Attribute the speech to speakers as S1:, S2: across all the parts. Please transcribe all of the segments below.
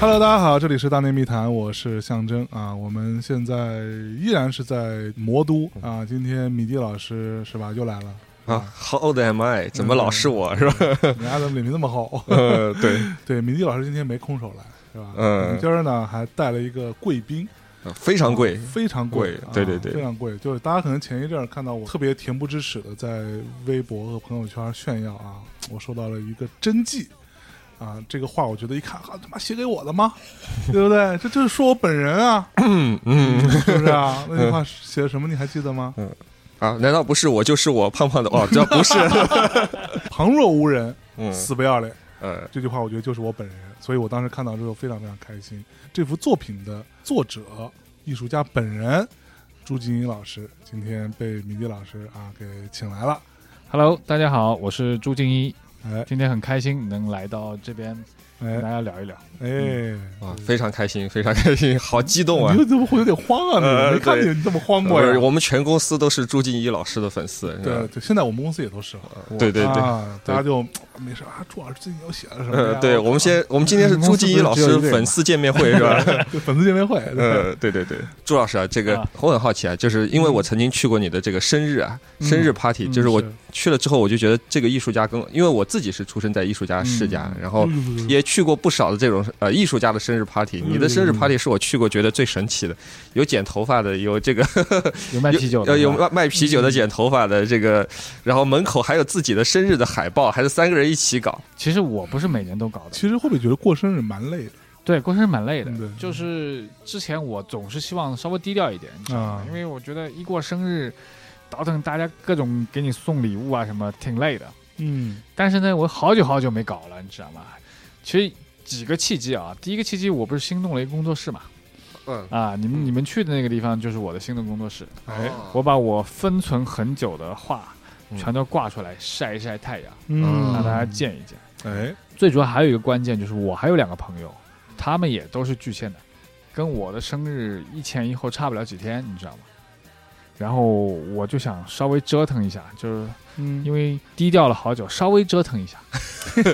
S1: Hello，大家好，这里是大内密谈，我是象征啊。我们现在依然是在魔都啊。今天米迪老师是吧，又来了。
S2: 啊，How old am I？怎么老是我是吧？
S1: 你丫怎么脸皮那么厚？
S2: 呃，对，
S1: 对，米迪老师今天没空手来是吧？
S2: 嗯
S1: 我们今儿呢还带了一个贵宾，
S2: 呃非常贵。
S1: 非常贵，
S2: 贵
S1: 啊
S2: 对对对
S1: 非常贵。就是大家可能前一阵儿看到我特别恬不知耻的在微博和朋友圈炫耀啊，我收到了一个真迹。啊，这个画我觉得一看，啊，他妈写给我的 吗？对不对？这这是说我本人啊，
S2: 嗯嗯
S1: 是不是 啊？那句话写的什么？你还记得吗？
S2: 啊，难道不是我就是我胖胖的？哦，这不是。
S1: 旁若无人，
S2: 嗯
S1: 死不要脸。
S2: 呃
S1: 这句话我觉得就是我本人，所以我当时看到之后非常非常开心。这幅作品的作者、艺术家本人朱金英老师，今天被米迪老师啊给请来了。
S3: 嗯 Hello，大家好，我是朱静一，
S1: 哎
S3: 今天很开心能来到这边跟大
S1: 哎
S3: 家聊一聊。
S1: 哎，
S2: 啊，非常开心，非常开心，好激动
S3: 嗯
S2: 啊
S1: 你！怎么会有点慌啊？你
S2: 呃
S1: 没看
S2: 对
S1: 见你这么慌过
S2: 我
S1: 呀？
S2: 我们全公司都是朱静一老师的粉丝。是
S1: 对
S2: 吧
S1: 对，现在我们公司也都是了，
S2: 对对对。
S1: 啊，大家就没事啊。朱老师最近又写了什么
S2: 呃
S1: 呀？，
S2: 对，我们先，我们今天是朱静一老师粉丝见面会是吧？
S1: 对粉丝见面会，对
S2: 呃，对对对，朱老师啊，这个
S3: 啊
S2: 我很好奇啊，就是因为我曾经去过你的这个生日啊，生日 party，就是我去了之后，我就觉得这个艺术家跟，因为我自己是出生在艺术家世家，
S3: 嗯
S2: 然后哦也去过不少的这种呃艺术家的生日 party。
S1: 嗯
S2: 你的生日 party 是我去过觉得最神奇的，有剪头发的，有这个
S3: 有卖啤酒的
S2: 有
S3: 吗，
S2: 有卖卖啤酒的、剪头发的，这个，然后门口还有自己的生日的海报，还是三个人一起搞。
S3: 其实我不是每年都搞的，
S1: 其实会不会觉得过生日蛮累的
S3: 对，过生日蛮累的
S1: 嗯对。
S3: 就是之前我总是希望稍微低调一点，你知道吗
S1: 啊？
S3: 因为我觉得一过生日，倒腾大家各种给你送礼物啊什么，挺累的。
S1: 嗯
S3: 但是呢，我好久好久没搞了，你知道吗？其实几个契机啊，第一个契机我不是新弄了一个工作室嘛，
S2: 嗯，
S3: 啊，你们
S2: 嗯
S3: 你们去的那个地方就是我的新的工作室，
S1: 哎
S3: 我把我封存很久的画
S2: 嗯
S3: 全都挂出来晒一晒太阳，
S1: 嗯，
S3: 让大家见一见。
S1: 哎，
S3: 最主要还有一个关键就是，我还有两个朋友，他们也都是巨蟹男，跟我的生日一前一后差不了几天，你知道吗？然后我就想稍微折腾一下，就是
S1: 嗯
S3: 因为低调了好久，稍微折 腾一下，啊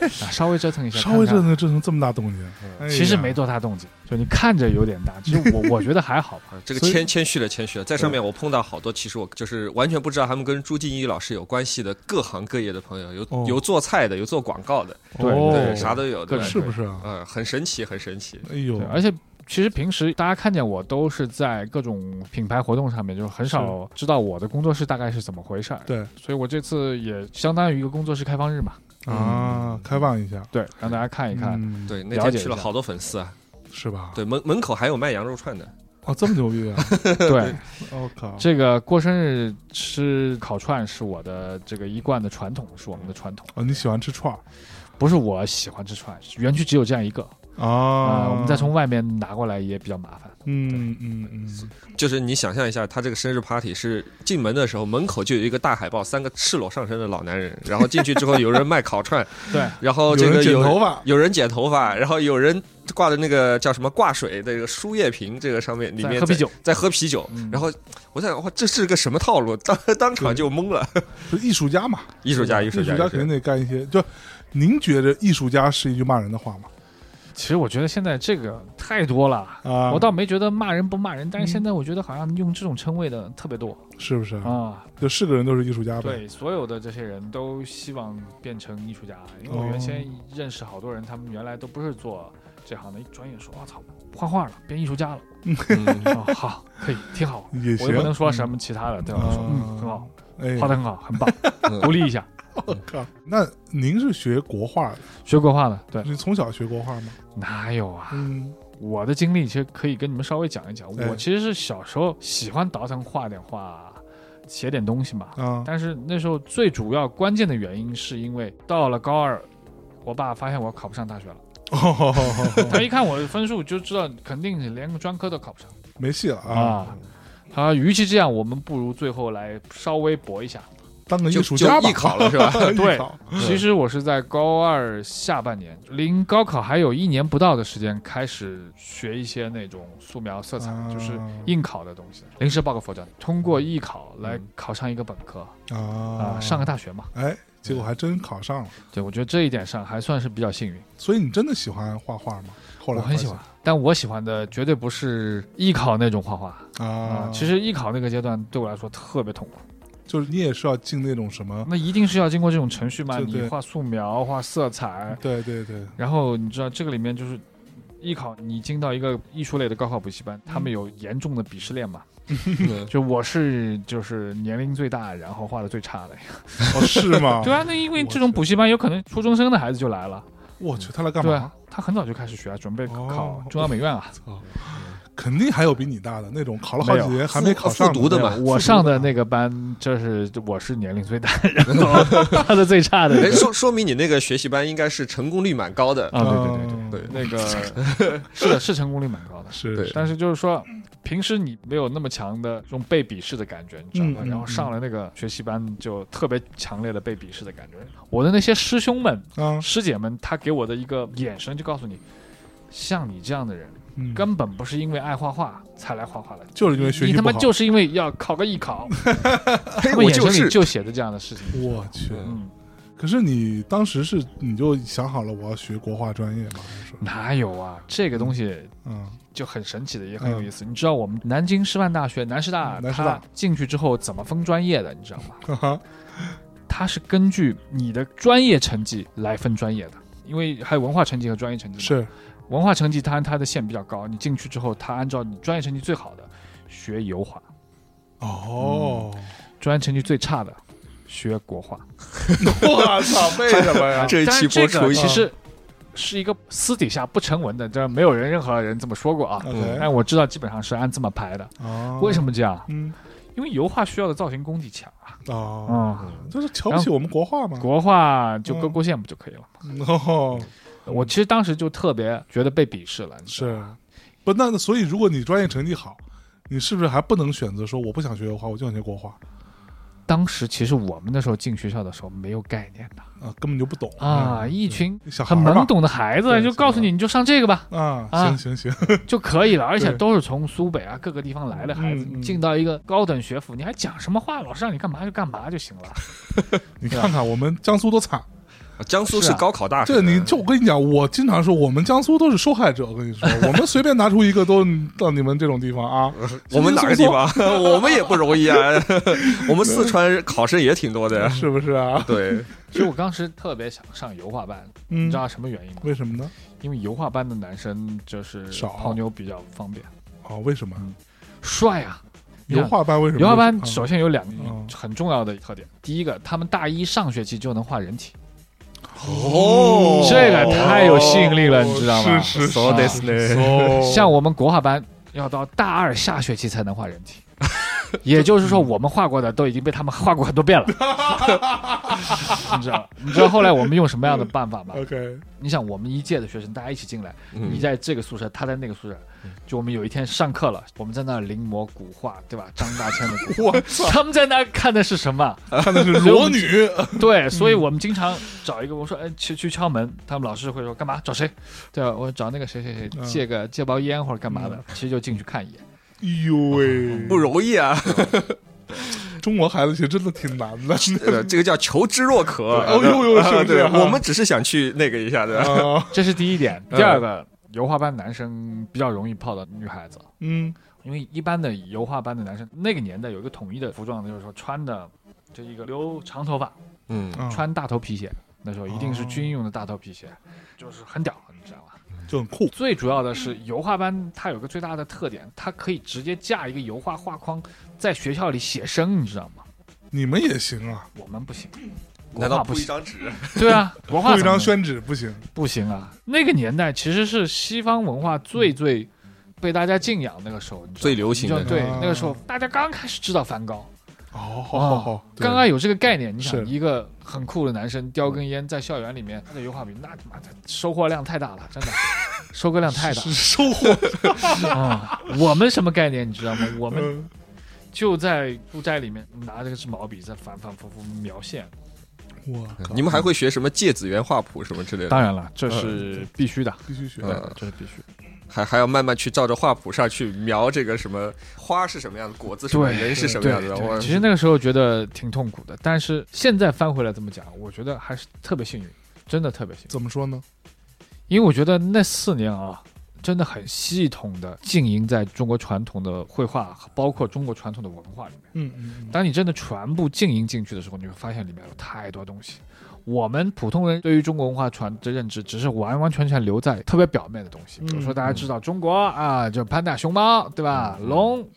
S3: 稍微折腾一下，
S1: 稍微
S3: 看
S1: 折
S3: 看。
S1: 腾折腾这么大动静，哎呀
S3: 其实没多大动静，就你看着有点大，其实我我觉得还好吧。
S2: 啊这个
S1: 所以
S2: 谦谦虚了，谦虚了，在上面我碰到好多，其实我就是完全不知道他们跟朱静一老师有关系的各行各业的朋友，有、
S1: 哦
S2: 有做菜的，有做广告的，
S3: 对
S1: 哦
S2: 对，啥都有
S3: 各
S2: 的，
S3: 种
S1: 是不是啊？
S2: 呃，很神奇，很神奇。
S1: 哎呦
S3: 对，，而且其实平时大家看见我都是在各种品牌活动上面，就很少知道我的工作室大概是怎么回事儿。
S1: 对
S3: 所以我这次也相当于一个工作室开放日嘛，
S1: 啊，开放一下，
S3: 对，让大家嗯看一看。
S1: 嗯，
S2: 对，那
S3: 了
S2: 天
S3: 解
S2: 去
S3: 一
S2: 了
S3: 下
S2: 好多粉丝啊，
S1: 是吧？
S2: 对，门门口还有卖羊肉串的，
S1: 哦，这么牛逼 啊！
S3: 对，
S1: 我靠，
S3: 这个过生日吃烤串是我的这个一贯的传统，是我们的传统。
S1: 哦，你喜欢吃串儿
S3: 不是我喜欢吃串，园区只有这样一个
S1: 啊
S3: 呃？我们再从外面拿过来也比较麻烦。
S1: 嗯嗯嗯，
S2: 就是你想象一下，他这个生日 party 是进门的时候，门口就有一个大海报，三个赤裸上身的老男人，然后进去之后有人卖烤串，
S3: 对，
S2: 然后
S1: 有
S2: 这
S1: 人
S2: 个
S1: 剪
S2: 有
S1: 头发，
S2: 有人剪头发，然后有人挂的那个叫什么挂水的这个输液瓶，这个上面里
S3: 在
S2: 面
S3: 喝啤酒，
S2: 在喝啤酒
S3: 嗯，
S2: 然后我在想哇，这是个什么套路？当当场就懵了。
S1: 是艺术家嘛？
S2: 艺术家，
S1: 艺
S2: 艺术
S1: 家，
S2: 家，
S1: 肯定得干一些。就您觉得艺术家是一句骂人的话吗？
S3: 其实我觉得现在这个太多了。
S1: 啊，
S3: 我倒没觉得骂人不骂人，但
S1: 嗯
S3: 是现在我觉得好像用这种称谓的特别多
S1: 是不是？
S3: 啊。
S1: 就是个人都是艺术家呗。
S3: 对，所有的这些人都希望变成艺术家，因为我原先认识好多人，他们原来都不是做这行的，一转眼说，我操，画画了，变艺术家了，
S2: 嗯
S3: 哦、好，可以，挺好。
S1: 也
S3: 我
S1: 行
S3: 也不。能说什么其他的，对吧？我说嗯，很好，
S1: 哎，
S3: 画的很好，很棒，
S2: 嗯
S3: 鼓励一下。
S1: 靠，那您是学国画的？
S3: 学国画的，对，
S1: 你从小学国画吗？
S3: 哪有啊？
S1: 嗯，
S3: 我的经历其实可以跟你们稍微讲一讲。
S1: 哎
S3: 我其实是小时候喜欢倒腾画点画，写点东西嘛。
S1: 啊，
S3: 但是那时候最主要关键的原因是因为到了高二，我爸发现我考不上大学了。
S1: 哦，
S3: 他一看我的分数就知道肯定是连个专科都考不上
S1: 没戏了啊！
S3: 啊。他说与其这样，我们不如最后来稍微搏一下。
S1: 当个艺
S2: 就
S1: 术
S2: 就
S1: 家吧
S2: 艺， 考了是吧？
S3: 对
S1: 艺考
S3: 其实我是在高二下半年，临高考还有一年不到的时间，开始学一些那种素描、色彩，
S1: 啊
S3: 就是应考的东西。临时报个佛教，通过艺考来考上一个本科
S1: 啊
S3: 啊，上个大学嘛。
S1: 哎，结果还真考上了。
S3: 对，我觉得这一点上还算是比较幸运。
S1: 所以你真的喜欢画画吗？后来
S3: 我很喜欢，但我喜欢的绝对不是艺考那种画画
S1: 发现啊，
S3: 其实艺考那个阶段对我来说特别痛苦，
S1: 就是你也是要进那种什么，
S3: 那一定是要经过这种程序嘛，
S1: 啊对
S3: 你
S1: 对
S3: 画素描、画色彩，
S1: 对对对，
S3: 然后你知道这个里面就是。艺考，你进到一个艺术类的高考补习班，他
S1: 嗯
S3: 们有严重的鄙视链嘛？
S2: 嗯
S3: 就我是就是年龄最大，然后画的最差的。
S1: 哦是吗？
S3: 对啊，那因为
S1: 我
S3: 这种
S1: 去
S3: 补习班有可能初中生的孩子就来了，
S1: 我去，他来干
S3: 对
S1: 嘛
S3: 啊？，他很早就开始学啊，准备考
S1: 哦
S3: 中央美 院啊。
S1: 操，肯定还有比你大的那种，考了好几
S3: 没
S1: 年还没考上
S2: 复读的嘛
S3: 没有我上的那个班就是我是年龄最大，然后他的最差的
S2: 哎，说说明你那个学习班应该是成功率蛮高的。
S3: 啊，对对对对，
S1: 嗯
S2: 对
S3: 那个 是的，是成功率蛮高的，
S1: 是
S2: 对
S1: 是
S3: 但是就是说。平时你没有那么强的这种被鄙视的感觉，你知道吗？
S1: 嗯嗯
S3: 然后上了那个学习班，就特别强烈的被鄙视的感觉。我的那些师兄们、
S1: 啊，
S3: 师姐们，他给我的一个眼神就告诉你，像你这样的人，
S1: 嗯
S3: 根本不是因为爱画画才来画画的，
S1: 就是因为学
S3: 你
S1: 习
S3: 他
S1: 不
S3: 妈
S1: 好。
S3: 就是因为要考个艺 考，
S2: 嘿，
S3: 他们
S2: 我
S3: 眼神
S2: 就
S3: 里
S2: 是
S3: 就写着这样的事情。
S1: 我去，
S3: 嗯，
S1: 可是你当时是你就想好了我要学国画专业吗？还是说
S3: 哪有啊？这个东西
S1: 嗯
S3: 就很神奇的，也很有意思。你知道我们南京师范大学南师大，
S1: 嗯南师大
S3: 它进去之后怎么分专业的？你知道吗？
S1: 哈哈
S3: 它是根据你的专业成绩来分专业的。因为还有文化成绩和专业成绩嘛，
S1: 是
S3: 文化成绩它它的线比较高，你进去之后，它按照你专业成绩最好的学油画，
S1: 哦，
S3: 专业成绩最差的学国画。
S1: 我操，为什么呀？
S2: 哎这一
S3: 但
S2: 期
S3: 是这
S2: 播出啊
S3: 个
S2: 一
S3: 其实是一个私底下不成文的，这没有人任何人这么说过啊。
S1: 嗯 OK，
S3: 但我知道基本上是按这么排的。
S1: 哦
S3: 为什？么这样？啊
S1: 嗯
S3: 因为油画需要的造型功底强啊。
S1: 哦，嗯
S3: 嗯，
S1: 就是瞧不起我们国画嘛。
S3: 国画就勾勾线不就可以了吗？
S1: 哦，
S3: 我其实当时就特别觉得被鄙视了。你知道吗
S1: 是，不那那所以如果你专业成绩好，你是不是还不能选择说我不想学油画，我就想学国画
S3: 当时其实我们那时候进学校的时候没有概念的
S1: 啊？根本就不懂
S3: 啊，
S1: 嗯
S3: 一群
S1: 小孩
S3: 很
S1: 儿嘛
S3: 懵懂的孩子
S1: 对
S3: 就告诉你你就上这个吧
S1: 啊，
S3: 啊
S1: 行行行，
S3: 就可以了，而且
S1: 对
S3: 都是从苏北啊各个地方来的孩子，
S1: 嗯嗯
S3: 你进到一个高等学府，你还讲什么话？老师让你干嘛就干嘛就行 了。
S1: 你看看我们江苏多惨，
S3: 啊
S2: 江苏
S3: 是
S2: 是
S3: 啊
S2: 高考大省，
S1: 这你就我跟你讲，我经常说我们江苏都是受害者。我跟你 说，我们随便拿出一个都到你们这种地方啊，
S2: 我们哪个地方？ 我们也不容易啊，我们四川考生也挺多的呀。
S1: 是不是啊？
S2: 对，
S3: 其实我当时特别想上油画班，你
S1: 嗯
S3: 知，道什么原因吗？
S1: 为什么呢？
S3: 因为油画班的男生就是
S1: 少
S3: 泡妞比较方便，
S1: 哦，为什么？
S3: 帅啊！
S1: 油画班为什么？
S3: 嗯油画班首
S1: 啊
S3: 先有两
S1: 嗯
S3: 个很重要的特点，第一个，他们大一上学期就能画人体，
S2: 哦
S3: 这个太有吸引力了，
S1: 哦
S3: 你知道吗？
S1: 是是
S2: そうです
S1: 是
S2: ね。
S1: 哦
S3: 像我们国画班要到大二下学期才能画人 体。也就是说，我们画过的都已经被他们画过很 多遍了，你知道？你知道后来我们用什么样的办法吗？
S1: OK，
S3: 你想，我们一届的学生大家一起进来，你
S2: 嗯
S3: 在这个宿舍，他在那个宿舍。
S1: 嗯
S3: 就我们有一天上课了，我们在那儿临摹古画，对吧？张大千的古
S1: 我操
S3: 画，，他们在那儿看的是什么？
S1: 看的是裸女，哎
S3: 对，所以
S2: 嗯
S3: 我们经常找一个，我说，哎，去去敲门，他们老师会说干嘛？找谁？对吧？我找那个谁谁谁
S1: 嗯
S3: 借个借包烟或者干嘛
S2: 嗯
S3: 的，其实就进去看一眼。
S1: 哎呦喂，
S2: 不容易啊，
S1: 中国孩子其实真的挺难的。
S2: 呃这个叫求知若渴。
S1: 哦呦呦是不是
S2: 啊 对，
S1: 啊
S2: 我们只是想去那个一下的。
S1: 啊，
S3: 这是第一点。
S2: 嗯
S3: 第二个，油画班男生比较容易泡到女孩子，
S1: 嗯，
S3: 因为一般的油画班的男生那个年代有一个统一的服装，就是说穿的就一个留长头发，
S2: 嗯，
S1: 啊
S3: 穿大头皮鞋，那时候一定是
S1: 哦
S3: 军用的大头皮鞋，就是很屌，你知道吗？
S1: 就很酷
S3: 最主要的
S1: 嗯
S3: 是油画班，它有个最大的特点，它可以直接架一个油画画框在学校里写生，你知道吗？
S1: 你们也行啊，
S3: 我们不行，国
S2: 难道
S3: 画不
S2: 不一
S3: 行？
S2: 张纸？
S3: 对 啊，国画
S1: 做一
S3: 怎么
S1: 张
S3: 能
S1: 宣纸不行
S3: 不行啊！那个年代其实是西方文化最最被大家敬仰那个时候，你知道吗
S2: 嗯最流行的
S3: 你知道对
S1: 啊
S3: 那个时候大家刚开始知道梵高，
S1: 哦，好好好，对
S3: 刚刚有这个概念，你想
S1: 是
S3: 一个很酷的男生叼根烟在校园里面，他的油画笔，那他妈的收获量太大了，真的，收割量太大
S1: 是收获，
S3: 啊！我们什么概念你知道吗？我们
S1: 嗯
S3: 就在住宅里面拿着支毛笔在反反复复描线。
S1: 我靠
S2: 你们还会学什么芥子园画谱什么之类的？
S3: 当然了，这是必须的，
S1: 必须学
S2: 嗯
S3: 这是必须。
S2: 还还要慢慢去照着画谱上去描这个什么花是什么样的，果子什么
S3: 对
S2: 人是什么
S3: 对
S2: 样的。我
S3: 对，其实那个时候觉得挺痛苦的，但是现在翻回来这么讲，我觉得还是特别幸运，真的特别幸运，
S1: 怎么说呢？
S3: 因为我觉得那四年啊，真的很系统的浸淫在中国传统的绘画，包括中国传统的文化里面。
S1: 嗯嗯
S3: 当你真的全部浸淫进去的时候，你会发现里面有太多东西。我们普通人对于中国文化传的认知，只是完完全全留在特别表面的东西，比如说
S1: 嗯
S3: 大家知道中国啊，就潘大熊猫，对吧？龙，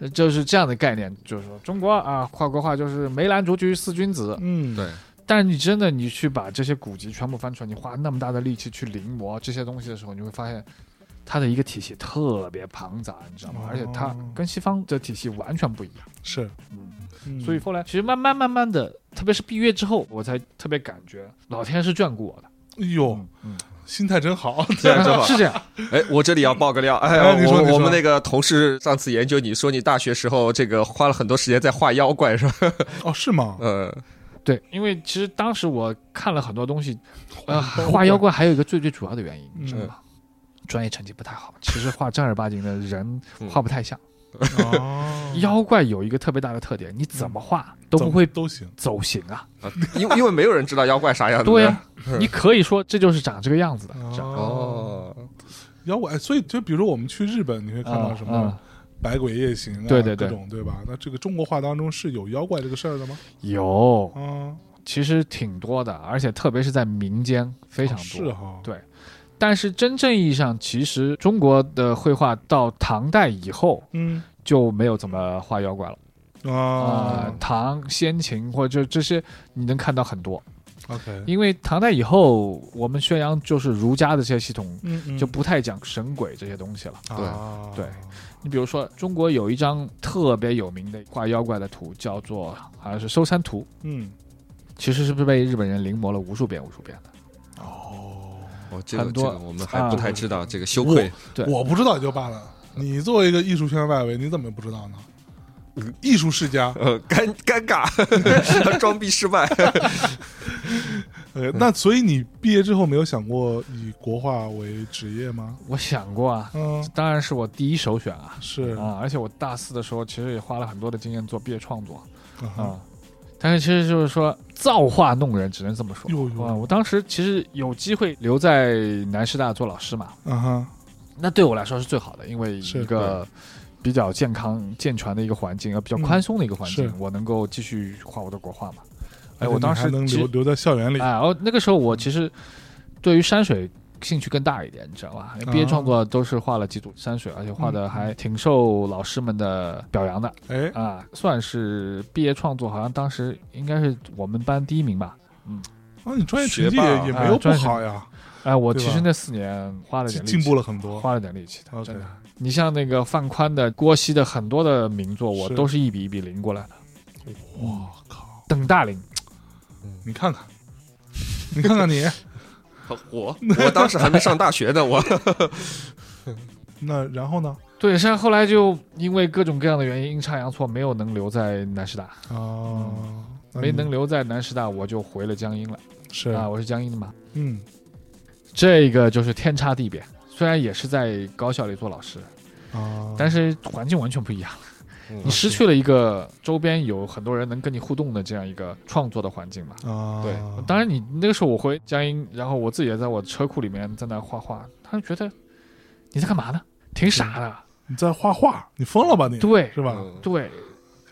S3: 呃就是这样的概念，就是说中国啊，画国画就是梅兰竹菊四君子。
S1: 嗯，
S2: 对
S3: 但是你真的你去把这些古籍全部翻出来，你花那么大的力气去临摹这些东西的时候，你会发现。它的一个体系特别庞杂，你知道吗？而且它
S1: 哦
S3: 跟西方的体系完全不一样。
S1: 是，
S3: 嗯，
S1: 嗯
S3: 所以后来其实慢慢慢慢的，特别是毕业之后，我才特别感觉老天是眷顾我的。
S1: 哎呦，
S3: 嗯嗯，
S1: 心态真好，
S2: 对啊，正好
S3: 是这样，
S2: 哎，我这里要爆个料，哎，
S1: 哎你说
S2: 我
S1: 你说
S2: 我们那个同事上次研究你说你大学时候这个花了很多时间在画妖怪是吧？
S1: 哦，是吗？
S2: 呃，
S3: 对，因为其实当时我看了很多东西，
S1: 嗯
S3: 呃，画妖怪还有一个最最主要的原因，你知道吗？专业成绩不太好，其实画正儿八经的人
S2: 嗯
S3: 画不太像。
S1: 哦
S3: 妖怪有一个特别大的特点，你怎么画都
S1: 怎
S3: 不
S1: 么
S3: 会
S1: 都行，
S3: 走形啊。
S2: 啊因为因为没有人知道妖怪啥
S1: 嗯
S2: 样子。
S3: 对呀、你可以说这就是长这个样子的，这样。
S2: 哦，
S1: 妖怪，所以就比如我们去日本，你会看到什
S3: 嗯
S1: 么
S3: 嗯
S1: 百鬼夜行啊，
S3: 对对
S1: 各
S3: 对
S1: 种对吧？那这个中国画当中是有妖怪这个事儿的吗？
S3: 有，
S1: 啊，
S3: 其实挺多的，而且特别是在民间非常
S1: 哦
S3: 多。
S1: 是哈，
S3: 对但是真正意义上，其实中国的绘画到唐代以后
S1: 嗯
S3: 就没有怎么画妖怪了啊、
S1: 啊
S3: 唐、先秦或者这些，你能看到很多。
S1: ，OK，
S3: 因为唐代以后，我们宣扬就是儒家的这些系统，
S1: 嗯嗯，
S3: 就不太讲神鬼这些东西了。
S2: 对
S1: 啊
S3: 对你比如说，中国有一张特别有名的画妖怪的图，叫做好像是《收山图
S1: 嗯，》，
S3: 其实是被日本人临摹了无数遍、无数遍的。
S1: 哦，
S2: 哦，这个
S3: 很
S2: 这
S3: 多
S2: 个我们还
S3: 啊
S2: 不太知道，这个羞愧。
S3: 对
S1: 我不知道也就罢了，你作为一个艺术圈外围，你怎么不知道呢？艺术世家，
S2: 呃，尴尴尬， 装逼失败。
S3: 嗯
S1: 呃，那所以你毕业之后没有想过以国画为职业吗？
S3: 我想过啊，
S1: 嗯，
S3: 当然是我第一首选啊。
S1: 是
S3: 啊、而且我大四的时候其实也花了很多的经验做毕业创作
S1: 啊
S3: 啊、但是其实就是说造化弄人，只能这么说。
S1: 哟
S3: 啊、
S1: 哟
S3: 我当时其实有机会留在南师大做老师嘛，
S1: 啊哈，
S3: 那对我来说是最好的，因为
S1: 是
S3: 一个比较健康、健全的一个环境，呃，比较
S1: 嗯
S3: 宽松的一个环境，
S1: 是
S3: 我能够继续画我的国画嘛。
S1: 而
S3: 哎，
S1: 且
S3: 我
S1: 你
S3: 当
S1: 还
S3: 时
S1: 能
S3: 其
S1: 留
S3: 实
S1: 留在校园里，
S3: 哎，哦，那个时候我其实对于山水兴趣更大一点，你知道吧？毕业
S1: 啊嗯
S3: 创作都是画了几组山水，而且画的还挺受老师们的表扬的
S1: 哎，
S3: 啊，算是毕业创作，好像当时应该是我们班第一名吧。
S1: 那哦你专业成
S2: 学
S1: 绩
S2: 霸
S1: 也也没有
S3: 啊
S1: 不
S3: 专业
S1: 好呀，
S3: 哎，我
S1: 对
S3: 其
S1: 吧
S3: 实那四年花了
S1: 进
S3: 点力
S1: 进
S3: 气，
S1: 步了很多。
S3: 花了点力气的，
S1: OK，
S3: 真的。你像那个范宽的、郭熙的很多的名作，我
S1: 是
S3: 都是一笔一笔临过来的，
S1: 我靠，
S3: 等大临。
S1: 你看看，你看看你，
S2: 我我当时还没上大学呢，我
S1: 那然后呢？
S3: 对，但后来就因为各种各样的原因，阴差阳错没有能留在南师大，
S1: 啊，那
S3: 没
S1: 你
S3: 能留在南师大，我就回了江阴了。
S1: 是
S3: 啊，我是江阴的嘛，
S1: 嗯，
S3: 这个就是天差地别。虽然也是在高校里做老师，
S1: 啊，
S3: 但
S1: 是
S3: 是环境完全不一样。
S2: 嗯
S3: 你失去了一个周边有很多人能跟你互动的这样一个创作的环境嘛。
S1: 啊，
S2: 对
S3: 当然，你那个时候我回江阴，然后我自己也在我车库里面在那画画，他就觉得你在干嘛呢？挺傻的。
S1: 你在画画，你疯了吧你？
S3: 对
S1: 是吧？
S2: 嗯
S3: 对，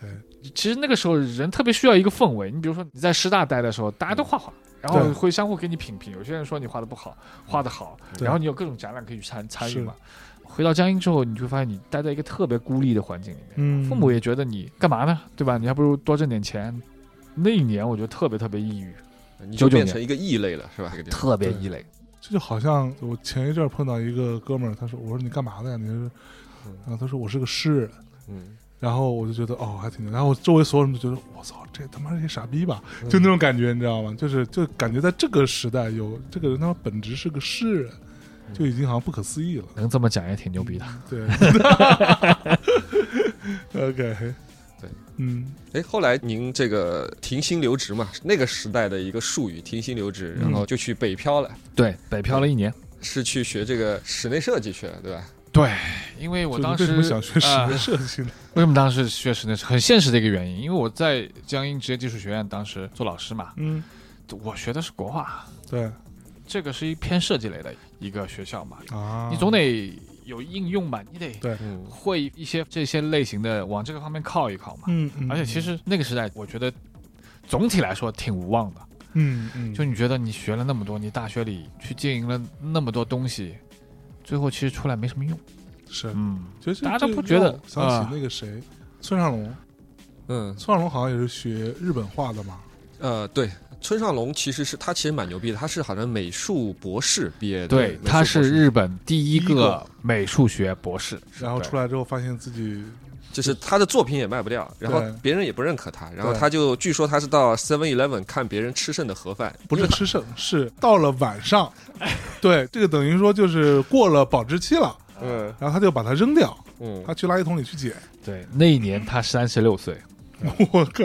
S1: 哎
S3: 其实那个时候人特别需要一个氛围。你比如说你在师大待的时候，大家都画画，然后
S1: 嗯对
S3: 会相互给你品评。有些人说你画的不好，画的好，
S1: 对
S3: 然后你有各种展览可以去参参
S1: 嗯
S3: 与
S1: 是
S3: 嘛。回到江阴之后，你就发现你待在一个特别孤立的环境里面，
S1: 嗯，
S3: 父母也觉得你干嘛呢，对吧？你还不如多挣点钱。那一年我就特别特别抑郁，
S2: 你就
S3: 99
S2: 变
S3: 年
S2: 成一个异类了，是吧？这个地方
S3: 特别
S1: 对
S3: 异类。
S1: 这就好像我前一阵儿碰到一个哥们儿，他说：“我说你干嘛的呀？”你是，
S3: 嗯
S1: 然后他说：“我是个诗人。”
S2: 嗯，
S1: 然后我就觉得哦，还挺牛。然后我周围所有人都觉得我操，这他妈是一傻逼吧，
S2: 嗯
S1: 就那种感觉，你知道吗？就是就感觉在这个时代有这个人，他本质是个诗人，
S2: 嗯
S1: 就已经好像不可思 议了。
S3: 能这么讲也挺牛逼的。
S1: 对 ，OK，
S2: 对，
S1: 嗯
S2: 哎，后来您这个停薪留职嘛，那个时代的一个术语，停薪留职，然后就去北漂了。
S3: 对，北漂了一年，
S2: 是去学这个室内设计去了，对吧？
S3: 对，因为我
S1: 就
S3: 当
S1: 你
S3: 时
S1: 为什么想学室
S3: 呃
S1: 内设 计呢？
S3: 为什么当时学室内设很现实的一个原因，因为我在江阴职业技术学院当时做老师嘛，
S1: 嗯，
S3: 我学的是国画，
S1: 对
S3: 这个是一偏设计类的一个学校嘛，
S1: 啊，
S3: 你总得有应用吧，你得
S1: 对
S2: 嗯，
S3: 会一些这些类型的，往这个方面靠一靠嘛。
S1: 嗯，嗯
S3: 而且其实那个时代，我觉得总体来说挺无望的。
S1: 嗯嗯，
S3: 就你觉得你学了那么多，你大学里去经营了那么多东西，最后其实出来没什么用。
S1: 是，
S3: 嗯，
S1: 其实
S3: 大家
S1: 这
S3: 都不
S1: 让
S3: 觉得
S1: 我想
S3: 啊
S1: 起那个谁，村上龙，
S2: 嗯，
S1: 村上龙好像也是学日本画的嘛，
S2: 呃，对，村上龙其实是他其实蛮牛逼的，他是好像美术博士毕业的，美
S3: 对
S2: 术，博
S3: 他
S2: 士
S3: 是日本第一
S1: 第一
S3: 个
S1: 个
S3: 美术学博士，
S1: 然后
S2: 对
S1: 出来之后发现自己
S2: 就是他的作品也卖不掉，然后
S1: 对
S2: 别人也不认可他，然后
S1: 对
S2: 他就据说他是到 Seven Eleven 看别人吃剩的盒饭，
S1: 不是吃剩，是到了晚上，对，这个等于说就是过了保质期了，
S2: 嗯
S1: 然后他就把它扔掉，
S2: 嗯
S1: 他，去垃圾桶里去捡。
S3: 对，那一年他三十六岁，
S1: 我靠，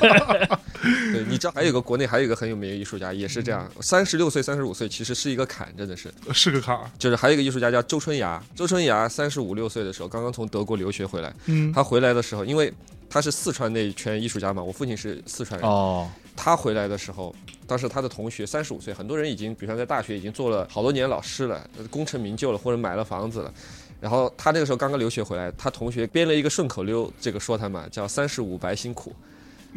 S2: 对，你知道还有一个国内还有一个很有名的艺术家也是这样，三十六岁三十五岁其实是一个坎，真的是，
S1: 是个坎儿。
S2: 就是还有一个艺术家叫周春芽，周春芽三十五六岁的时候刚刚从德国留学回来，
S1: 嗯，
S2: 他回来的时候，因为他是四川那一圈艺术家嘛，我父亲是四川人，
S3: 哦，
S2: 他回来的时候，当时他的同学三十五岁，很多人已经，比如说在大学已经做了好多年老师了，呃功成名就了，或者买了房子了。然后他那个时候刚刚留学回来，他同学编了一个顺口溜，这个说他嘛叫“三十五白辛苦”，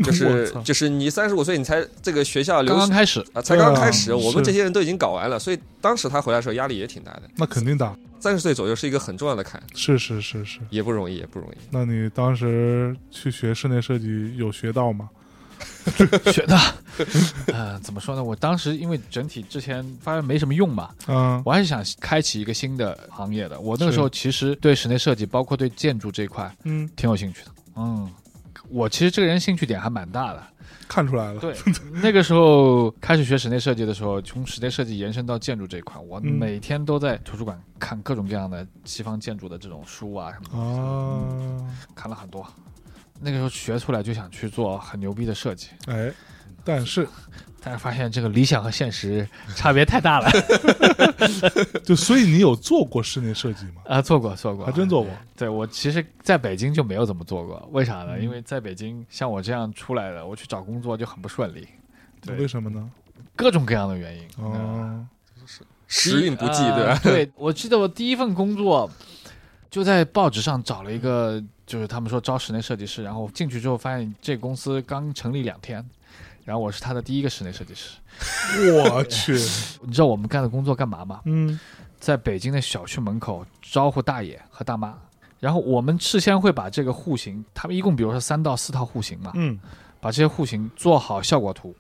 S2: 就
S1: 我
S2: 是
S1: 操
S2: 就是你三十五岁你才这个学校留
S3: 刚刚开 始，
S2: 啊才刚开始，
S1: 对啊
S2: 我们
S1: 是
S2: 这些人都已经搞完了，所以当时他回来的时候压力也挺大的。
S1: 那肯定的，
S2: 三十岁左右是一个很重要的坎，
S1: 是是是是。
S2: 也不容易，也不容易。
S1: 那你当时去学室内设计有学到吗？
S3: 学的， 呃，怎么说呢？我当时因为整体之前发现没什么用嘛，
S1: 嗯
S3: 我还是想开启一个新的行业的。我那个时候其实对室内设计，包括对建筑这一块
S1: 嗯，
S3: 挺有兴趣的。嗯，我其实这个人兴趣点还蛮大的。
S1: 看出来了。
S3: 对，那个时候开始学室内设计的时候，从室内设计延伸到建筑这一块，我
S1: 嗯
S3: 每天都在图书馆看各种各样的西方建筑的这种书啊什么的，
S1: 啊，
S3: 看了很多。那个时候学出来就想去做很牛逼的设计，
S1: 哎，但是
S3: 但是发现这个理想和现实差别 太大了
S1: 就所以你有做过室内设计 吗？
S3: 啊！做过，做过，
S1: 还真做过。
S3: 对我其实在北京就没有怎么做过，为啥呢？
S1: 嗯
S3: 因为在北京像我这样出来的，我去找工作就很不顺利，对
S1: 为什么呢？
S3: 各种各样的原因。嗯
S1: 哦，
S2: 时运不济，对
S3: 呃
S2: 吧？
S3: 对，我记得我第一份工作就在报纸上找了一个，就是他们说招室内设计师，然后进去之后发现这公司刚成立两天，然后我是他的第一个室内设计师。
S1: 我去，
S3: 你知道我们干的工作干嘛吗？
S1: 嗯，
S3: 在北京的小区门口招呼大爷和大妈。然后我们事先会把这个户型，他们一共比如说三到四套户型嘛，
S1: 嗯，
S3: 把这些户型做好效果图，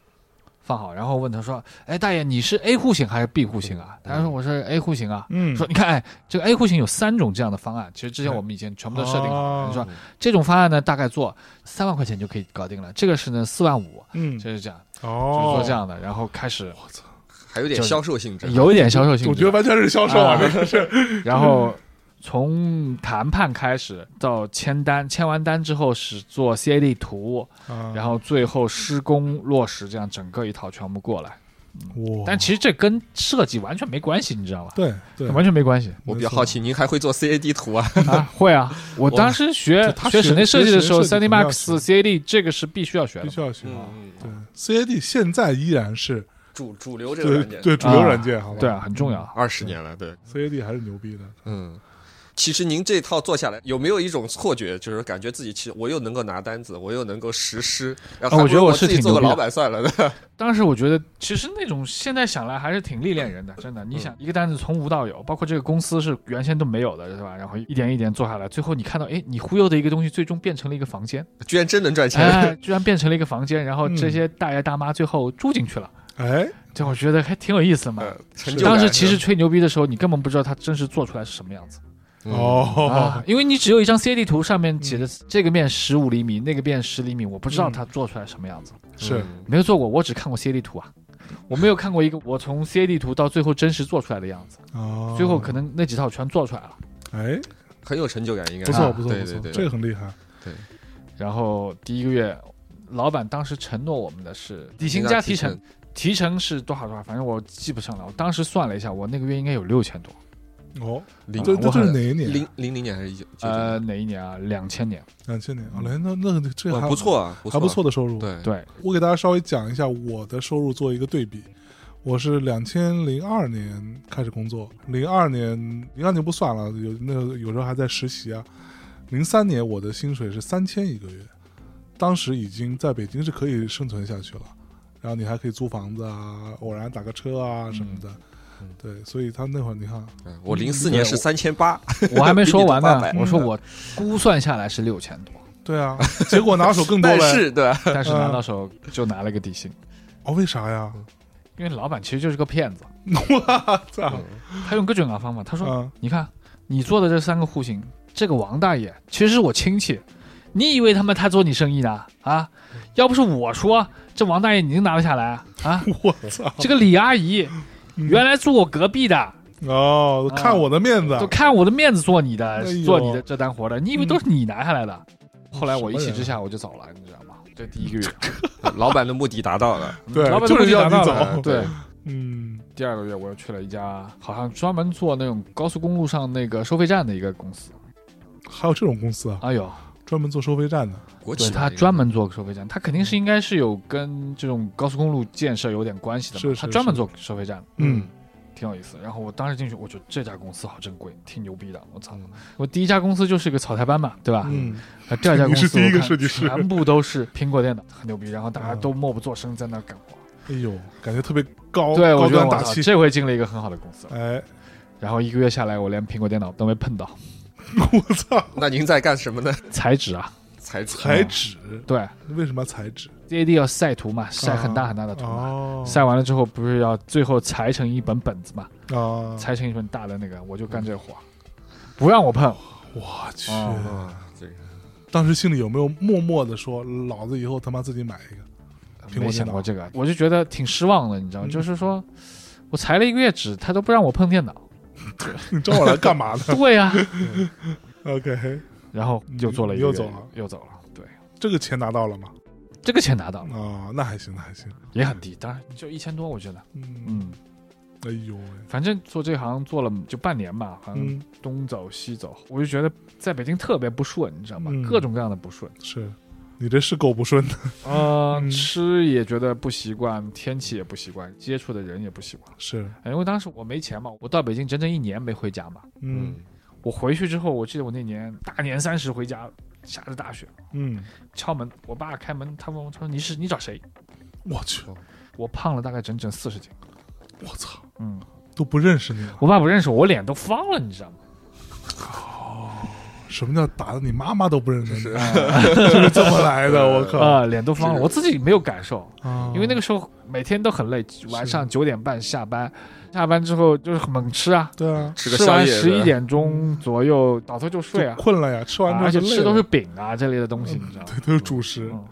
S3: 放好，然后问他说：“哎，大爷，你是 A 户型还是 B 户型啊？”他说：“我是 A 户型啊。”
S1: 嗯
S3: 说你看，哎，这个 A 户型有三种这样的方案，其实之前
S1: 对
S3: 我们已经全部都设定好了。
S1: 哦
S3: 你说这种方案呢，大概做三万块钱就可以搞定了，这个是呢四万五，
S1: 嗯，
S3: 就是这样，就是
S1: 哦，
S3: 做这样的，然后开始
S2: 还有点销售性质，
S3: 有一点销售性
S1: 我觉得
S3: 质，
S1: 完全是销售啊，
S3: 啊
S1: 这 个是
S3: 然后从谈判开始到签单，签完单之后是做 CAD 图，
S1: 啊嗯
S3: 然后最后施工落实，这样整个一套全部过来。
S1: 哇，
S3: 但其实这跟设计完全没关系，你知道吧？
S1: 对对，
S3: 完全没关 系
S2: 我比较好奇，您还会做 CAD 图啊？
S3: 啊！会啊，我当时
S1: 就
S3: 学
S1: 他
S3: 学
S1: 学
S3: 室内设计的时候
S1: 学室内设计肯定
S3: ，3D
S1: 要
S3: Max、CAD 这个是必须要学
S1: 没错，必
S3: 的嘛。
S1: 须要学啊。
S2: 嗯，
S1: 对，CAD 现在依然是
S2: 主主流这个
S1: 对
S2: 软件，嗯
S1: 对主流
S3: 啊
S1: 软件，好吧？
S3: 对啊，很重
S1: 嗯
S3: 要。
S2: 二十年了，对，
S1: ，CAD 还是牛逼的。
S2: 嗯。其实您这套做下来，有没有一种错觉，就是感觉自己其实我又能够拿单子，我又能够实施，然
S3: 啊
S2: 后还
S3: 我觉得
S2: 不如
S3: 我
S2: 我
S3: 是
S2: 自己
S3: 挺
S2: 做个
S3: 牛逼的
S2: 老板算了 的。
S3: 当时我觉得，嗯其实那种现在想来还是挺历练人的，真的。你想，一个单子从无到有，包括这个公司是原先都没有的，是吧？然后一点一点做下来，最后你看到，哎，你忽悠的一个东西，最终变成了一个房间，
S2: 居然真能赚钱，
S3: 哎，居然变成了一个房间，然后这
S1: 嗯
S3: 些大爷大妈最后住进去了，
S1: 哎，
S3: 这我觉得还挺有意思的嘛。
S2: 呃成就感
S3: 当时其实吹牛逼的时候，你根本不知道他真实做出来是什么样子啊
S2: 嗯
S1: 哦，，
S3: 因为你只有一张 CAD 图，上面写着这个面十五厘米，那个面十厘米，我不知道
S1: 嗯
S3: 它做出来什么样子，
S1: 是，
S2: 嗯
S3: 没有做过，我只看过 CAD 图啊，我没有看过一个我从 CAD 图到最后真实做出来的样子，
S1: 哦，
S3: 最后可能那几套全做出来了，
S1: 哎，
S2: 很有成就感，应该啊
S1: 不错不错
S2: 对
S1: 不
S2: 对
S1: 错，
S2: 对，
S1: 这个很厉害。
S3: 然后第一个月。老板当时承诺我们的是底薪加提成，，提成是多少多少，反正我记不上了。我当时算了一下，我那个月应该有六千多。
S1: 哦，
S2: 零
S1: 这这
S3: 我
S1: 这
S3: 很
S1: 是哪一年？
S2: 零零零年还是一九？
S3: 啊呃，哪一年啊？两千年。
S1: 两千年啊，两千那那这
S2: 哇
S1: 还
S2: 不，错啊，不
S1: 还
S2: 错，
S1: 不，错的收入。，
S2: 对，
S3: 对，
S1: 我给大家稍微讲一下我的收入做一个对比。我是两千零二年开始工作，零二年零二年不算了，有那有时候还在实习啊。零三年我的薪水是三千一个月，当时已经在北京是可以生存下去了，然后你还可以租房子啊，偶然打个车啊什么的。
S2: 嗯
S1: 对，所以他那会儿你看，
S2: 嗯我零四年是三千 八，
S3: 我还没说完
S2: 比
S3: 呢
S2: 你。多
S3: 我说我估算下来是六千多，
S1: 对啊，结果拿手更多
S2: 但
S1: 了。
S2: 是对吧？
S3: 但是拿到手就拿了个底薪，
S1: 哦，为啥呀？
S3: 因为老板其实就是个骗子，
S1: 我操！
S3: 他用各种各样的方法。他说：“
S1: 啊，
S3: 你看你做的这三个户型，这个王大爷其实是我亲戚，你以为他妈他做你生意的啊？要不是我说，这王大爷你能拿得下来啊？啊，
S1: 我操！
S3: 这个李阿姨原来住我隔壁的，
S1: 哦，看我的面子，
S3: 啊都看我的面子做你的，
S1: 哎呦嗯
S3: 做你的这单活的，你以为都是你拿下来的？后来
S1: 什
S3: 我一
S1: 么
S3: 气
S1: 人
S3: 之下我就走了，你知道吗？这第一个月，嗯
S2: 老板的目的达到了，
S1: 对
S3: 老板
S1: 就是
S3: 都已经
S1: 要
S3: 拿
S1: 你
S3: 到
S1: 走
S3: 了 对，
S1: 嗯，
S3: 第二个月我又去了一家好像专门做那种高速公路上那个收费站的一个公司。
S1: 还有这种公司啊，
S3: 哎呦，
S1: 专门做收费站的，嗯
S2: 国
S3: 对
S2: 企
S3: 他专门做收费站，他肯定是应该是有跟这种高速公路建设有点关系的嘛。
S1: 是是
S3: 他专门做收费站，
S1: 嗯，
S3: 挺有意思。然后我当时进去，我觉得这家公司好珍贵，挺牛逼的。我操！我第一家公司就是个草台班嘛，对吧？
S1: 嗯，
S3: 啊第二家公司
S1: 你是第一个
S3: 我看
S1: 设计 师
S3: 全部都是苹果电脑，很牛逼。然后大家都默不作声在那儿干活。
S1: 哎呦，感觉特别高，
S3: 对，我
S1: 高
S3: 觉得
S1: 端
S3: 我
S1: 大
S3: 操
S1: 气，
S3: 这回进了一个很好的公司了。
S1: 哎，
S3: 然后一个月下来，我连苹果电脑都没碰到，
S1: 我 操，
S2: 那您在干什么呢？
S3: 材质啊，
S2: 才
S1: 彩纸，
S3: 对
S1: 为什么要彩纸？
S3: ，CAD 要晒图嘛，晒很大很大的图嘛。
S1: 哦，
S3: 晒完了之后，不是啊要最后裁成一本本子嘛？
S1: 啊，
S3: 裁成一份大的那个，我就
S1: 嗯
S3: 干这活儿，不让我 碰。
S1: 我去，
S3: 哦
S2: 啊，这个
S1: 当时心里有没有默默的说，老子以后他妈自己买一个？苹果电脑
S3: 没想过这个，我就觉得挺失望的，你知道
S1: 嗯
S3: 吗？就是说我裁了一个月纸，他都不让我 碰电脑。
S1: 你找我来干 嘛呢
S3: 对呀、
S1: ？OK，
S3: 然后又做了一
S1: 你
S3: 个
S1: 又
S3: 月
S1: 走了，
S3: 又走了。对，
S1: 这个钱拿到了吗？
S3: 这个钱拿到了
S1: 啊，那还行，那还行，
S3: 也很低，当然就一千多，我觉得，
S1: 嗯，
S3: 嗯，
S1: 哎呦喂，
S3: 反正做这行做了就半年吧，反正
S1: 嗯，
S3: 东走西走，我就觉得在北京特别不顺，你知道吗？
S1: 嗯
S3: 各种各样的不顺。
S1: 是你这是够不顺的，
S3: 呃
S1: 嗯
S3: 吃也觉得不习惯，天气也不习惯，接触的人也不习惯。
S1: 是，
S3: 哎因为当时我没钱嘛，我到北京整整一年没回家嘛。
S1: 嗯
S3: 我回去之后，我记得我那年大年三十回家，下着大雪，
S1: 嗯，
S3: 敲门，我爸开门，他问我，他说你是你找谁？
S1: 我去，
S3: 我胖了大概整整四十斤。
S1: 我操，
S3: 嗯，
S1: 都不认识你了。
S3: 我爸不认识我，我脸都方了，你知道吗？
S1: 什么叫打的你妈妈都不认识你？啊 就是这么来的，我靠！
S3: 啊、脸都方了，
S2: 是嗯
S3: 我自己没有感受，
S1: 啊
S3: 因为那个时候每天都很累，晚上九点半下班，下班之后就是猛吃啊，
S1: 对啊，
S2: 吃个
S3: 吃
S2: 宵
S3: 完
S2: 夜，
S3: 十一点钟左右倒头就睡啊
S1: 就，困了呀，吃完
S3: 啊
S1: 之后
S3: 而且
S1: 就
S3: 吃
S1: 累
S3: 都
S1: 了
S3: 是饼啊这类的东西，你知道吗？
S1: 对，都是主食。
S3: 嗯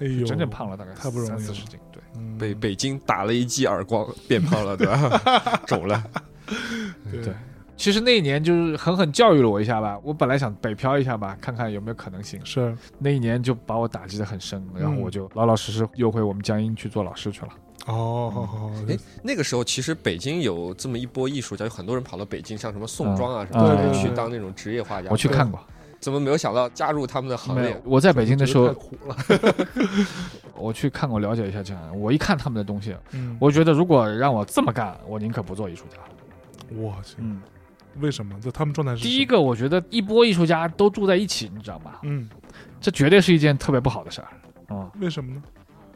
S1: 哎呦，
S3: 整整胖了大概
S1: 太不容易了
S3: 三四十斤，对。
S1: 嗯，
S2: 被北京打了一记耳光，变胖了，对吧？ 肿了，
S3: 对其实那一年就是狠狠教育了我一下吧。我本来想北漂一下吧，看看有没有可能性。
S1: 是
S3: 那一年就把我打击得很深，然后
S1: 嗯
S3: 我就老老实实又回我们江阴去做老师去了。
S1: 哦，好好好，
S3: 嗯
S2: 哎，那个时候其实北京有这么一波艺术家，有很多人跑到北京，像什么宋庄啊什么
S3: 啊
S2: 之类
S3: 对对
S2: 去
S1: 对
S2: 当那种职业画家。
S3: 我去看过，
S2: 怎么没有想到加入他们的行
S3: 没
S2: 列
S3: 有？我在北京的时
S1: 觉得
S3: 候
S1: 太，苦了。
S3: 我去看过了解一下这样的。我一看他们的东西，
S1: 嗯，
S3: 我觉得如果让我这么干，我宁可不做艺术家。
S1: 我去，
S3: 嗯，
S1: 为什么？就他们状态是
S3: 第一
S1: 什么，
S3: 个我觉得一波艺术家都住在一起，你知道吗？
S1: 嗯，
S3: 这绝对是一件特别不好的事儿。嗯，
S1: 为什么呢？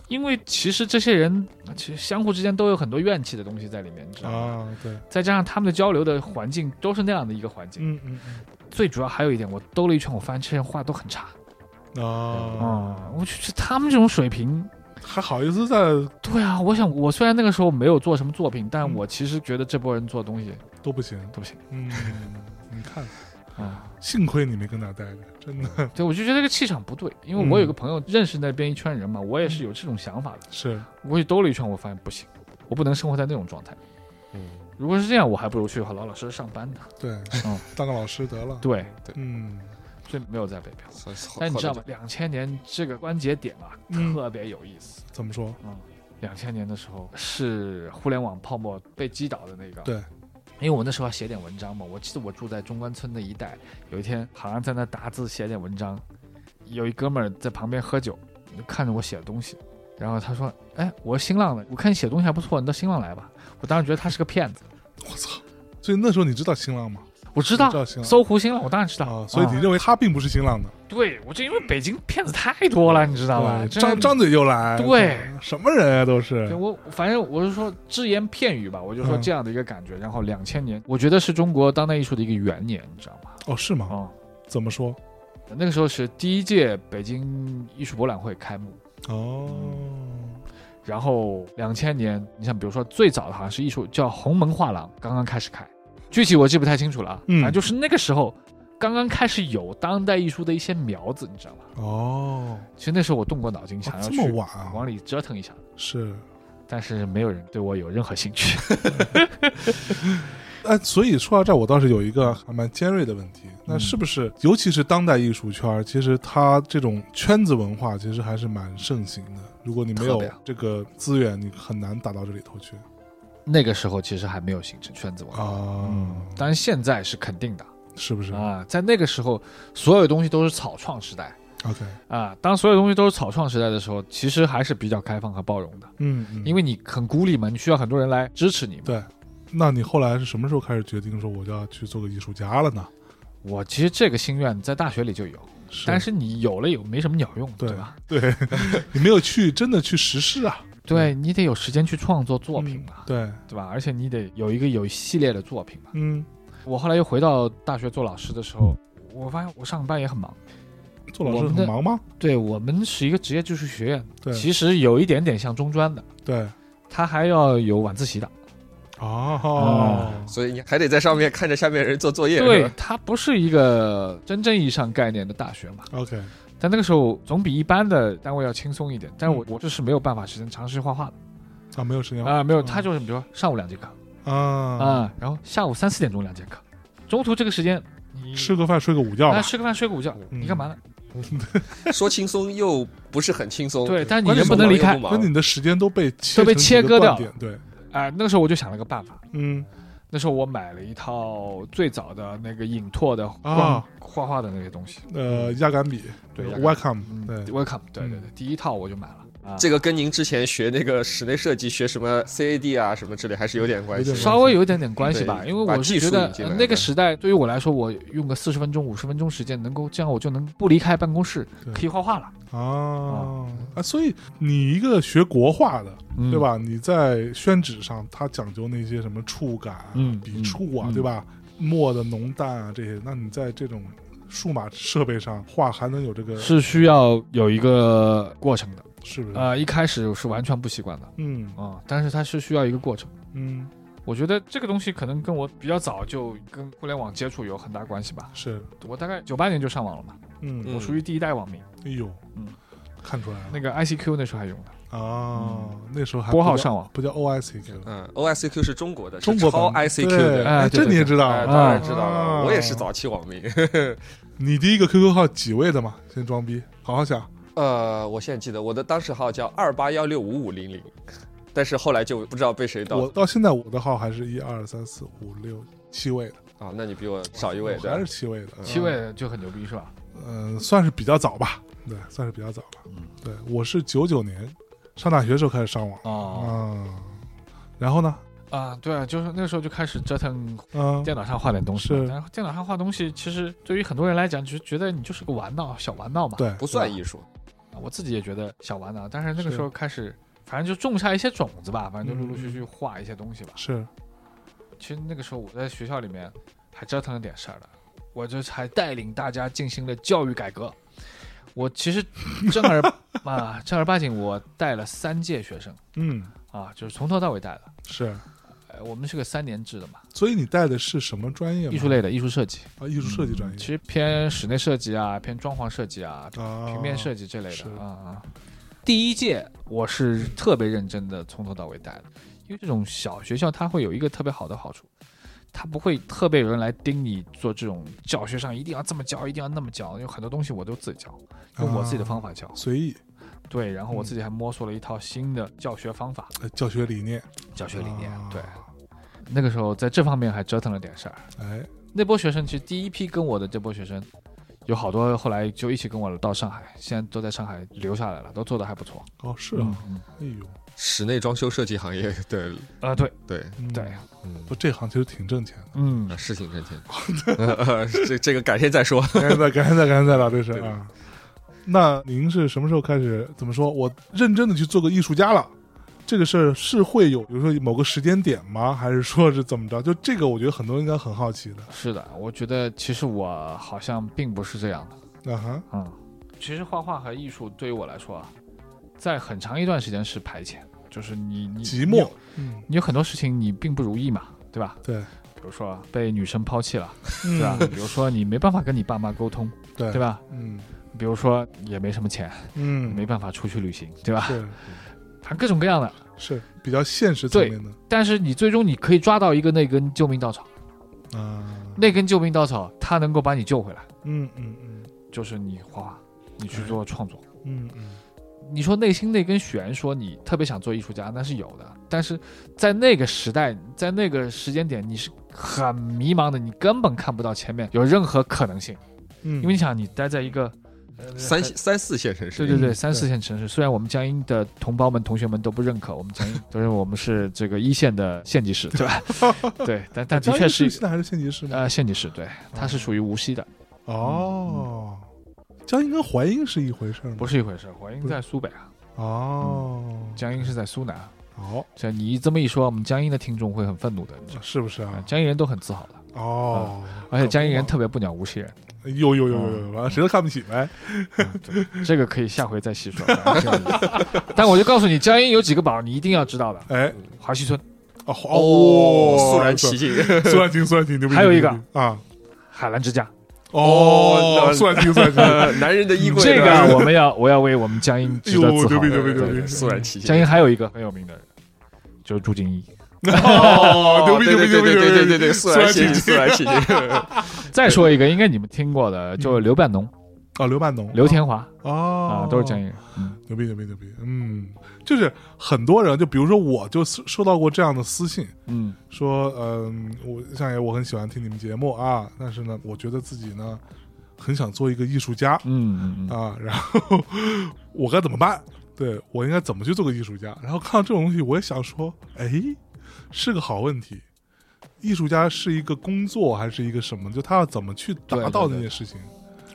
S3: 因为其实这些人其实相互之间都有很多怨气的东西在里面，你知道吗？
S1: 啊，对，
S3: 再加上他们的交流的环境都是那样的一个环境，
S1: 嗯嗯嗯
S3: 最主要还有一点，我兜了一圈，我发现这些人画都很差
S1: 啊，
S3: 啊、我去，这他们这种水平，
S1: 还好意思在
S3: 对啊，我想我虽然那个时候没有做什么作品，但
S1: 嗯
S3: 我其实觉得这波人做东西
S1: 都不行，
S3: 都不行
S1: 嗯， 你看，嗯
S3: 啊、
S1: 幸亏你没跟他待着，真的
S3: 对，我就觉得这个气场不对，因为我有个朋友认识那边一圈人嘛，
S1: 嗯
S3: 我也是有这种想法的。
S1: 是，
S3: 我去兜了一圈，我发现不行，我不能生活在那种状态。
S2: 嗯，
S3: 如果是这样，我还不如去老老实实上班呢。
S1: 对
S3: 嗯，
S1: 当个老师得了，
S3: 对，
S1: 嗯，
S3: 所以没有在北漂。
S2: 所以后
S3: 但你知道吗
S2: 后？
S3: 两千年这个关节点啊，
S1: 嗯
S3: 特别有意思。
S1: 怎么说？
S3: 嗯，两千年的时候是互联网泡沫被击倒的那个。
S1: 对，
S3: 因为我那时候要写点文章嘛，我记得我住在中关村的一带，有一天好像在那打字写点文章，有一哥们儿在旁边喝酒，看着我写东西，然后他说：“哎，我是新浪的，我看你写东西还不错，你到新浪来吧。”我当时觉得他是个骗子，
S1: 我操！所以那时候你知道新浪吗？
S3: 我知道
S1: 你知道新浪
S3: 搜狐新浪，我当然知道。
S1: 啊，所以你
S3: 啊
S1: 认为他并不是新浪的，
S3: 对我就因为北京骗子太多了，你知道吧？
S1: 对
S3: 这
S1: 张张嘴就来，
S3: 对，
S1: 什么人啊都
S3: 对
S1: 是，
S3: 我反正我是说只言片语吧，我就说
S1: 嗯
S3: 这样的一个感觉。然后两千年，我觉得是中国当代艺术的一个元年，你知道吗？
S1: 哦，是吗？
S3: 啊、
S1: 怎么说？
S3: 那个时候是第一届北京艺术博览会开幕，
S1: 哦，
S3: 然后两千年，你像比如说最早的好像是艺术叫鸿门画廊，刚刚开始开，具体我记不太清楚了啊，
S1: 嗯
S3: 反正就是那个时候刚刚开始有当代艺术的一些苗子，你知道吗？
S1: 哦，
S3: 其实那时候我动过脑筋想
S1: 哦
S3: 要
S1: 这
S3: 去
S1: 么晚啊？
S3: 往里折腾一下，
S1: 是，
S3: 但是没有人对我有任何兴趣。
S1: 哎，所以说到这儿，我倒是有一个还蛮尖锐的问题，那
S3: 嗯
S1: 是不是，尤其是当代艺术圈儿，其实它这种圈子文化其实还是蛮盛行的。如果你没
S2: 特
S1: 有
S2: 别啊
S1: 这个资源，你很难打到这里头去
S3: 那个时候其实还没有形成圈子文化。
S1: 啊，
S3: 嗯，当然现在是肯定的
S1: 是不是
S3: 啊，在那个时候，所有东西都是草创时代
S1: ？OK，
S3: 啊。当所有东西都是草创时代的时候，其实还是比较开放和包容的，
S1: 嗯，嗯
S3: 因为你很孤立嘛，你需要很多人来支持你嘛。
S1: 对，那你后来是什么时候开始决定说我就要去做个艺术家了呢？
S3: 我其实这个心愿在大学里就有，但是你有了有没什么鸟用，
S1: 对
S3: 吧？
S1: 对 你没有去真的去实施啊，嗯
S3: 对你得有时间去创作作品嘛，
S1: 对，
S3: 对吧？而且你得有一个有系列的作品嘛。
S1: 嗯，
S3: 我后来又回到大学做老师的时候，我发现我上班也很忙。
S1: 做老
S3: 我
S1: 师
S3: 们
S1: 很
S3: 的
S1: 忙吗？
S3: 对我们是一个职业技术学院，
S1: 对
S3: 其实有一点点像中专的，
S1: 对，
S3: 他还要有晚自习的。
S1: 哦，
S2: 所以你还得在上面看着下面人做作业，是
S3: 对
S2: 吧，
S3: 它不是一个真正意义上概念的大学嘛。
S1: OK，
S3: 但那个时候总比一般的单位要轻松一点。但是我我就是没有办法时间长时间画画的
S1: 啊，嗯没有时间
S3: 啊、没有，
S1: 嗯
S3: 他就是比如说上午两节课
S1: 啊，
S3: 啊，然后下午三四点钟两节课，中途这个时间你
S1: 吃个饭睡个午觉
S3: 啊
S1: 吧，
S3: 吃个饭睡个午觉，
S1: 嗯
S3: 你干嘛呢？
S2: 说轻松又不是很轻松，
S3: 对，但你
S1: 关键
S3: 人
S1: 是
S3: 不能离开
S2: 又不
S1: 那
S2: 忙
S1: 你的时间都被切
S3: 都被
S1: 成几
S3: 切
S1: 个
S3: 割
S1: 断
S3: 掉
S1: 点，
S3: 了
S1: 对，
S3: 啊、那个时候我就想了个办法，
S1: 嗯，
S3: 那时候我买了一套最早的那个影拓的光、
S1: 啊
S3: 画画的那些东西，
S1: 呃，压杆笔，
S3: 对
S1: 呃
S3: 压杆
S1: Wacom，
S3: 笔嗯
S1: 对，
S3: ，Welcome，对对对，第一套我就买了啊，
S2: 这个跟您之前学那个室内设计，学什么 CAD 啊什么之类，还是有点关系
S1: 有
S2: 的。
S1: 点
S3: 稍微有一点点关系吧，
S2: 对
S3: 因为我是觉
S2: 把技术
S3: 得
S2: 引进来
S3: 呃
S2: 的
S3: 那个时代对于我来说，我用个四十分钟、五十分钟时间，能够这样我就能不离开办公室
S1: 对，
S3: 可以画画了，
S1: 啊啊，所以你一个学国画的，
S3: 嗯
S1: 对？吧？你在宣纸上，它讲究那些什么触感啊、
S3: 嗯
S1: 笔触啊，
S3: 嗯
S1: 对吧？墨的浓淡啊这些，那你在这种数码设备上画，还能有这个
S3: 是需要有一个过程的，
S1: 是不是？
S3: 呃，一开始是完全不习惯的
S1: 嗯
S3: 啊，但是它是需要一个过程。
S1: 嗯，
S3: 我觉得这个东西可能跟我比较早就跟互联网接触有很大关系吧。
S1: 是
S3: 我大概九八年就上网了嘛，
S1: 嗯，
S3: 我属于第一代网民，
S1: 哎呦
S3: 嗯，
S1: 看出来
S3: 那个 ICQ 那时候还用的，
S1: 了啊，那时候还
S3: 拨号
S1: 不叫
S3: 上网
S1: 不叫 OICQ，
S2: 嗯，OICQ 是中国的，
S1: 中国
S2: 超
S1: 版
S2: ICQ
S1: 对
S2: 的。
S3: 哎
S1: 哎，
S3: 对对
S1: 这你也知道
S2: 哎，
S1: 啊？
S2: 当然知道
S1: 啊
S2: 了，我也是早期网民。
S1: 你第一个 QQ 号几位的嘛？先装逼，好好想。
S2: 呃，我现在记得我的当时号叫二八幺六五五零零，但是后来就不知道被谁盗
S1: 我到现在我的号还是一二三四五六七位的，
S2: 啊。那你比我少一位，
S1: 我
S2: 对
S1: 还
S2: 吧
S1: 是七位的，
S3: 七
S1: 嗯
S3: 位就很牛逼是吧？
S1: 嗯，算是比较早吧，对，算是比较早吧。
S2: 嗯
S1: 对，我是九九年上大学时候开始上网，
S3: 哦。
S1: 嗯，然后呢，
S3: 啊，对啊，就是那个时候就开始折腾
S1: 嗯，
S3: 电脑上画点东西嘛。
S1: 是
S3: 然后电脑上画东西，其实对于很多人来讲，就觉得你就是个玩闹，小玩闹嘛。
S1: 对，
S2: 不算艺术。
S3: 啊，我自己也觉得小玩闹，但是那
S1: 是
S3: 个时候开始，反正就种下一些种子吧，反正就陆陆续
S1: 嗯
S3: 续画一些东西吧。
S1: 是
S3: 其实那个时候我在学校里面还折腾了点事儿的，我就还带领大家进行了教育改革。我其实 正儿啊正儿八经，我带了三届学生
S1: 嗯，
S3: 啊，就是从头到尾带的。
S1: 是，
S3: 呃，我们是个三年制的嘛，
S1: 所以你带的是什么专业吗？
S3: 艺术类的艺术设计。
S1: 啊，艺术设计专
S3: 嗯其
S1: 业
S3: 实偏室内设计啊，偏装潢设计啊，
S1: 啊，
S3: 平面设
S1: 计
S3: 计这类
S1: 是
S3: 的啊啊。第一届我是特别认真的从头到尾带的，因为这种小学校它会有一个特别好的好处，它不会特别有人来盯你做这种教学上一定要这么教，一定要那么教，有很多东西我都自己教，用我自己的方法教。
S1: 啊随意，
S3: 对，然后我
S1: 嗯
S3: 自己还摸索了一套新的教学方法、
S1: 呃教学理念，
S3: 教学理念。
S1: 啊
S3: 对，那个时候在这方面还折腾了点事儿。
S1: 哎，
S3: 那波学生其实第一批跟我的这波学生，有好多后来就一起跟我到上海，现在都在上海留下来了，都做得还不错。
S1: 哦，是啊，
S3: 嗯，
S1: 哎呦，
S2: 室内装修设计行业， 对
S3: 啊、对
S2: 对，
S1: 嗯
S3: 对，，
S2: 嗯，
S1: 不，这行其实挺挣钱的，
S3: 嗯
S2: 啊，是挺挣钱的呃， 这这个改天再 说。
S1: 改天再，改天再，改天再聊这事
S2: 对对
S1: 啊。那您是什么时候开始？怎么说我认真的去做个艺术家了？这个事儿是会有，比如说某个时间点吗？还是说是怎么着？就这个，我觉得很多人应该很好奇的。
S3: 是的，我觉得其实我好像并不是这样的。
S1: 那啊哈，
S3: 嗯，其实画画和艺术对于我来说啊，在很长一段时间是排遣，就是你你
S1: 寂
S3: 你
S1: 寞
S3: 有，
S1: 嗯，
S3: 你有很多事情你并不如意嘛，对吧？
S1: 对，
S3: 比如说被女生抛弃了，
S1: 对
S3: 对吧？比如说你没办法跟你爸妈沟通，
S1: 对
S3: 对？吧？
S1: 嗯
S3: 比如说也没什么钱，
S1: 嗯，
S3: 没办法出去旅行，对吧？
S1: 是
S3: 反正各种各样的。
S1: 是比较现实层面的
S3: 但是你最终你可以抓到一个那根救命稻草，
S1: 啊，
S3: 那根救命稻草它能够把你救回来，
S1: 嗯嗯嗯
S3: 就是你画画，你去做创作。
S1: 嗯嗯，
S3: 你说内心那根弦，说你特别想做艺术家，那是有的。但是在那个时代，在那个时间点，你是很迷茫的，你根本看不到前面有任何可能性。
S1: 嗯
S3: 因为你想，你待在一个呃
S2: 三三四线城市，
S3: 对对对
S1: 嗯
S3: 三四线城市，虽然我们江阴的同胞们、同学们都不认可，我们江阴 都认为我们是这个一线的县级市，对 吧？对，但但的
S1: 江
S3: 确
S1: 阴
S3: 是一
S1: 市现在还是县级市吗？
S3: 呃县级市，对，它是属于无锡的，
S1: 哦，江阴跟淮阴是一回事儿吗？
S3: 不是一回事。淮阴在苏北啊，
S1: 哦，
S3: 江阴是在苏南啊。
S1: 哦，
S3: 这你这么一说，我们江阴的听众会很愤怒的，你知道吗
S1: 是不是
S3: 啊
S1: 啊？
S3: 江阴人都很自豪的，
S1: 哦，
S3: 而且江阴人特别不鸟无锡人，嗯
S1: 有有有有有，谁都看不起呗。
S3: 对这个可以下回再细说。但我就告诉你， 江阴有几个堡你一定要知道的：
S1: 哎，
S3: 华西村、
S1: 哦，
S2: 哦，
S1: 哦
S2: 肃然起，敬。
S1: 肃然起敬，肃然起敬，牛逼
S3: 还有一个
S1: 牛逼啊，
S3: 海澜之家。
S1: 哦，
S2: 那
S1: 肃然起敬，肃然起敬，
S2: 呃， 男人的衣柜，
S3: 这
S2: 对吧
S1: 啊
S3: 个啊我们要，我要为我们江阴值得
S1: 哟
S3: 自
S1: 牛
S3: 豪
S1: 逼
S3: 的。
S1: 牛逼
S2: 对
S1: 牛
S2: 对
S1: 逼
S2: 对，，肃然起
S3: 江
S2: 敬。
S3: 阴还有一个很有名的人，就是朱敬一。
S1: 哦，牛逼牛
S2: 对
S1: 逼牛逼
S2: 对
S1: 牛逼
S2: 对对啊对对，肃然起敬，肃
S1: 肃
S2: 然 起敬。
S3: 再说一个，应该你们听过的，就是刘半农、
S1: 哦，刘半农，
S3: 刘天华
S1: 哦
S3: 啊，，都是江阴人。嗯
S1: 牛逼牛逼牛逼，嗯，就是很多人，就比如说我就收收到过这样的私信，
S3: 嗯
S1: 说，嗯、我相爷我很喜欢听你们节目啊，但是呢，我觉得自己呢很想做一个艺术家
S3: 嗯嗯嗯，
S1: 啊，然后我该怎么办？对我应该怎么去做个艺术家？然后看到这种东西，我也想说，哎，是个好问题。艺术家是一个工作还是一个什么？就他要怎么去达到
S3: 对对对
S1: 那件事情？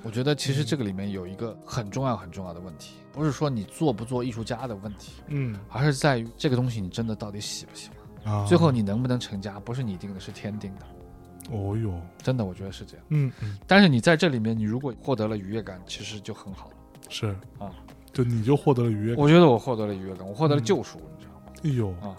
S3: 我觉得其实这个里面有一个很重要很重要的问题，不是说你做不做艺术家的问题，
S1: 嗯
S3: 而是在于这个东西你真的到底喜不喜欢。
S1: 啊，
S3: 嗯最后你能不能成家，不是你定的，是天定的。
S1: 哦哟，
S3: 真的，我觉得是这样。
S1: 嗯嗯，
S3: 但是你在这里面，你如果获得了愉悦感，其实就很好了。
S1: 是
S3: 啊，
S1: 就你就获得了愉悦感。
S3: 我觉得我获得了愉悦感，我获得了
S1: 嗯
S3: 救赎，你知道吗？
S1: 哎呦，
S3: 啊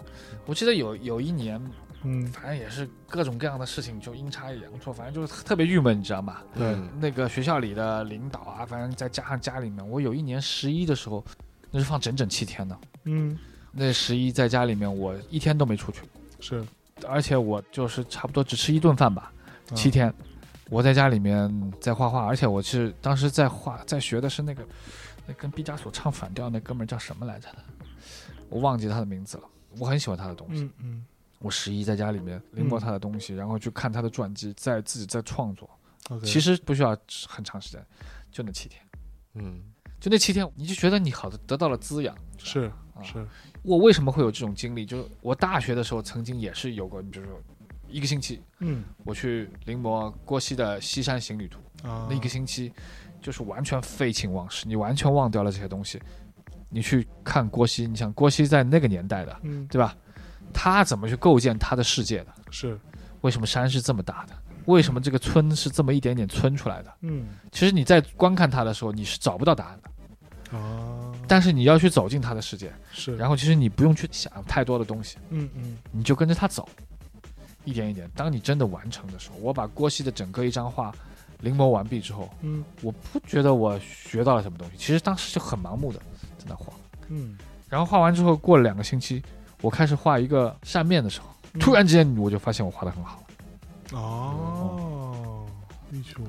S3: 我记得有有一年，
S1: 嗯，
S3: 反正也是各种各样的事情，就阴差阳错，反正就是特别郁闷，你知道吗？
S1: 对，
S3: 那个学校里的领导啊，反正再加上家里面，我有一年十一的时候，那是放整整七天的。
S1: 嗯，
S3: 那十一在家里面，我一天都没出去，
S1: 是
S3: 而且我就是差不多只吃一顿饭吧，
S1: 嗯啊
S3: 七，天，我在家里面在画画，而且我是当时在画，在学的是那个，那跟毕加索唱反调那哥们儿叫什么来着的，我忘记他的名字了。我很喜欢他的东西，
S1: 嗯嗯。
S3: 我十一在家里面临摹他的东西，然后去看他的传记，在自己在创作。
S1: o k
S3: 其实不需要很长时间，就那七天，
S2: 嗯，
S3: 就那七天，你就觉得你好的得到了滋养。
S1: 是
S3: 啊
S1: 是，
S3: 我为什么会有这种经历？就是我大学的时候曾经也是有过，你比如说一个星期，
S1: 嗯
S3: 我去临摹郭熙的《西山行旅图》。
S1: 啊，
S3: 那一个星期，就是完全废寝忘食，你完全忘掉了这些东西。你去看郭熙，你想郭熙在那个年代的，
S1: 嗯
S3: 对吧？他怎么去构建他的世界的？
S1: 是
S3: 为什么山是这么大的？为什么这个村是这么一点点村出来的？
S1: 嗯
S3: 其实你在观看他的时候，你是找不到答案的，
S1: 啊，
S3: 但是你要去走进他的世界，
S1: 是，
S3: 然后其实你不用去想太多的东西，
S1: 嗯嗯
S3: 你就跟着他走，一点一点。当你真的完成的时候，我把郭熙的整个一张画临摹完毕之后，
S1: 嗯
S3: 我不觉得我学到了什么东西，其实当时就很盲目的在那画。
S1: 嗯，
S3: 然后画完之后，过了两个星期，我开始画一个扇面的时候，
S1: 嗯
S3: 突然之间我就发现我画的很好了。
S1: 哦，哎呦，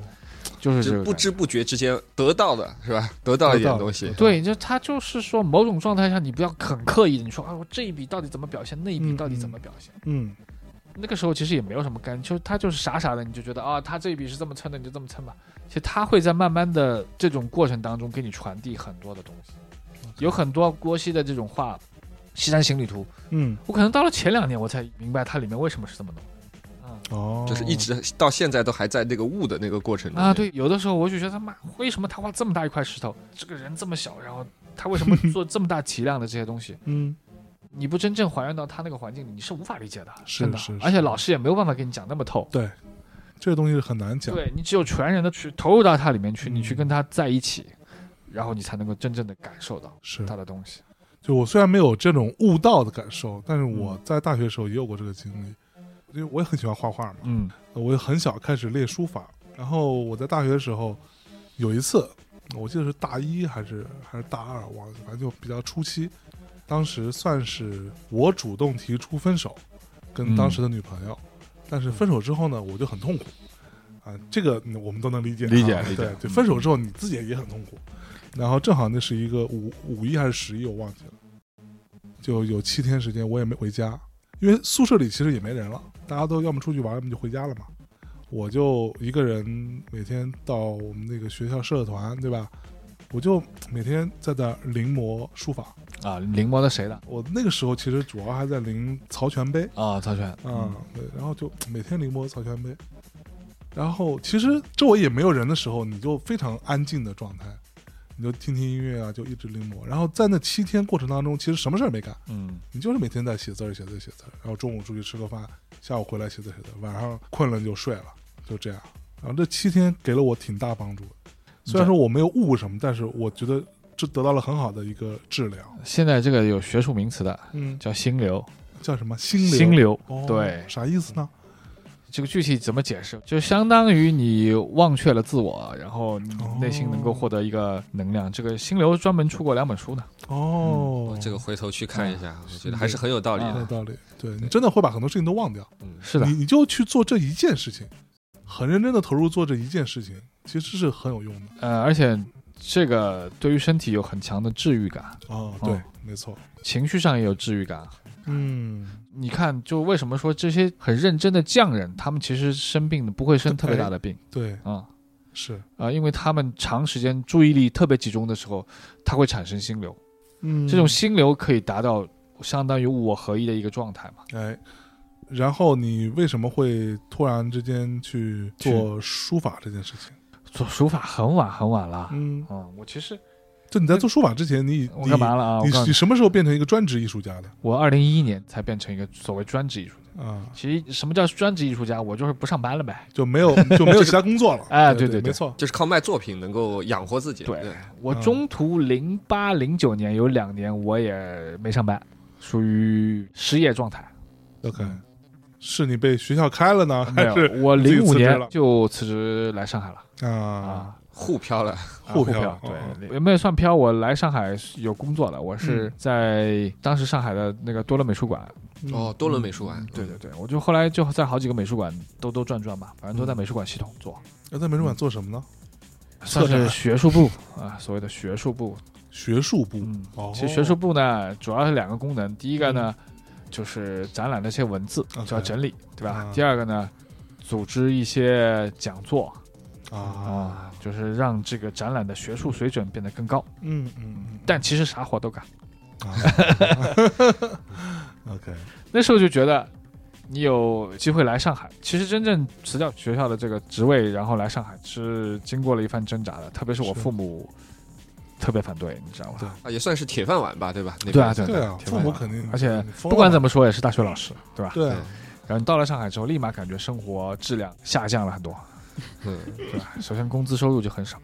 S3: 就是这
S2: 就
S3: 个
S2: 不
S3: 感觉
S2: 知不觉之间得到的是吧？得到了一
S1: 得到
S2: 点
S1: 了
S2: 东西，
S1: 对
S4: 对，就他就是说，某种状态下，你不要很刻意的，你说啊，我这一笔到底怎么表现，那一笔
S1: 嗯
S4: 到底怎么表现？
S1: 嗯，
S4: 那个时候其实也没有什么干，就他就是傻傻的，你就觉得啊，他这一笔是这么撑的，你就这么撑吧。其实他会在慢慢的这种过程当中给你传递很多的东西，有很多郭熙的这种话，《西山行旅图》，
S1: 嗯，
S4: 我可能到了前两年我才明白它里面为什么是这么弄。
S1: 哦，
S2: 就是一直到现在都还在那个悟的那个
S1: 嗯
S2: 过程中
S4: 啊，对，有的时候我就觉得他妈为什么他画这么大一块石头，这个人这么小，然后他为什么做这么大体量的这些东西？
S1: 嗯，
S4: 你不真正还原到他那个环境里，你是无法理解的，
S1: 是
S4: 真的
S1: 是。
S4: 而且
S1: 是
S4: 老师也没有办法给你讲那么透，
S1: 对，这个东西是很难讲。
S4: 对你只有全然的去投入到它里面去，你去
S1: 嗯
S4: 跟他在一起，然后你才能够真正的感受到
S1: 是
S4: 他的东西。
S1: 就我虽然没有这种悟道的感受，但是我在大学的时候也有过这个经历，因为我也很喜欢画画嘛，
S4: 嗯
S1: 呃我也很小开始练书法。然后我在大学的时候有一次，我记得是大一还是还是大二，我忘了，反正就比较初期。当时算是我主动提出分手，跟当
S3: 嗯
S1: 时的女朋友，但是分手之后呢，我就很痛苦。啊，这个嗯我们都能理解啊，
S3: 理解理 解
S1: 对对，分手之后你自己也很痛苦，然后正好那是一个五五一还是十一，我忘记了，就有七天时间我也没回家，因为宿舍里其实也没人了，大家都要么出去玩，要么就回家了嘛。我就一个人每天到我们那个学校社团，对吧？我就每天在那儿临摹书法。
S4: 嗯
S3: 啊，临摹的谁的
S1: 我那个时候其实主要还在临曹全碑
S3: 啊？曹全
S1: 啊，对，然后就每天临摹曹全碑。然后其实周围也没有人的时候，你就非常安静的状态，你就听听音乐啊，就一直临摹。然后在那七天过程当中，其实什么事儿没干，
S3: 嗯
S1: 你就是每天在写字儿、写字儿、写字儿，然后中午出去吃个饭，下午回来写字儿、写字儿，晚上困了就睡了，就这样。然后这七天给了我挺大帮助的，虽然说我没有悟什么，但是我觉得这得到了很好的一个治疗。
S3: 现在这个有学术名词的
S1: 嗯，
S3: 叫心流，
S1: 叫什么心流？
S3: 心流
S1: 哦，
S3: 对
S1: 啥意思呢？
S3: 这个具体怎么解释？就相当于你忘却了自我，然后你
S1: 哦
S3: 内心能够获得一个能量。这个心流专门出过两本书呢。
S1: 哦
S2: 我，这个回头去看一下，我觉得还是很有道理
S1: 有
S2: 的。
S1: 道理。对你真的会把很多事情都忘掉，
S2: 嗯，
S3: 啊是的
S1: 你，你就去做这一件事情，很认真的投入做这一件事情，其实是很有用的。
S3: 呃，而且这个对于身体有很强的治愈感，
S1: 哦，对
S3: 哦，
S1: 没错。
S3: 情绪上也有治愈感。
S1: 嗯，
S3: 你看，就为什么说这些很认真的匠人，他们其实生病的不会生特别大的病
S1: 对，
S3: 啊啊、
S1: 是。
S3: 呃因为他们长时间注意力特别集中的时候，它会产生心流，
S1: 嗯，
S3: 这种心流可以达到相当于物我合一的一个状态嘛。
S1: 哎，然后你为什么会突然之间去做书法这件事情？
S3: 做书法很晚很晚了，
S1: 嗯，
S3: 嗯，我其实
S1: 就你在做书法之前，你已
S3: 我
S1: 你
S3: 干嘛了啊？我
S1: 你
S3: 告诉
S1: 你
S3: 你，
S1: 什么时候变成一个专职艺术家的
S3: 我二零一一年才变成一个所谓专职艺术家。
S1: 啊？
S3: 其实什么叫专职艺术家？我就是不上班了呗。
S1: 就 没有就没有其他工作了？
S3: 哎
S1: 对
S3: 对对对
S1: 没错。
S2: 就是靠卖作品能够养活自己。
S3: 对
S2: 对，
S3: 我
S1: 嗯
S3: 中途零八零九年有两年我也没上班，属于失业状态。
S1: OK，是你被学校开了呢，
S3: 嗯没
S1: 还
S3: 有
S1: 是，
S3: 我
S1: 自己
S3: 零五
S1: 辞职
S3: 年
S1: 了
S3: 就辞职来上海了
S1: 啊？
S3: 啊，
S2: 互漂了，
S1: 沪漂
S3: 漂
S1: 哦哦
S3: 对，也没有算漂，我来上海是有工作了，我是在当时上海的那个多伦美术馆，
S1: 嗯
S2: 哦，多伦美术馆，
S3: 对对对，我就后来就在好几个美术馆兜兜转转吧，反正都在
S1: 嗯
S3: 美术馆系统做，
S1: 那在美术
S3: 嗯
S1: 馆做什么呢？
S3: 算
S1: 策展
S3: 是学术部啊，所谓的学术部，
S1: 学术部。
S3: 嗯，
S1: 哦，
S3: 其实学术部呢，主要是两个功能，第一个呢，就是展览那些文字
S1: OK
S3: 叫整理，对吧
S1: 啊？
S3: 第二个呢，组织一些讲座
S1: 啊，
S3: 啊，就是让这个展览的学术水准变得更高。
S1: 嗯嗯，
S3: 但其实啥活都干。
S1: 嗯啊 OK，
S3: 那时候就觉得，你有机会来上海，其实真正辞掉学校的这个职位，然后来上海，是经过了一番挣扎的，特别是我
S1: 是
S3: 父母特别反对，你知道吗？
S1: 对
S2: 啊，也算是铁饭碗吧，对吧？那边
S3: 对啊，对啊
S1: 对啊，
S3: 挺
S1: 父
S3: 晚
S1: 母
S3: 的
S1: 肯定，
S3: 而且
S1: 你疯
S3: 不管
S1: 了
S3: 怎么说也是大学老师，对吧？
S1: 对啊，
S3: 然后你到了上海之后，立马感觉生活质量下降了很多，
S2: 嗯，
S3: 对吧？首先工资收入就很少。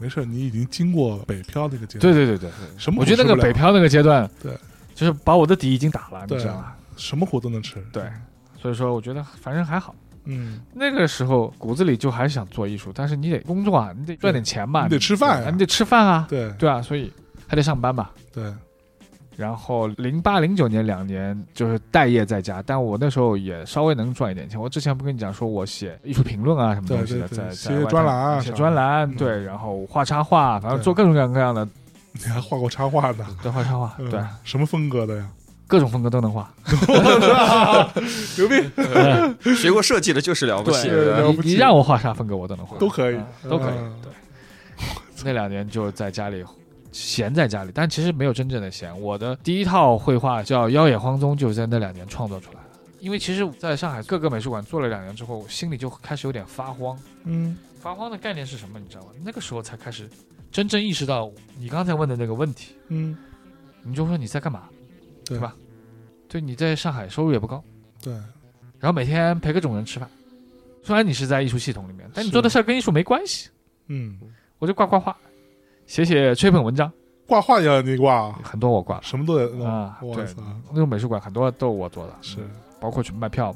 S1: 没事，你已经经过北漂那个阶段，
S3: 对对对对，
S2: 嗯
S1: 什么
S3: 我
S1: 苦
S3: 觉
S1: 吃
S3: 得那
S1: 不
S3: 个
S1: 了
S3: 北漂那个阶段，
S1: 对，
S3: 就是把我的底已经打了，你
S1: 对啊
S3: 知道吗？
S1: 什么苦都能吃，
S3: 对，所以说我觉得反正还好。
S1: 嗯，
S3: 那个时候骨子里就还是想做艺术，但是你得工作啊，你得赚点钱嘛，
S1: 你得吃饭呀
S3: 你得吃饭啊，
S1: 对
S3: 对啊，所以还得上班嘛。
S1: 对，
S3: 然后零八零九年两年就是待业在家，但我那时候也稍微能赚一点钱。我之前不跟你讲说我写艺术评论啊什么东西的，
S1: 对对对
S3: 在在
S1: 写
S3: 外滩
S1: 专栏啊
S3: 写
S1: 啥的
S3: 专栏
S1: 嗯
S3: 对，然后画插画，反正
S1: 对
S3: 做各种各样各样的，
S1: 你还画过插画呢？
S3: 对，画插画，
S1: 嗯
S3: 对，
S1: 什么风格的呀？
S3: 各种风格都能画。
S1: 嗯牛逼，
S2: 学过设计的就是了不起。
S1: 对了
S3: 你
S1: 不起
S3: 你让我画啥风格我都能画，
S1: 都可以
S3: 啊，都可以
S1: 嗯。
S3: 对，那两年就在家里闲在家里，但其实没有真正的闲。我的第一套绘画叫《妖野荒踪》，就是在那两年创作出来的。因为其实在上海各个美术馆做了两年之后，我心里就开始有点发慌。
S1: 嗯，
S3: 发慌的概念是什么？你知道吗？那个时候才开始真正意识到你刚才问的那个问题。
S1: 嗯，
S3: 你就说你在干嘛？
S1: 对
S3: 对吧？对，你在上海收入也不高，
S1: 对，
S3: 然后每天陪各种人吃饭。虽然你是在艺术系统里面，但你
S1: 是
S3: 做的事儿跟艺术没关系。
S1: 嗯，
S3: 我就挂挂画，写写吹捧文章，
S1: 挂画也要你挂啊，
S3: 很多我挂了。
S1: 什么都得弄
S3: 啊
S1: 我
S3: 对
S1: 操，
S3: 那个美术馆很多都是我做的，
S1: 是
S3: 包括去卖票，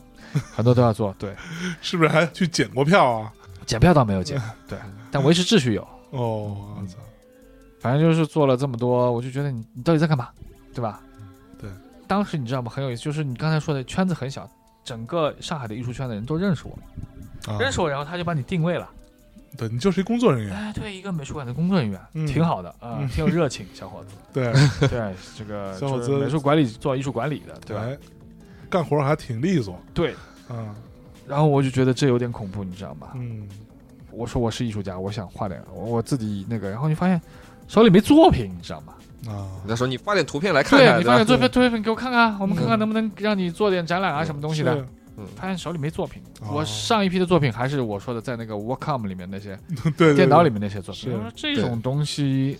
S3: 很多都要做。对，
S1: 是不是还去检过票啊？
S3: 检票倒没有检，对，但维持秩序有。
S1: 哦，我操，
S3: 反正就是做了这么多，我就觉得你你到底在干嘛，对吧？
S1: 对。
S3: 当时你知道吗？很有意思，就是你刚才说的圈子很小，整个上海的艺术圈的人都认识我，
S1: 啊
S3: 认识我，然后他就把你定位了。
S1: 对你就是一工作人员，
S3: 哎，对，一个美术馆的工作人员，
S1: 嗯
S3: 挺好的啊、
S1: 嗯
S3: 挺有热情，小伙子。
S1: 对，
S3: 对，这个
S1: 小伙
S3: 就
S1: 子
S3: 是美术管理做艺术管理 的，对吧？
S1: 哎，干活还挺利索
S3: 对，
S1: 啊，
S3: 然后我就觉得这有点恐怖，你知道吗？
S1: 嗯，
S3: 我说我是艺术家，我想画点我我自己那个，然后你发现手里没作品，你知道吗？
S1: 啊，
S2: 那时候你发点图片来看看，
S3: 对你
S2: 对
S3: 发
S2: 吧
S3: 点作品作品给我看啊看，我们看看
S1: 嗯
S3: 能不能让你做点展览啊、什么东西的。
S2: 嗯
S3: 发现手里没作品，
S1: 哦
S3: 我上一批的作品还是我说的在那个 Wacom 里面那些
S1: 是，对，
S3: 电脑里
S1: 面
S3: 面那些作
S1: 是
S3: 品。我说这种东西，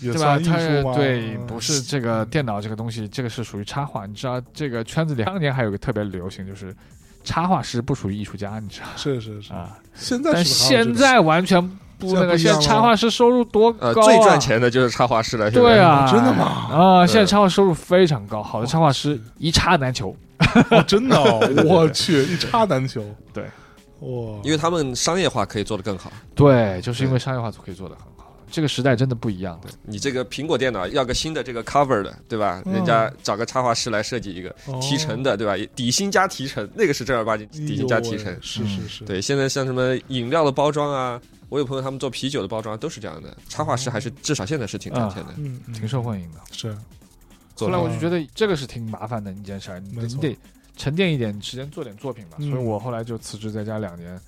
S1: 也
S3: 对吧？
S1: 算艺
S3: 它是
S1: 术吗？
S3: 对，
S1: 嗯
S3: 不是这个电脑这个东西，这个是属于插画。你知道这个圈子里当年还有个特别流行，就是插画师不属于艺术家，你知道吗
S1: 是是是，
S3: 啊？
S1: 现在
S3: 但
S1: 是不是还有这
S3: 现
S1: 种
S3: 在完全不那个，
S1: 现
S3: 现
S1: 在
S3: 在
S1: 不一样了
S3: 插画师收入多高、
S2: 呃
S3: 啊，
S2: 最赚。钱的就是插画师了，现在
S3: 对啊，
S1: 真的 吗？
S3: 啊，
S2: 对
S3: 现在插画收入非常高，好的插画师一插难求。
S1: 哦，真的哦， 我去，一插难求。
S3: 对，
S1: 哇，
S2: 因为他们商业化可以做得更好。
S3: 对，就是因为商业化可以做得很好，这个时代真的不一样了。
S2: 你这个苹果电脑要个新的这个 cover 的，对吧？
S1: 嗯
S2: 人家找个插画师来设计一个
S1: 哦
S2: 提成的，对吧？底薪加提成，那个是正儿八经底薪加提
S1: 哎呦
S2: 成嗯
S1: 喂。是是是，
S2: 对，现在像什么饮料的包装啊，我有朋友他们做啤酒的包装都是这样的，插画师还是
S3: 哦
S2: 至少现在是挺赚
S3: 啊
S2: 钱的。
S1: 嗯，嗯，
S3: 挺受欢迎的。
S1: 是
S2: 做
S3: 后来
S2: 得
S3: 我就觉得这个是挺麻烦的一件事儿，你
S1: 没
S3: 得
S1: 错
S3: 你得沉淀一点时间做点作品吧。
S1: 嗯
S3: 所以我后来就辞职在家两年，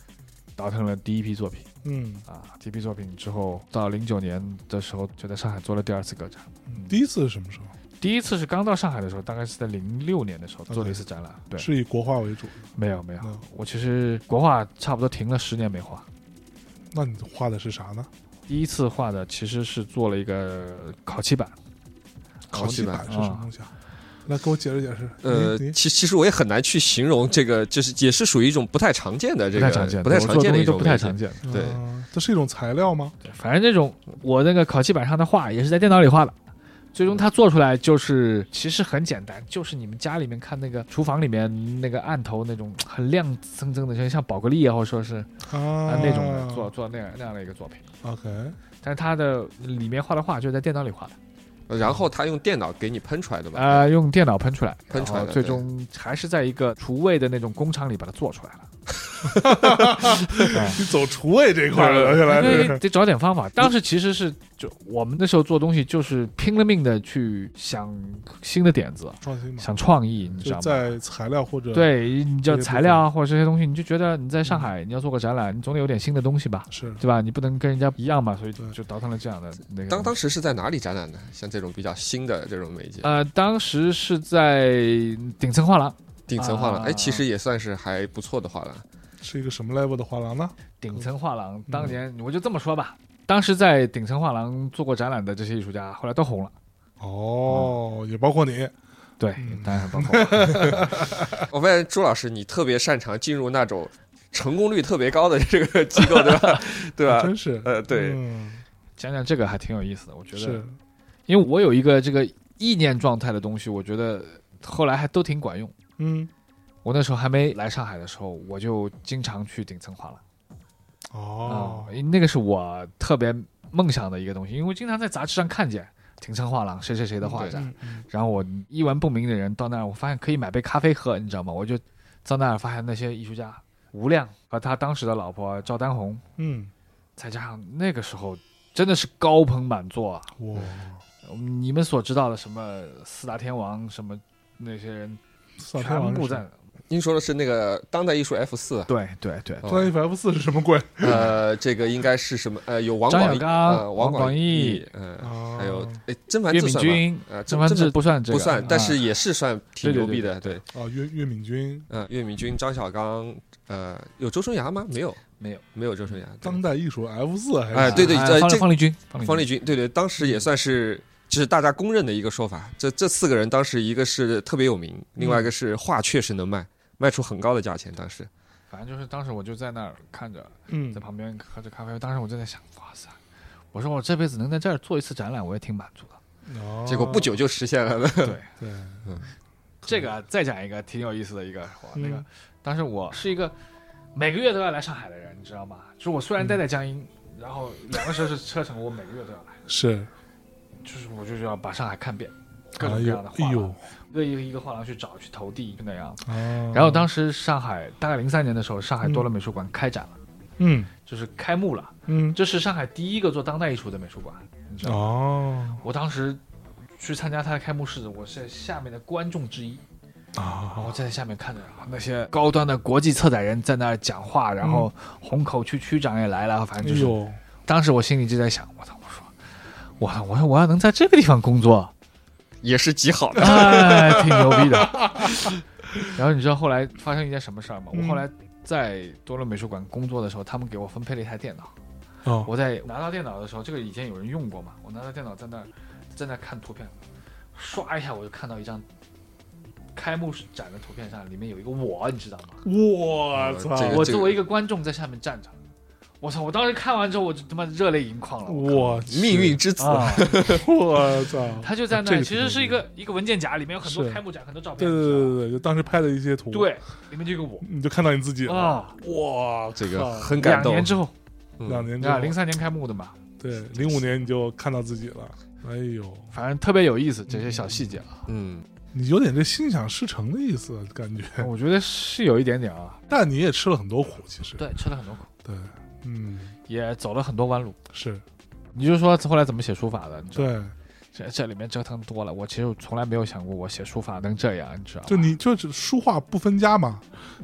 S3: 倒腾了第一批作品
S1: 嗯，
S3: 啊，第一批作品之后，到零九年的时候就在上海做了第二次个展。
S1: 嗯第一次是什么时候？
S3: 第一次是刚到上海的时候，大概是在零六年的时候做了一次展览。对，
S1: 是以国画为主，
S3: 没有没有
S1: 嗯，
S3: 我其实国画差不多停了十年没画。
S1: 那你画的是啥呢？
S3: 第一次画的其实是做了一个烤漆板，
S2: 烤漆板
S1: 板是什么东西啊？来给我解释解释。
S3: 哎
S2: 呃
S1: 你，你
S2: 其其实我也很难去形容这个，就是也是属于一种不太常见的这
S3: 不
S2: 个
S3: 太常见，
S2: 不太常见
S3: 我做的东
S2: 的一
S3: 西
S2: 种
S3: 都不太
S2: 媒介
S3: 常见。
S2: 对
S1: 啊这是一种材料吗？
S3: 反正这种我那个烤漆板上的画也是在电脑里画的，最终它做出来就是其实很简单，就是你们家里面看那个厨房里面那个案头那种很亮锃锃的，像像宝格丽啊，或者说是啊
S1: 啊，
S3: 那种的做做那样那样的一个作品。
S1: OK，
S3: 但是它的里面画的画就是在电脑里画的，
S2: 然后他用电脑给你喷出来的吧？
S3: 啊，用电脑喷出来，
S2: 喷出来
S3: 然
S2: 的
S3: 后最终还是在一个厨卫的那种工厂里把它做出来了。哎
S1: 你走厨卫这一块儿了，原来
S3: 对，
S1: 是
S3: 得找点方法。当时其实是就我们那时候做东西，就是拼了命的去想新的点子，
S1: 创新嘛，嗯
S3: 想创意，你
S1: 就
S3: 知道吗？
S1: 在材料或者，
S3: 对，你
S1: 这些
S3: 叫
S1: 部嗯
S3: 材料啊，或者这些东西，你就觉得你在上海，你要做个展览，你总得有点新的东西吧，
S1: 是
S3: 对吧？你不能跟人家一样嘛，所以
S1: 对
S3: 就倒腾了这样的那个。
S2: 当当时是在哪里展览的？像这种比较新的这种媒介，
S3: 呃，当时是在顶层画廊，
S2: 顶层画廊，
S3: 啊
S2: 哎，其实也算是还不错的画廊。
S1: 是一个什么 level 的画廊呢？
S3: 顶层画廊
S1: 嗯
S3: 当年我就这么说吧，当时在顶层画廊做过展览的这些艺术家，后来都红了。
S1: 哦，也包括你，
S3: 对
S1: 嗯，
S3: 当然包括我
S2: 我发现朱老师你特别擅长进入那种成功率特别高的这个机构，对 吧？对吧？
S1: 真是，
S2: 呃，对，
S1: 嗯，
S3: 讲讲这个还挺有意思的，我觉得
S1: 是，
S3: 因为我有一个这个意念状态的东西，我觉得后来还都挺管用。
S1: 嗯，
S3: 我那时候还没来上海的时候，我就经常去顶层啊画廊
S1: 哦
S3: 啊，，那个是我特别梦想的一个东西，因为我经常在杂志上看见，挺撑画廊谁谁谁的画展，
S1: 嗯嗯
S3: 然后我一文不名的人到那儿，我发现可以买杯咖啡喝，你知道吗？我就到那儿发现那些艺术家吴亮和他当时的老婆赵丹红，
S1: 嗯，
S3: 再加上那个时候真的是高朋满座啊，
S1: 哇，
S3: 嗯你们所知道的什么四大天王什么那些人，
S1: 萨天
S3: 全
S1: 王
S3: 部
S1: 是
S3: 在。
S2: 您说的是那个当代艺术 F 四，啊
S3: 对对对，
S1: 三 F F 四是什么 鬼
S2: 呃，这个应该是什么？呃，有王
S3: 张
S2: 广
S3: 小
S2: 义，
S3: 刚
S2: 呃
S3: 王
S2: 王
S3: 广
S2: 义
S3: 义，
S2: 嗯，
S1: 啊？
S2: 还有哎，甄嬛
S3: 岳
S2: 志
S3: 敏
S2: 算吗？
S3: 君、
S2: 呃，
S3: 甄嬛
S2: 这
S3: 志不算这个，
S2: 不算，但是
S3: 啊
S2: 也是算挺
S3: 对对
S2: 牛逼
S3: 对
S2: 的，对，
S1: 啊，岳岳敏君，
S2: 嗯，岳敏君、张小刚，呃，有周春芽吗？没有，
S3: 没有。
S2: 没有周春芽。对
S1: 当代艺术 F 四还是
S2: 哎对对
S3: 啊
S2: 这
S3: 方
S2: 这
S3: 方力钧，
S2: 方
S3: 方
S2: 力
S3: 力钧
S2: 钧，对对，当时也算是。就是大家公认的一个说法，这这四个人当时一个是特别有名，另外一个是画确实能卖，卖出很高的价钱。当时，
S3: 反正就是当时我就在那儿看着，
S1: 嗯
S3: 在旁边喝着咖啡，当时我就在想，哇塞，我说我这辈子能在这儿做一次展览，我也挺满足 的。
S1: 哦
S2: 结果不久就实现了。
S3: 对，
S1: 对，
S3: 这个啊再讲一个挺有意思的一个，哇，那个
S1: 嗯
S3: 当时我是一个每个月都要来上海的人，你知道吗？就是我虽然待在江阴，然后两个小时车程，我每个月都要来，
S1: 是
S3: 就是我就是要把上海看遍，各
S1: 哎
S3: 种各
S1: 呦
S3: 样的画
S1: 哎
S3: 廊
S1: 呦，，
S3: 一个一个一个画廊去找去投递，就那样。
S1: 然
S3: 然后当时上海大概零三年的时候，上海多伦美术馆开展了，
S1: 嗯
S3: 就是开幕了。
S1: 嗯
S3: 这是上海第一个做当代艺术的美术馆，你知道吗？
S1: 哦
S3: 我当时去参加他的开幕式，我是下面的观众之一，然后
S1: 啊，
S3: 在下面看着那些高端的国际策展人在那儿讲话，然后虹口区区长也来了，
S1: 嗯
S3: 反
S1: 哎
S3: 正就是，
S1: 呦，
S3: 当时我心里就在想，我操，我说，我操，我说我要能在这个地方工作，
S2: 也是极好的。
S3: 哎，挺牛逼 的。然后你知道后来发生一件什么事儿吗？
S1: 嗯
S3: 我后来在多伦美术馆工作的时候，他们给我分配了一台电脑。
S1: 哦，
S3: 我在拿到电脑的时候，这个以前有人用过嘛？我拿到电脑在那儿，在那看图片，刷一下我就看到一张开幕式展的图片上，里面有一个我，你知道吗？
S1: 我操，
S2: 这个
S3: 我作为一个观众在下面站着，我操！我当时看完之后，我就他妈热泪盈眶了。
S1: 我
S2: 命运之子，
S3: 靠啊！
S1: 我操，
S3: 他就在那
S1: 这个
S3: 儿，
S1: 挺
S3: 其实是一个一个文件夹，里面有很多
S1: 是
S3: 开幕展，很多照
S1: 对对
S3: 片。你知道吗
S1: 对对，就当时拍的一些图，，
S3: 对，里面就有一个
S1: 你就看到你自己
S3: 我
S1: 了，
S3: 啊！
S1: 哇，
S2: 这个
S1: 靠
S2: 很感
S3: 两
S2: 动。
S3: 年之后，
S2: 嗯
S1: 两年之
S3: 啊，
S1: 后，
S3: 零三年开幕的嘛，
S1: 对，零五年你就看到自己了，哎呦，
S3: 反正特别有意思，这些小细节啊，
S2: 嗯，
S1: 你有点这心想事成的意思，感觉，
S3: 我觉得是有一点点啊。
S1: 但你也吃了很多苦，其实，
S3: 对，吃了很多苦，
S1: 对，嗯，
S3: 也走了很多弯路。
S1: 是
S3: 你就说后来怎么写书法的？你知道吗
S1: 对，
S3: 这这里面折腾多了，我其实从来没有想过我写书法能这样，你知道吗？
S1: 就你就是书画不分家嘛，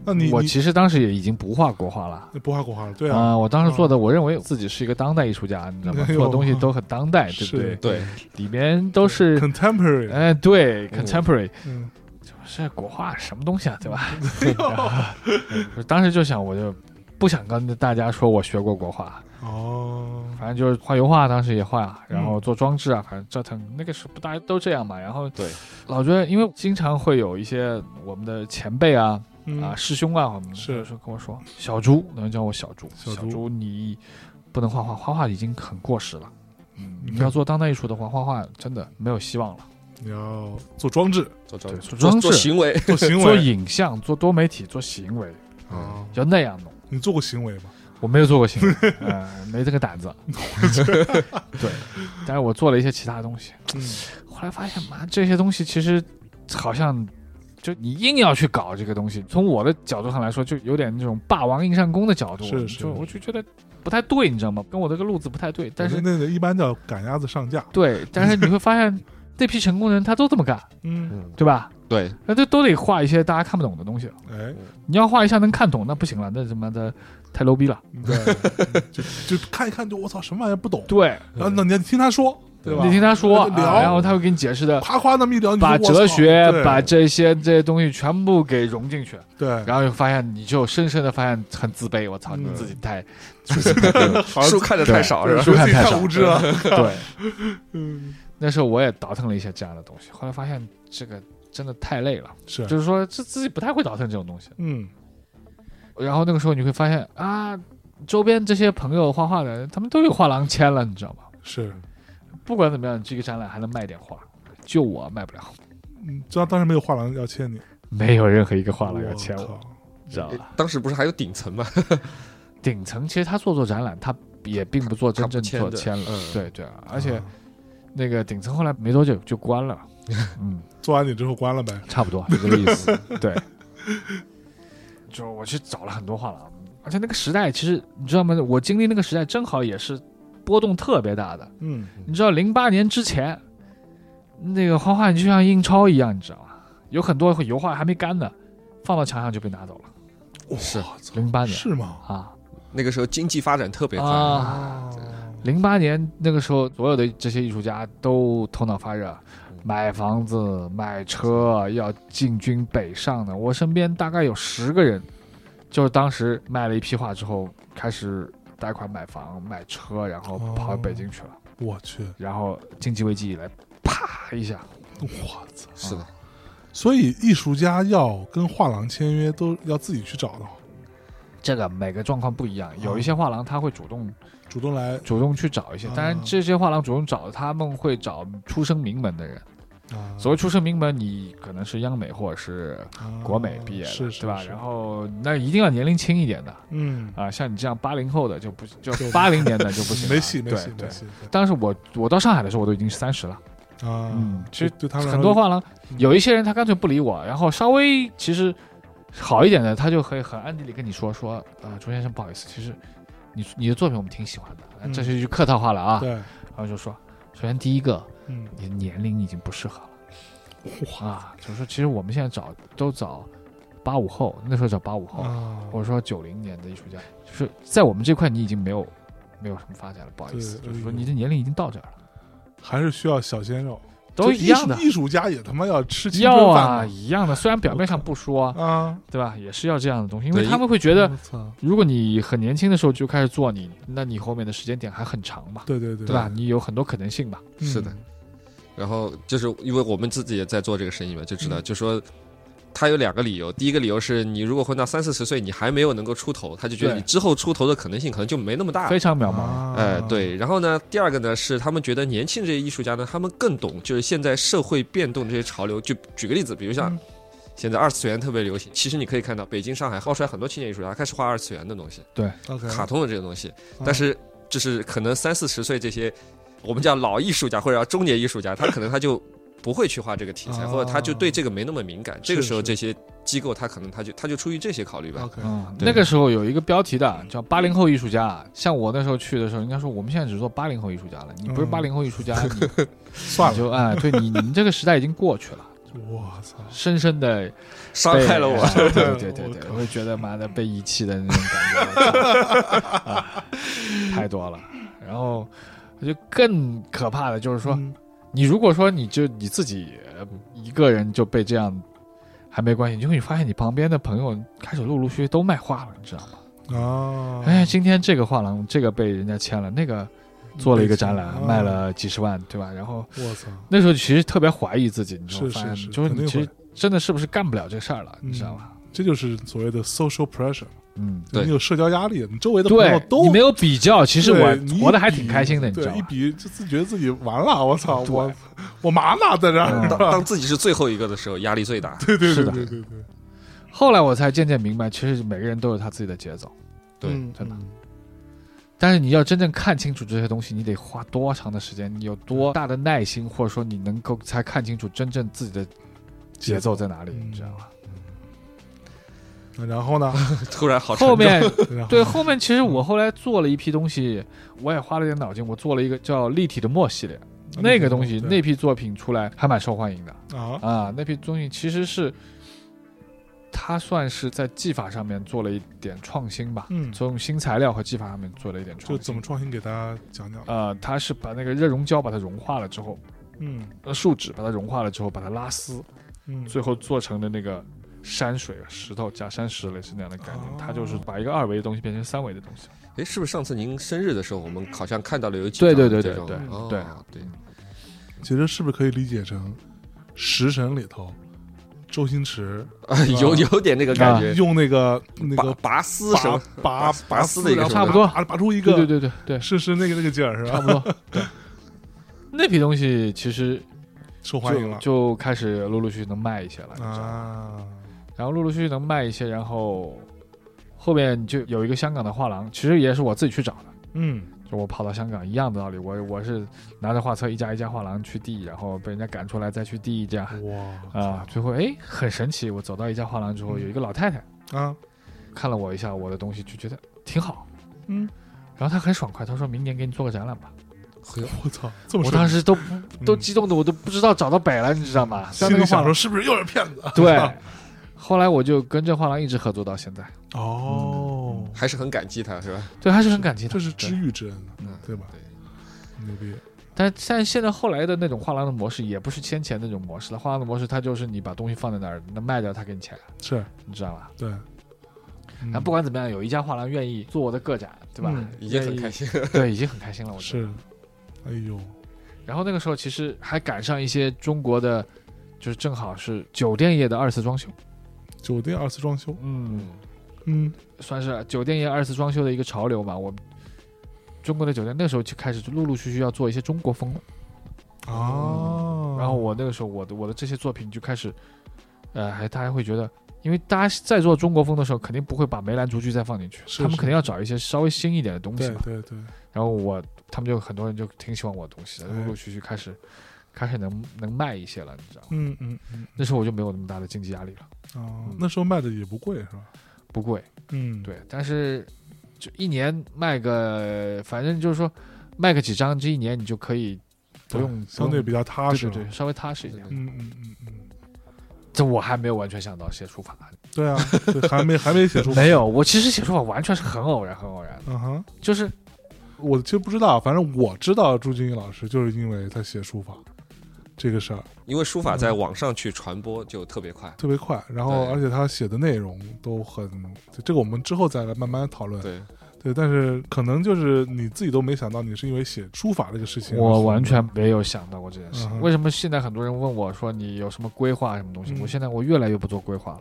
S1: 那你
S3: 我
S1: 你
S3: 其实当时也已经不画国画了。
S1: 那不画国画了，对啊，
S3: 啊、我当时做的，我认为自己是一个当代艺术家，你知道吗？
S1: 哎呦
S3: 做的东西都很当代，对不
S1: 是
S3: 对？
S2: 对，
S3: 里面都是，
S1: contemporary，
S3: 哎，对，contemporary，
S1: 嗯，
S3: 是国画什么东西啊，对吧？ 我当时就想，我就不想跟大家说我学过国画，
S1: 哦，
S3: 反正就是画油画，当时也画，
S1: 嗯
S3: 然后做装置啊，反正折腾。那个时候不大家都这样嘛，然后
S2: 对，
S3: 老觉得因为经常会有一些我们的前辈啊、
S1: 嗯
S3: 啊师兄啊，我们
S1: 是
S3: 说跟我说，小朱，有人叫我小朱，
S1: 小
S3: 小
S1: 朱
S3: 朱你不能画画，画画已经很过时了。嗯，
S1: 嗯
S3: 你要做当代艺术的话，画画真的没有希望了。
S1: 你要做装 置，
S2: 做装
S3: 对做
S2: 做
S3: 装
S2: 做
S3: 置
S2: 行为
S1: 做行
S3: 做
S1: 为
S3: 影像，做多媒体，做行为，
S1: 啊，
S3: 要那样弄。
S1: 你做过行为吗？
S3: 我没有做过行为，呃，没这个胆 子。对，但是我做了一些其他东西。
S1: 嗯，
S3: 后来发现，妈，这些东西其实好像就你硬要去搞这个东西，从我的角度上来说，就有点那种霸王硬上弓的角度，
S1: 是是
S3: 就我就觉得不太对，你知道吗？跟我这个路子不太对。但是
S1: 那个一般叫赶鸭子上架，
S3: 对，但是你会发现，这批成功人他都这么干，
S1: 嗯，
S2: 嗯，
S3: 对吧？
S2: 对，
S3: 那这都得画一些大家看不懂的东西了。
S1: 哎，
S3: 你要画一下能看懂，那不行了，那他妈的太 low 逼了。
S1: 对，就就看一看，就我操，什么玩意儿不懂，
S3: 对，
S1: 然后你听他说，对吧？
S3: 你听他说，
S1: 跟他
S3: 啊
S1: 聊
S3: 然后他会给你解释的。
S1: 夸夸那么一聊，你
S3: 把
S1: 说我操
S3: 哲学、
S1: 对
S3: 把这些这些东西全部给融进去，
S1: 对，
S3: 然后就发现你就深深的发现很自卑，我操，
S1: 嗯
S3: 你自己太
S1: 好像
S2: 书看的太少是
S1: 对
S2: 吧？
S1: 说自己
S3: 看太
S1: 太
S3: 少
S1: 无知了，
S3: 对。
S1: 嗯，
S3: 那时候我也倒腾了一些这样的东西，后来发现这个真的太累了，
S1: 是，
S3: 就是说这自己不太会倒腾这种东西。
S1: 嗯，
S3: 然后那个时候你会发现啊，周边这些朋友画画的，他们都有画廊签了，你知道吗？
S1: 是，
S3: 不管怎么样，这个展览还能卖点画，就我卖不了，
S1: 嗯，知道当时没有画廊要签你，
S3: 没有任何一个画廊要
S1: 我
S3: 签我，
S1: 靠，
S3: 你知道吧？
S2: 当时不是还有顶层吗？
S3: 顶层其实他做做展览，他也并不做真正
S2: 他不签
S3: 做
S2: 的
S3: 签了，
S2: 嗯
S3: 对对啊，而且
S1: 啊
S3: 那个顶层后来没多久就关了，嗯，
S1: 做完你之后关了呗。
S3: 差不多就这个意 思。对，就我去找了很多画廊，而且那个时代其实你知道吗？我经历那个时代正好也是波动特别大的。
S1: 嗯，
S3: 你知道零八年之前，那个画画你就像印钞一样，你知道吗？有很多油画还没干呢，放到墙上就被拿走了。
S1: 哇
S2: 是
S1: 操
S3: 零八年
S1: 是吗？
S3: 啊
S2: 那个时候经济发展特别快，
S3: 啊！
S1: 啊，
S3: 零八年那个时候，所有的这些艺术家都头脑发热，
S2: 嗯
S3: 买房子、买
S2: 哦
S3: 车，要进军北上的。我身边大概有十个人，就是当时卖了一批画之后，开始贷款买房、买车，然后跑
S1: 哦
S3: 北京去了。
S1: 我去，
S3: 然后经济危机以来，啪一下，啊
S1: 我操！
S2: 是的，
S1: 所以艺术家要跟画廊签约，都要自己去找到，
S3: 这个每个状况不一
S2: 啊
S3: 样，有一些画廊他会主动
S1: 主动来
S3: 主动去找一些，当然
S1: 啊
S3: 这些画廊主动找，他们会找出身名门的人。
S1: 啊，
S3: 所谓出身名门，你可能是央美或者是
S1: 啊
S3: 国美毕业的，
S1: 是是
S3: 对吧？
S1: 是
S3: 然后那一定要年龄轻一点的
S1: 嗯，
S3: 啊，像你这样八零后的就不就
S1: 就
S3: 八零年的就不行了，
S1: 没戏没
S3: 对
S1: 戏
S3: 对
S1: 没。戏
S3: 当时我我到上海的时候，我都已经三十了，
S1: 对啊！
S3: 嗯其实
S1: 对对他们来
S3: 很
S1: 说
S3: 多画廊
S1: 嗯
S3: 有一些人他干脆不理我，然后稍微其实好一点的，他就可以很暗地里跟你说说，呃，朱先生不好意思，其实你你的作品我们挺喜欢的，呃
S1: 嗯
S3: 这是一句客套话了啊。
S1: 对，
S3: 然后就说，首先第一个，
S1: 嗯，
S3: 你的年龄已经不适合了。
S1: 哇
S3: 啊，就是说其实我们现在找都找八五后，那时候找八五后，
S1: 啊，
S3: 或者说九零年的艺术家，就是在我们这块你已经没有没有什么发展了，不好意思，
S1: 对
S3: 就是说
S1: 哎呦
S3: 你的年龄已经到这儿了，
S1: 还是需要小鲜肉，
S3: 都
S1: 就
S3: 一
S1: 艺
S3: 样
S1: 术
S3: 的，
S1: 艺术家也他妈要吃青
S3: 要
S1: 春
S3: 啊，
S1: 饭
S3: 一样的。虽然表面上不说，
S1: 嘛啊！
S3: 对吧，也是要这样的东西，因为
S2: 对
S3: 他们会觉得
S1: 我，操，
S3: 如果你很年轻的时候就开始做你，那你后面的时间点还很长嘛，
S1: 对对对
S3: 对吧？？你有很多可能性嘛。
S1: 嗯
S2: 是的，然后就是因为我们自己也在做这个生意嘛，就知
S3: 嗯
S2: 道，就说他有两个理由。第一个理由是你如果混到三四十岁，你还没有能够出头，他就觉得
S3: 对
S2: 你之后出头的可能性可能就没那么大
S3: 非。常渺茫，
S1: 啊，
S2: 哎，对，然后呢，第二个呢是他们觉得年轻这些艺术家呢，他们更懂就是现在社会变动这些潮流。就举个例子，比如像
S1: 嗯
S2: 现在二次元特别流行，其实你可以看到北京、上海冒出来很多青年艺术家开始画二次元的东西，
S1: ，OK，
S2: 卡通的这个东西。
S1: 啊
S2: 但是就是可能三四十岁这些，我们叫老艺术家或者叫中年艺术家，他可能他就不会去画这个题材，
S1: 啊
S2: 或者他就对这个没那么敏感。这个时候
S1: 是啊
S2: 这些机构他可能他就他就出于这些考虑吧。
S1: OK，
S3: 嗯，
S2: 对
S3: 那个时候有一个标题的叫“八零后艺术家”，像我那时候去的时候，人家说我们现在只做八零后艺术家了，你不是
S1: 嗯
S3: 八零后艺术家，你
S1: 算
S3: 你
S1: 了，
S3: 就哎，对你你们这个时代已经过去了，
S1: 我操，
S3: 深深的
S2: 伤害了我，
S3: 对对对
S1: 我
S3: 对对，
S1: 靠
S3: 我会觉得妈的被遗弃的那种感觉啊，太多了。然后我觉得更可怕的就是说，
S1: 嗯
S3: 你如果说你就你自己呃一个人就被这样还没关系，你就会发现你旁边的朋友开始陆陆续续都卖画了，你知道吗？
S1: 啊，
S3: 哎，今天这个画廊这个被人家签了，那个做了一个展
S1: 被
S3: 览，
S1: 签了
S3: 卖了几十万，对吧？然后
S1: 我操，
S3: 那时候其实特别怀疑自己，你知道吗？
S1: 是
S3: 发
S1: 是
S3: 现
S1: 是，
S3: 就是
S1: 肯
S3: 你
S1: 定
S3: 其
S1: 会
S3: 实，真的是不是干不了这事儿了，
S1: 嗯
S3: 你知道吧？
S1: 这就是所谓的 social pressure，
S3: 嗯，
S2: 对
S1: 你有社交压力，你周围的朋友
S3: 对
S1: 都
S3: 你没有比较，其实
S1: 对
S3: 我
S1: 你一
S3: 活得还挺
S1: 比
S3: 开心的，你知道
S1: 对，一
S3: 吗？
S1: 比就自觉得自己完了，我操，
S3: 对
S1: 我我麻呢在这
S3: 嗯
S1: 儿，
S2: 当当自己是最后一个的时候，压力最大。
S1: 对对
S3: 是
S1: 对
S3: 的
S1: 对对对，
S3: 后来我才渐渐明白，其实每个人都有他自己的节奏，
S2: 对
S1: 嗯
S3: 真的
S1: 嗯
S3: 但是你要真正看清楚这些东西，你得花多长的时间，你有多大的耐心，或者说你能够才看清楚真正自己的节奏在哪里，
S1: 嗯
S3: 你知道吗？
S1: 那然后 呢？
S2: 突然好沉重
S3: 后 面
S1: 然后
S3: 对，后面其实我后来做了一批东西，我也花了点脑筋，我做了一个叫哦立体的墨系列，那个东西
S1: 对
S3: 那批作品出来还蛮受欢迎的
S1: 啊，
S3: 啊，那批东西其实是它算是在技法上面做了一点创新吧，
S1: 嗯，
S3: 从新材料和技法上面做了一点创
S1: 就
S3: 新。
S1: 怎么？创新给大家讲讲？
S3: 呃，它是把那个热熔胶把它融化了之后，
S1: 嗯
S3: 呃，树脂把它融化了之后，把它拉丝，
S1: 嗯，
S3: 最后做成的那个。山水啊石头加山石类似那样的概念，它就是
S1: 哦
S3: 把一个二维的东西变成三维的东西。
S2: 哎，是不是上次您生日的时候，我们好像看到了有几
S3: 对
S2: 张
S3: 对对
S2: 这
S3: 对
S2: 种
S3: 对
S2: 哦
S3: 对
S2: 对
S1: 其实是不是可以理解成《食神》里头周星驰
S2: 啊， 有有点那个感觉，
S1: 啊用那个那
S2: 拔
S1: 个
S2: 拔丝什
S1: 拔
S2: 么
S1: 拔
S2: 拔
S1: 丝
S2: 丝的一个
S1: 然后
S2: 什么
S3: 差不多
S1: 拔拔出一
S3: 对
S1: 个，
S3: 对对对对，
S1: 是是那个那个劲儿是
S3: 差
S1: 吧？
S3: 不多。对，那批东西其实
S1: 受欢迎
S3: 就
S1: 了
S3: 就开始陆陆续续能卖一些了，你知道吗
S1: 啊，
S3: 然后陆陆续续能卖一些，然后后面就有一个香港的画廊，其实也是我自己去找的，
S1: 嗯
S3: 就我跑到香港一样的道理，我我是拿着画册一家一家画廊去递，然后被人家赶出来再去递这样
S1: 嗯哇
S3: 啊，最后哎很神奇，我走到一家画廊之后，
S1: 嗯
S3: 有一个老太太
S1: 啊，
S3: 看了我一下我的东西，就觉得挺好，
S1: 嗯，
S3: 然后她很爽快，她说明年给你做个展览吧，
S2: 嘿
S1: 我操，这么
S3: 我
S1: 说，
S3: 当时都不都
S1: 嗯
S3: 激动的我都不知道找到北了，你知道吗？虽
S1: 心
S3: 然那
S1: 里
S3: 个画
S1: 想
S3: 廊
S1: 说是不是又是骗子？
S3: 对，后来我就跟这画廊一直合作到现在，
S1: 哦，
S3: 嗯
S2: 还是很感激他，是吧？
S3: 对，还是很感激她
S1: 这。是知遇之恩啊
S3: 嗯，
S1: 对吧？牛逼，
S3: 但但现在后来的那种画廊的模式也不是先前那种模式了，画廊的模式它就是你把东西放在那儿，那卖掉他给你钱，
S1: 是
S3: 你知道吧？
S1: 对。嗯
S3: 但不管怎么样，有一家画廊愿意做我的个展，对吧？
S1: 嗯
S2: 已经很开
S3: 心，
S2: 心 了。
S3: 对，已经很开心了，我觉得。
S1: 是，哎呦，
S3: 然后那个时候其实还赶上一些中国的，就是正好是酒店业的二次装修，
S1: 酒店二次装修，
S3: 嗯，
S1: 嗯
S3: 算是酒店业二次装修的一个潮流吧。我们中国的酒店那时候就开始就陆陆续续要做一些中国风了。
S1: 哦啊，
S3: 然后我那个时候，我的我的这些作品就开始，呃，还大家会觉得，因为大家在做中国风的时候，肯定不会把梅兰竹菊再放进去，
S1: 是
S3: 他们
S1: 是
S3: 肯定要找一些稍微新一点的东西
S1: 对
S3: 嘛。
S1: 对对，
S3: 然后我，他们就很多人就挺喜欢我的东西的，
S1: 哎
S3: 陆陆续续开始，开始能能卖一些了，你知道吗？
S1: 嗯嗯嗯，
S3: 那时候我就没有那么大的经济压力了，
S1: 啊
S3: 嗯，
S1: 那时候卖的也不贵是吧？
S3: 不贵，
S1: 嗯，，
S3: 对，但是就一年卖个，反正就是说卖个几张，这一年你就可以不用
S1: 相对
S3: 不
S1: 比较踏
S3: 用
S1: 实了，
S3: 对对对，稍微踏实一点。
S1: 嗯嗯嗯嗯，
S3: 这我还没有完全想到写书法，
S1: 对啊，对还没还没写出，
S3: 没有，我其实写书法完全是很偶然，很偶然的，
S1: 嗯哼，
S3: 就是
S1: 我其实不知道，反正我知道朱军老师就是因为他写书法这个事儿
S2: 因为书法在网上去传播就特别快，
S1: 特别快，然后
S2: 对
S1: 而且他写的内容都很，这个我们之后再来慢慢讨论。
S2: 对，
S1: 对，但是可能就是你自己都没想到，你是因为写书法这个事情，
S3: 我完全没有想到过这件事
S1: 嗯
S3: 情。
S1: 哼
S3: 为什么现在很多人问我说你有什么规划什么东西？
S1: 嗯
S3: 我现在我越来越不做规划 了，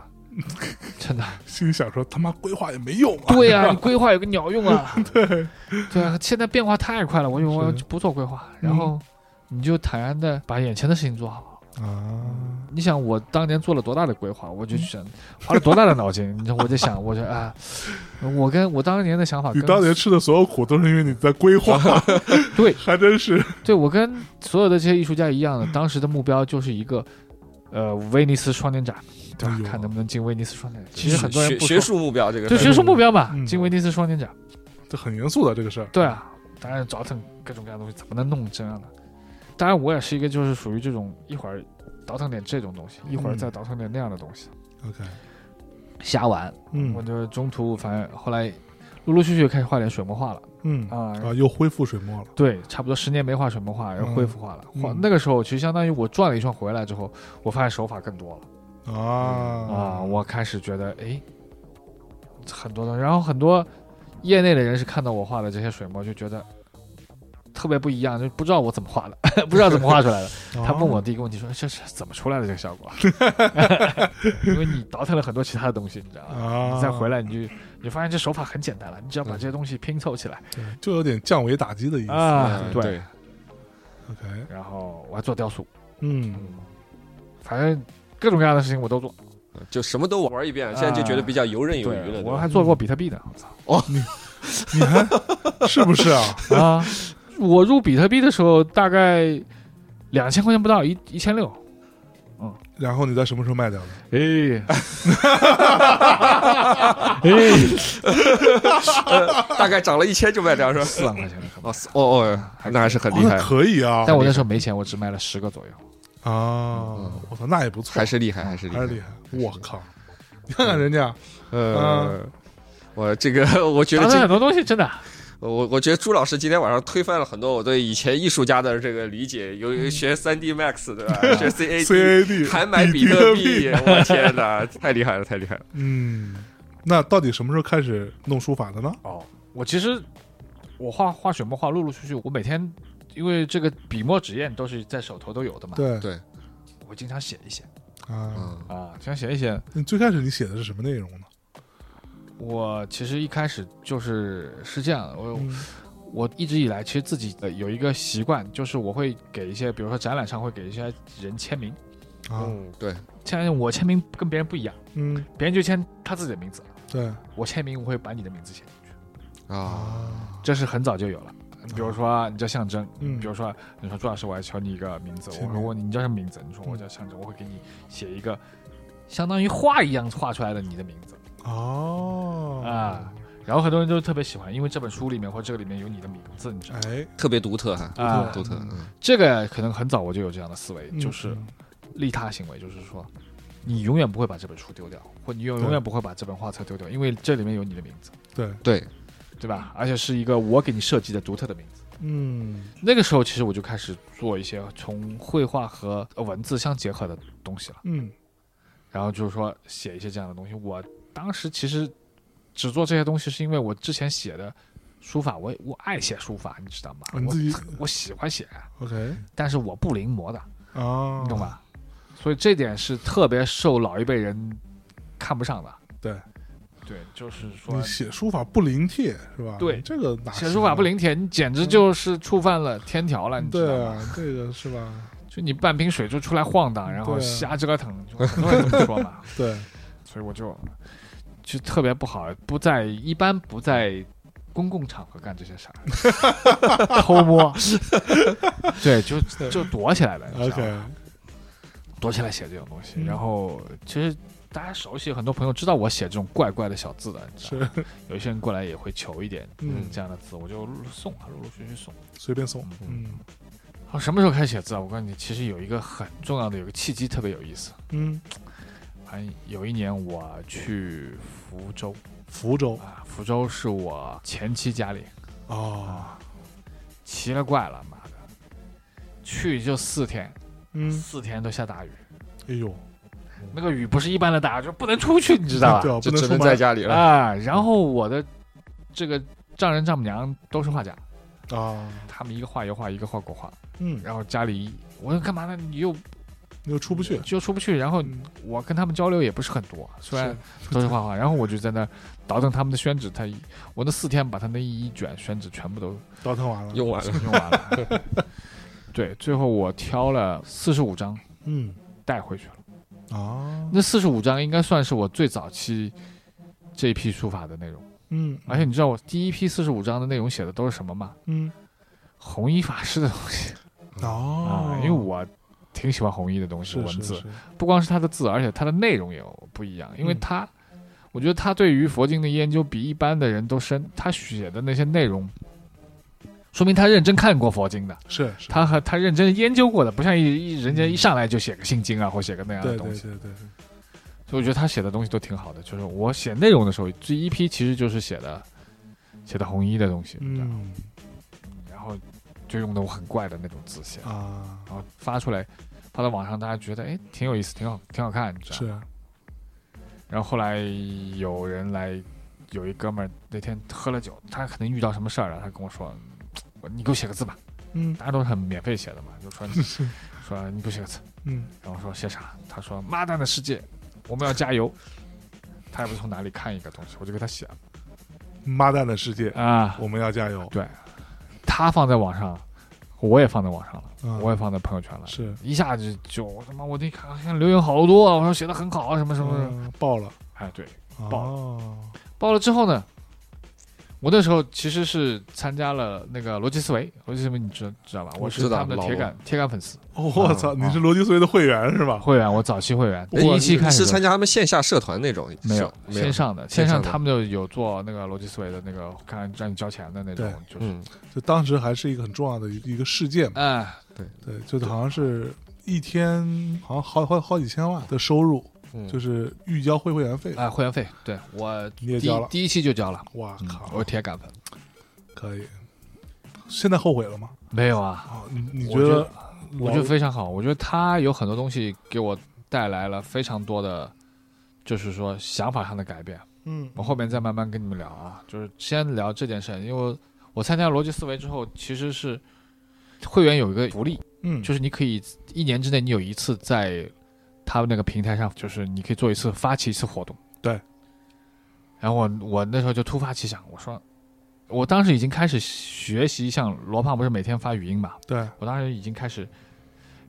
S3: 真的。
S1: 心里想说他妈规划也没用啊。
S3: 对呀、你规划有个鸟用 啊！对对啊，现在变化太快了，我就我
S1: 是嗯
S3: 就不做规划，然后你就坦然的把眼前的事情做好。
S1: 啊，
S3: 你想我当年做了多大的规划，我
S1: 嗯
S3: 就想花了多大的脑筋，你知道我在想，我说啊，我跟我当年的想法
S1: 你
S3: 跟
S1: 当年吃的所有苦都是因为你在规划，
S3: 对
S1: 还真是。
S3: 对我跟所有的这些艺术家一样的，
S1: 嗯
S3: 当时的目标就是一个，呃，威尼斯双年展，对吧
S1: 哎？呦
S3: 看能不能进威尼斯双年展。其实很多人
S2: 学
S3: 不
S2: 学
S3: 说，
S2: 术目标这个
S3: 就
S2: 事儿
S3: 学术目标嘛，
S1: 嗯
S3: 进威尼斯双年展。
S1: 这很严肃的这个事儿，
S3: 对啊，当然找腾各种各样的东西，怎么能弄这样的？当然，我也是一个就是属于这种一会儿倒腾点这种东西，一会儿
S1: 嗯
S3: 再倒腾点那样的东西，
S1: OK，
S3: 瞎玩。
S1: 嗯
S3: 我就中途反正后来陆陆续续开始画点水墨画了
S1: 嗯
S3: 啊，
S1: 啊，又恢复水墨了，
S3: 对，差不多十年没画水墨画，然后
S1: 嗯
S3: 恢复画了。画、
S1: 嗯
S3: 那个时候，其实相当于我转了一圈回来之后，我发现手法更多了、
S1: 啊
S3: 啊，我开始觉得哎，很多东西。然后很多业内的人是看到我画的这些水墨，就觉得特别不一样，就不知道我怎么画的， 不知道怎么画出来的。
S1: 哦
S3: 他问我第一个问题说：“这是怎么出来的这个效果？” 因为你倒腾了很多其他的东西，你知道吗？
S1: 啊，
S3: 你再回来，你就你就发现这手法很简单了，你只要把这些东西拼凑起来
S1: 对，就有点降维打击的意思。
S3: 啊
S2: 嗯，
S3: 对。
S2: 对，
S1: OK，
S3: 然后我还做雕塑，
S1: 嗯，
S3: 嗯，反正各种各样的事情我都做。
S2: 就什么都玩一遍，现在就觉得比较游刃有余了。
S3: 啊对，
S2: 对吧
S3: 我还做过比特币呢，我 操
S1: 你还是不是啊？
S3: 啊！我入比特币的时候大概两千块钱不到，一一千六。
S1: 然后你在什么时候卖掉的？
S3: 哎，
S2: 大概涨了一千就卖掉是吧？
S3: 四万块钱的可能
S2: 哦。哦哦，那还是很厉害
S1: 哦，可以啊，
S3: 但我嗯那时候没钱，我只卖了十个左右。
S1: 啊，我操，那也不错，
S2: 还是厉害，还是厉
S1: 还是厉
S2: 害。
S1: 害。我靠，你看看人家，
S2: 呃，我这个我觉
S3: 啊当
S2: 得
S3: 然很多
S2: 这
S3: 东西真的，
S2: 我我觉得朱老师今天晚上推翻了很多我对以前艺术家的这个理解，有有学三 D Max 对吧？学 CAD。
S1: CAD
S2: 还买比特币，我天哪，太厉害了，太厉害了！
S1: 嗯，那到底什么时候开始弄书法的呢？
S3: 哦，我其实我画画水墨画，陆陆续续，我每天因为这个笔墨纸砚都是在手头都有的嘛，
S1: 对
S2: 对
S3: 我经常写一写
S1: 啊，
S2: 嗯，
S3: 啊，经常写一写。
S1: 你最开始你写的是什么内容呢？
S3: 我其实一开始就是是这样的，我
S1: 嗯
S3: 我一直以来其实自己呃有一个习惯，就是我会给一些，比如说展览上会给一些人签名，
S1: 啊，
S3: 哦
S2: 嗯，对，
S3: 像我签名跟别人不一样，
S1: 嗯，
S3: 别人就签他自己的名字，
S1: 对
S3: 我签名我会把你的名字写进去，
S2: 啊，
S1: 啊，
S3: 这是很早就有了。你比如说你叫象征，
S1: 嗯
S3: 比如说你说朱老师，我要求你一个名字，
S1: 签
S3: 我
S1: 名
S3: 会问你你叫什么名字，你说我叫象征，我会给你写一个相当于画一样画出来的你的名字
S1: 哦
S3: 啊，。然后很多人都特别喜欢，因为这本书里面或者这个里面有你的名字，你知道吗？
S1: 哎，
S2: 特别独特哈，
S3: 啊
S2: 独特。嗯
S3: 这个可能很早我就有这样的思维，
S1: 嗯
S3: 就是利他行为，就是说，你永远不会把这本书丢掉，或你永永远不会把这本画册丢掉，因为这里面有你的名字，
S1: 对，
S2: 对，
S3: 对吧？而且是一个我给你设计的独特的名字。
S1: 嗯，
S3: 那个时候，其实我就开始做一些从绘画和呃文字相结合的东西了，
S1: 嗯，
S3: 然后就是说写一些这样的东西。我当时其实只做这些东西，是因为我之前写的书法，我我爱写书法，你知道吗？
S1: 哦你
S3: 我
S1: 自己
S3: 我喜欢写，
S1: 啊
S3: 啊
S1: OK
S3: 但是我不临摹的。
S1: 啊，
S3: 你懂？吧？嗯所以这点是特别受老一辈人看不上的。
S1: 对，
S3: 对，就是说
S1: 你写书法不临帖是吧？
S3: 对
S1: 这个哪
S3: 写
S1: 行
S3: 书法不
S1: 啊
S3: 临帖，你简直就是触犯了天条了，你知道
S1: 对
S3: 吗？
S1: 啊，这个是吧？
S3: 就你半瓶水就出来晃荡，然后
S1: 对啊
S3: 瞎折腾，就很多人这么说嘛。
S1: 对，
S3: 所以我就就特别不好，不在一般不在公共场合干这些事儿， 偷摸，对，就就躲起来了。你知道吗
S1: OK，
S3: 躲起来写这种东西。
S1: 嗯
S3: 然后其实大家熟悉，很多朋友知道我写这种怪怪的小字的，你知道吗有一些人过来也会求一点
S1: 嗯
S3: 这样的字，我就陆陆送啊，陆陆续续送。
S1: 随便送，
S2: 嗯
S1: 嗯
S3: 我什么时候开始写字啊？我告诉你，其实有一个很重要的，有个契机特别有意思。
S1: 嗯，
S3: 反正有一年我去福州
S1: 福州
S3: 啊，福州是我前妻家里，啊
S1: 哦，
S3: 奇了怪了，妈的，去就四天，
S1: 嗯，
S3: 四天都下大雨，
S1: 哎呦，
S3: 那个雨不是一般的大，就不能出去，你 知道吧？
S1: 对啊，不
S2: 就
S1: 能
S2: 只
S1: 出
S2: 能
S1: 门
S2: 在家里了。
S3: 啊，
S1: 嗯
S3: 然后我的这个丈人丈母娘都是画家，
S1: 啊，
S3: 他们一个画油画，一个画国画。
S1: 嗯，
S3: 然后家里我说干嘛呢？你又
S1: 你又出不去，
S3: 又出不去，然后
S1: 嗯，
S3: 我跟他们交流也不是很多，虽然
S1: 是
S3: 都是画画，然后我就在那儿倒腾他们的宣纸，他一我那四天把他那一卷宣纸全 部都
S1: 倒腾完了，
S2: 用完了，
S3: 用完了。对，最后我挑了四十五张
S1: 嗯，
S3: 带回去了。
S1: 啊，
S3: 那四十五张应该算是我最早期这一批书法的内容。
S1: 嗯，
S3: 而且你知道我第一批四十五章的内容写的都是什么吗？
S1: 嗯，
S3: 红衣法师的东西
S1: 哦
S3: 啊，，因为我挺喜欢红衣的东西，
S1: 是
S3: 文
S1: 是
S3: 字
S1: 是，嗯
S3: 不光是它的字，而且它的内容也有不一样。因为他，我觉得他对于佛经的研究比一般的人都深，他写的那些内容，说明他认真看过佛经的，
S1: 是是，嗯
S3: 他和他认真研究过的，不像一一人家一上来就写个心经啊，或写个那样的
S1: 对
S3: 东
S1: 对
S3: 西。
S1: 对对，
S3: 所以我觉得他写的东西都挺好的。就是我写内容的时候，第一批其实就是写的写的红衣的东西，你知道吗
S1: 嗯
S3: 然后就用的我很怪的那种字写，
S1: 啊，
S3: 然后发出来，发到网上，大家觉得哎挺有意思，挺好，挺好看，你知道吗。
S1: 是，啊
S3: 然后后来有人来，有一哥们儿那天喝了酒，他可能遇到什么事儿了，他跟我说，嗯你给我写个字吧，
S1: 嗯
S3: 大家都是很免费写的嘛，就说 说你给我写个字，
S1: 嗯，
S3: 然后说写啥？他说妈蛋的世界，我们要加油。他也不知道从哪里看一个东西，我就给他写了
S1: 妈蛋的世界，
S3: 啊，
S1: 我们要加油，
S3: 对，他放在网上，我也放在网上了，
S1: 嗯
S3: 我也放在朋友圈了，
S1: 是，
S3: 一下子就我他妈我那看看留言好多啊，我说写的很好啊，什么什么什么，
S1: 嗯爆了，
S3: 哎对，爆了
S1: 哦，
S3: 报了之后呢，我那时候其实是参加了那个逻辑思维，逻辑思维你知知道吧？我
S2: 知
S3: 是
S2: 道
S3: 他们的
S2: 老
S3: 铁
S2: 罗
S3: 杆铁杆粉丝
S1: 哦我操，
S3: 嗯
S1: 你是逻辑思维的会员是吧？
S3: 会员，我早期会员，
S1: 哇
S3: 第一期
S1: 你
S3: 开始
S2: 哎是
S3: 就
S2: 参加他们线下社团那种？
S3: 没有
S2: 是没有
S3: 线。上的，
S2: 线
S3: 线
S2: 上
S3: 上
S2: 的
S3: 他们就有做那个逻辑思维的那个，看让你交钱的那种，就是
S2: 嗯，
S1: 就当时还是一个很重要的一个一个事件嘛，
S3: 哎，
S1: 对，就好像是一天好像好好好几千万的收入，
S2: 嗯
S1: 就是预交会会员费，
S3: 哎，会员费，对我
S1: 你也
S3: 第
S1: 交
S3: 一
S1: 了，嗯
S3: 第一期就交了，
S1: 哇靠，
S3: 嗯我是铁杆粉，
S1: 可以。现在后悔了吗？
S3: 没有啊，
S1: 啊，你你
S3: 我
S1: 觉得
S3: 觉
S1: 老？
S3: 我觉得非常好，我觉得他有很多东西给我带来了非常多的，就是说想法上的改变。
S1: 嗯
S3: 我后面再慢慢跟你们聊啊，就是先聊这件事，因为我我参加逻辑思维之后，其实是会员有一个福利，
S1: 嗯
S3: 就是你可以一年之内你有一次在他们那个平台上，就是你可以做一次发起一次活动。
S1: 对。
S3: 然后我我那时候就突发奇想，我说，我当时已经开始学习，像罗胖不是每天发语音嘛，
S1: 对，
S3: 我当时已经开始，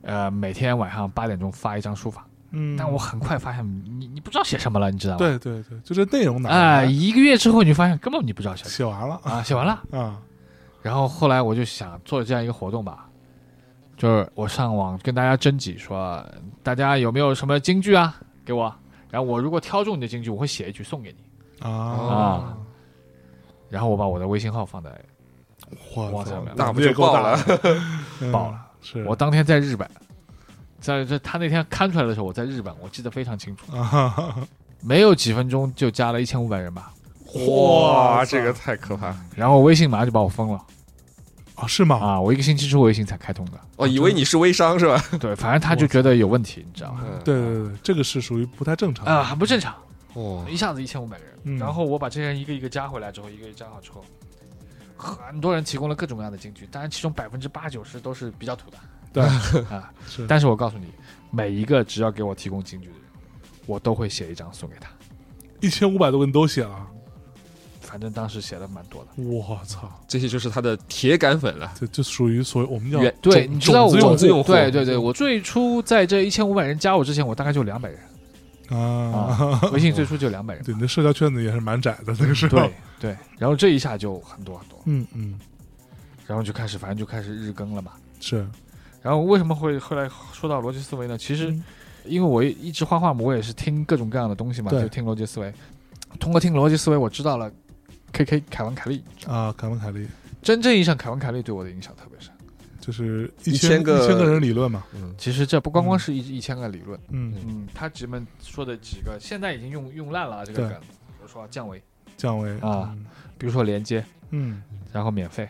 S3: 呃，每天晚上八点钟发一张书法，
S1: 嗯，
S3: 但我很快发现你你不知道写什么了，你知道吗？
S1: 对对对，就这内容哪
S3: 哎，
S1: 来？
S3: 一个月之后你就发现根本你不知道写什
S1: 写完了
S3: 么啊，写完了，
S1: 啊，
S3: 然后后来我就想做这样一个活动吧，就是我上网跟大家征集说，大家有没有什么京剧啊给我，然后我如果挑中你的京剧，我会写一句送给你。
S1: 啊！
S3: 然后我把我的微信号放在，
S1: 我
S3: 哇
S1: 操
S3: 塞，
S2: 那
S1: 那
S2: 不就
S1: 够
S2: 爆
S1: 大
S2: 了？
S1: 嗯
S3: 爆了！
S1: 是
S3: 我当天在日本，在这他那天刊出来的时候，我在日本，我记得非常清楚，
S1: 啊哈哈，
S3: 没有几分钟就加了一千五百人吧，
S2: 哇，这个太可怕！
S3: 然后微信马上就把我封了
S1: 啊是吗？
S3: 啊！我一个星期之后微信才开通 的，
S2: 哦，以为你是微商是吧？
S3: 对，反正他就觉得有问题，你知道吗？
S2: 嗯
S1: 对对对，这个是属于不太正常的
S3: 啊，很不正常。
S2: 哇
S3: 一下子一千五百人，
S1: 嗯
S3: 然后我把这些人一个一个加回来之后，一个一个加好之后，很多人提供了各种各样的金句，当然其中百分之八九十都是比较土的，
S1: 对
S3: 啊，
S1: 是
S3: 但是我告诉你，每一个只要给我提供金句的人，我都会写一张送给他，
S1: 一千五百多个你都写了，
S3: 反正当时写了蛮多的。
S1: 我操，
S2: 这些就是他的铁杆粉了。
S1: 这就属于所谓我们叫
S2: 原
S3: 对，
S1: 种
S3: 你知道我
S1: 种子用户嗯
S3: 对对对，我最初在这一千五百人加我之前，我大概就两百人，
S1: 啊，
S3: 微信最初就两百 人，
S1: 对，你的社交圈子也是蛮窄的那个时候，
S3: 对对，然后这一下就很多很多，
S1: 嗯嗯，
S3: 然后就开始反正就开始日更了嘛。
S1: 是
S3: 然后为什么会后来说到逻辑思维呢？其实
S1: 嗯
S3: 因为我一直画画嘛，我也是听各种各样的东西嘛，
S1: 对
S3: 就听逻辑思维。通过听逻辑思维，我知道了 K K 凯文凯利，
S1: 啊，凯文凯利
S3: 真正意义上凯文凯利对我的影响特别深。
S1: 就是一
S2: 一
S1: 千
S2: 千个
S1: 一千个人理论嘛，
S2: 嗯，
S3: 其实这不光光是一、一千个理论，
S1: 嗯，
S3: 嗯，他直们说的几个现在已经用用烂了啊这个
S1: 对
S3: 梗，比如说降维，
S1: 降维
S3: 啊，比如说连接，
S1: 嗯
S3: 然后免费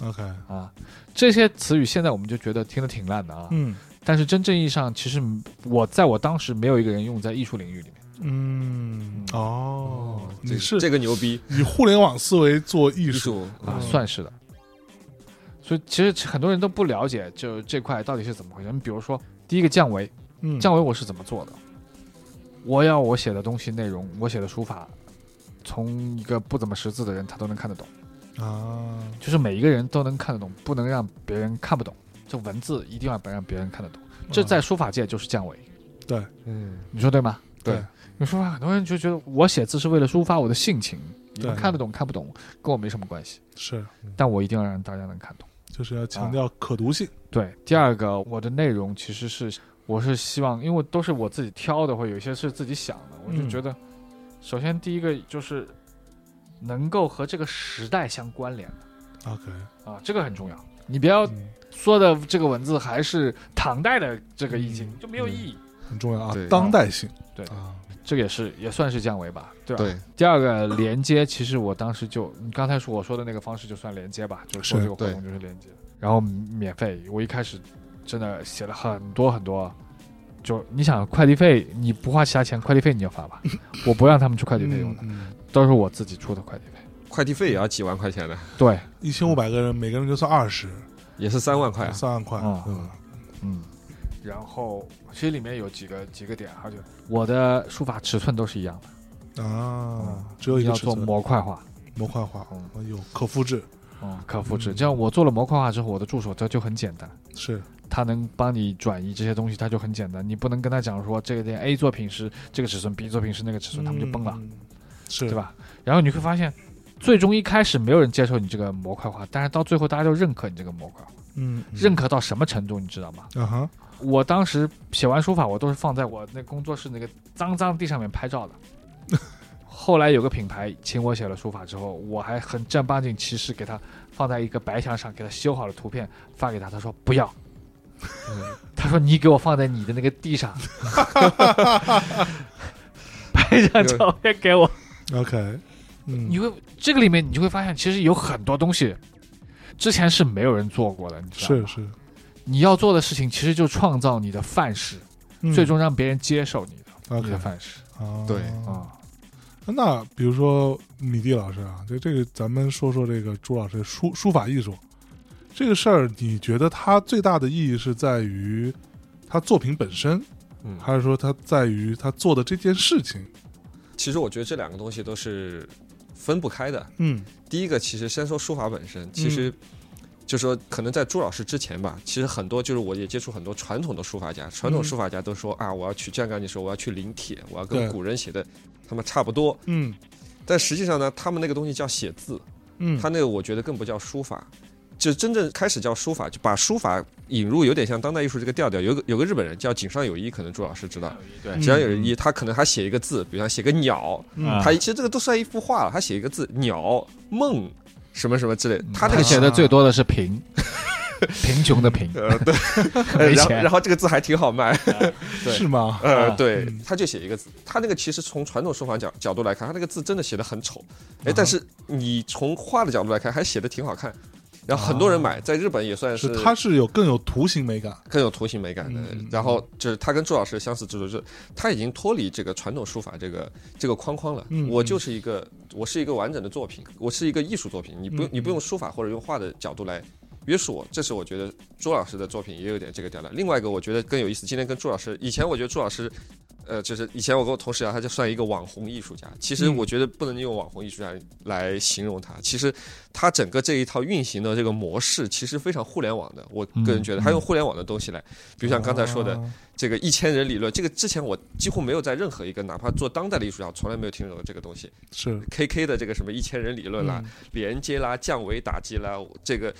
S1: 嗯，OK，
S3: 啊，这些词语现在我们就觉得听得挺烂的啊，
S1: 嗯
S3: 但是真正意义上，其实我在我当时没有一个人用在艺术领域里面。
S1: 嗯，哦，
S2: 这
S1: 你是
S2: 这个牛逼，
S1: 以互联网思维做艺
S2: 艺
S1: 术，
S2: 术
S3: 啊，
S1: 嗯
S3: 算是的。所以其实很多人都不了解，就这块到底是怎么回事。你比如说，第一个降维，
S1: 嗯，
S3: 降维我是怎么做的？我要我写的东西内容，我写的书法，从一个不怎么识字的人他都能看得懂，
S1: 啊，
S3: 就是每一个人都能看得懂，不能让别人看不懂。这文字一定要让别人看得懂，
S1: 嗯啊
S3: 这在书法界就是降维，
S2: 嗯，
S3: 你说对吗？
S2: 对
S1: 对
S3: 你说吧，很多人就觉得我写字是为了抒发我的性情，你们
S1: 对嗯
S3: 看得懂看不懂跟我没什么关系，
S1: 是
S3: 但我一定要让大家能看懂。
S1: 就是要强调可读性，
S3: 对，第二个我的内容其实是我是希望，因为我都是我自己挑的，或者有些是自己想的，我就
S1: 嗯
S3: 觉得，首先第一个就是能够和这个时代相关联的
S1: OK，
S3: 啊，这个很重要。你不要
S1: 嗯
S3: 说的这个文字还是唐代的这个意境，就没有意义。
S1: 很重要啊
S2: 对，
S1: 当代性，
S3: 对
S1: 啊，
S3: 这个也是也算是降维吧，对吧？
S2: 对，
S3: 第二个连接，其实我当时就你刚才说我说的那个方式就算连接吧，就是做
S1: 是
S3: 这个活动就是连接。然后免费，我一开始真的写了很多很多，就你想快递费你不花其他钱，快递费你要发 吧，我不让他们出快递费用的，
S1: 嗯，
S3: 都是我自己出的快递费。
S2: 快递费也要几万块钱的，
S3: 对，
S1: 一千五百个人，每个人就算二十，
S2: 也是三万块啊。
S1: 三万块，
S3: 啊
S1: 嗯
S3: 嗯。然后其实里面有几个几个点，还有就我的书法尺寸都是一样的，
S1: 啊，只有一个
S3: 嗯要
S1: 尺
S3: 做
S1: 寸
S3: 模块化，
S1: 模块化
S3: 嗯，
S1: 哎呦，可复制
S3: 嗯，可复制。
S1: 嗯
S3: 这样我做了模块化之后，我的助手他就很简单。
S1: 是
S3: 它能帮你转移这些东西，它就很简单。你不能跟他讲说这个店 A 作品是这个尺寸，B 作品是那个尺寸，他们就崩了，，
S1: 嗯是
S3: 对？吧？然后你会发现，最终一开始没有人接受你这个模块化，但是到最后大家就认可你这个模块化，
S1: 嗯，嗯
S3: 认可到什么程度，你知道吗？
S1: 啊哈，
S3: 我当时写完书法，我都是放在我那工作室那个脏脏地上面拍照的。 后来有个品牌请我写了书法之后，我还很正儿八经其事给他放在一个白墙上，给他修好了图片发给他，他说 不要，他说你给我放在你的那个 地上，拍一张照片给我。
S1: OK，嗯
S3: 你，会这个里面你就会发现，其实有很多东西之前是没有人做过的，你知道
S1: 是
S3: 吗？
S1: 是，
S3: 你要做的事情其实就创造你的范式。
S1: 嗯
S3: 最终让别人接受你的、
S1: OK
S3: 你的范式
S1: 啊，
S2: 对
S3: 啊。
S1: 那比如说米蒂老师啊，就这个，咱们说说这个朱老师的书书法艺术这个事儿，你觉得它最大的意义是在于他作品本身，
S2: 嗯，
S1: 还是说它在于他做的这件事情？
S2: 其实我觉得这两个东西都是分不开的。
S1: 嗯
S2: 第一个，其实先说书法本身，其实就说可能在朱老师之前吧，其实很多就是我也接触很多传统的书法家，传统
S1: 嗯
S2: 书法家都说啊，我要去，就像刚才你说，我要去临帖，我要跟
S1: 对
S2: 古人写的他们差不多。
S1: 嗯
S2: 但实际上呢，他们那个东西叫写字，
S1: 嗯，
S2: 他那个我觉得更不叫书法，就真正开始叫书法，就把书法引入有点像当代艺术这个调调。有个有个日本人叫井上有一，可能朱老师知道，
S3: 对
S2: 井上有一，他可能还写一个字，比如像写个鸟，
S4: 啊
S1: 嗯
S2: 他其实这个都算一幅画了，他写一个字鸟梦什么什么之类的，他
S3: 嗯
S2: 这
S4: 嗯他
S2: 个啊
S4: 写的最多的是 贫，贫穷的贫，
S2: 呃 对，
S4: 没
S2: 然后
S4: 钱
S2: 然。后这个字还挺 好卖，对
S1: 嗯是吗？
S4: 啊，
S2: 呃对
S1: 嗯，
S2: 他就写一个字，他那个其实从传统书法角角度来看，他那个字真的写的很丑，哎，
S4: 啊
S2: 但是你从画的角度来看，还写的挺好看。然后很多人
S4: 啊
S2: 买，在日本也算
S1: 是
S2: 呃是
S1: 它是有更有图形美感，
S2: 更有图形美感的
S1: 嗯。
S2: 然后就是他跟朱老师相似之处，就是他已经脱离这个传统书法这个这个框框了
S1: 嗯。
S2: 我就是一个，我是一个完整的作品，我是一个艺术作品。你不
S1: 嗯
S2: 用你不用书法或者用画的角度来。约束我，这是我觉得朱老师的作品也有点这个调调。另外一个我觉得更有意思，今天跟朱老师，以前我觉得朱老师，呃，就是以前我跟我同事啊聊，他就算一个网红艺术家。其实
S1: 嗯
S2: 我觉得不能用网红艺术家来形容他，其实他整个这一套运行的这个模式，其实非常互联网的。我个人觉得，
S3: 嗯哦
S2: 他用互联网的东西来，比如像刚才说的，
S1: 啊
S2: 这个一千人理论，这个之前我几乎没有在任何一个哪怕做当代的艺术家，从来没有听懂过这个东西。
S1: 是
S2: K K 的这个什么一千人理论啦、
S3: 嗯
S2: 连接啦、降维打击啦，这个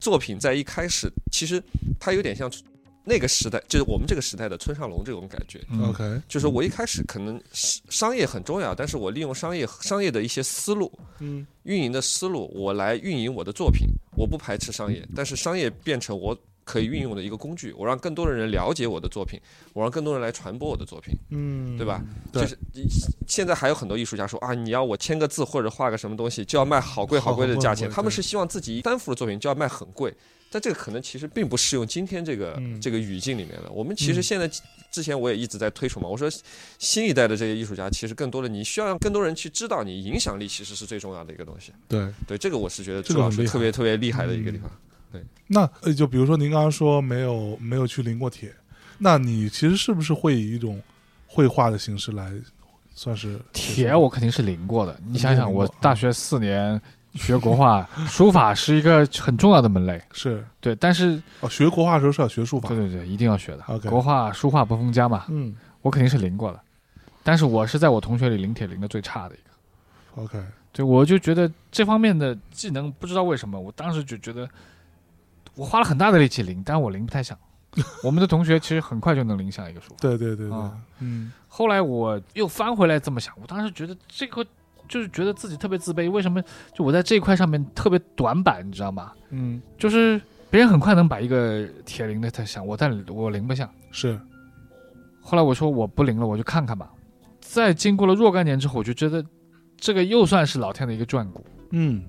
S2: 作品在一开始其实它有点像那个时代，就是我们这个时代的村上隆这种感觉。
S1: 嗯
S3: 嗯
S1: OK，
S2: 就是我一开始可能商商业很重要，但是我利用商业商业的一些思路，
S1: 嗯
S2: 运营的思路，我来运营我的作品，我不排斥商业，但是商业变成我可以运用的一个工具，我让更多的人了解我的作品，我让更多人来传播我的作品，
S1: 嗯，
S2: 对吧？
S1: 对
S2: 就是现在还有很多艺术家说啊，你要我签个字或者画个什么东西，就要卖好贵好贵的价
S1: 好好贵好
S2: 钱，
S1: 贵
S2: 他们是希望自己单幅的作品就要卖很贵。但这个可能其实并不适用今天这个、
S1: 嗯
S2: 这个语境里面的。我们其实
S1: 嗯
S2: 现在、之前我也一直在推崇嘛，我说新一代的这些艺术家，其实更多的你需要让更多人去知道你影响力其实是最重要的一个东西。
S1: 对。
S2: 对，这个我是觉得
S1: 这
S2: 朱
S1: 个
S2: 老
S1: 很
S2: 师
S1: 厉害
S2: 特别特别厉害的一个地方。
S1: 那呃，就比如说您刚刚说没有没有去临过帖，那你其实是不是会以一种绘画的形式来，算是
S3: 铁我肯定是淋过的。你想想，
S1: 淋过
S3: 我大学四年学国画， 书法是一个很重要的门类。
S1: 是
S3: 对，但是
S1: 哦，学国画的时候是要学书法
S3: 对，对对，一定要学的。
S1: OK
S3: 国画、书画不分家嘛，
S1: 嗯
S3: 我肯定是淋过的。但是我是在我同学里临帖淋的最差的一个。
S1: ，OK，
S3: 对，我就觉得这方面的技能，不知道为什么，我当时就觉得我花了很大的力气淋，但我淋不太响。我们的同学其实很快就能淋响一个书法。
S1: 对对对对
S3: 啊，
S1: 嗯
S3: 后来我又翻回来这么想，我当时觉得这个就是觉得自己特别自卑，为什么就我在这一块上面特别短板，你知道吗？
S1: 嗯
S3: 就是别人很快能把一个铁铃的他响，我但我铃不响。
S1: 是
S3: 后来我说我不灵了，我就看看吧。在经过了若干年之后，我就觉得这个又算是老天的一个眷顾，
S1: 嗯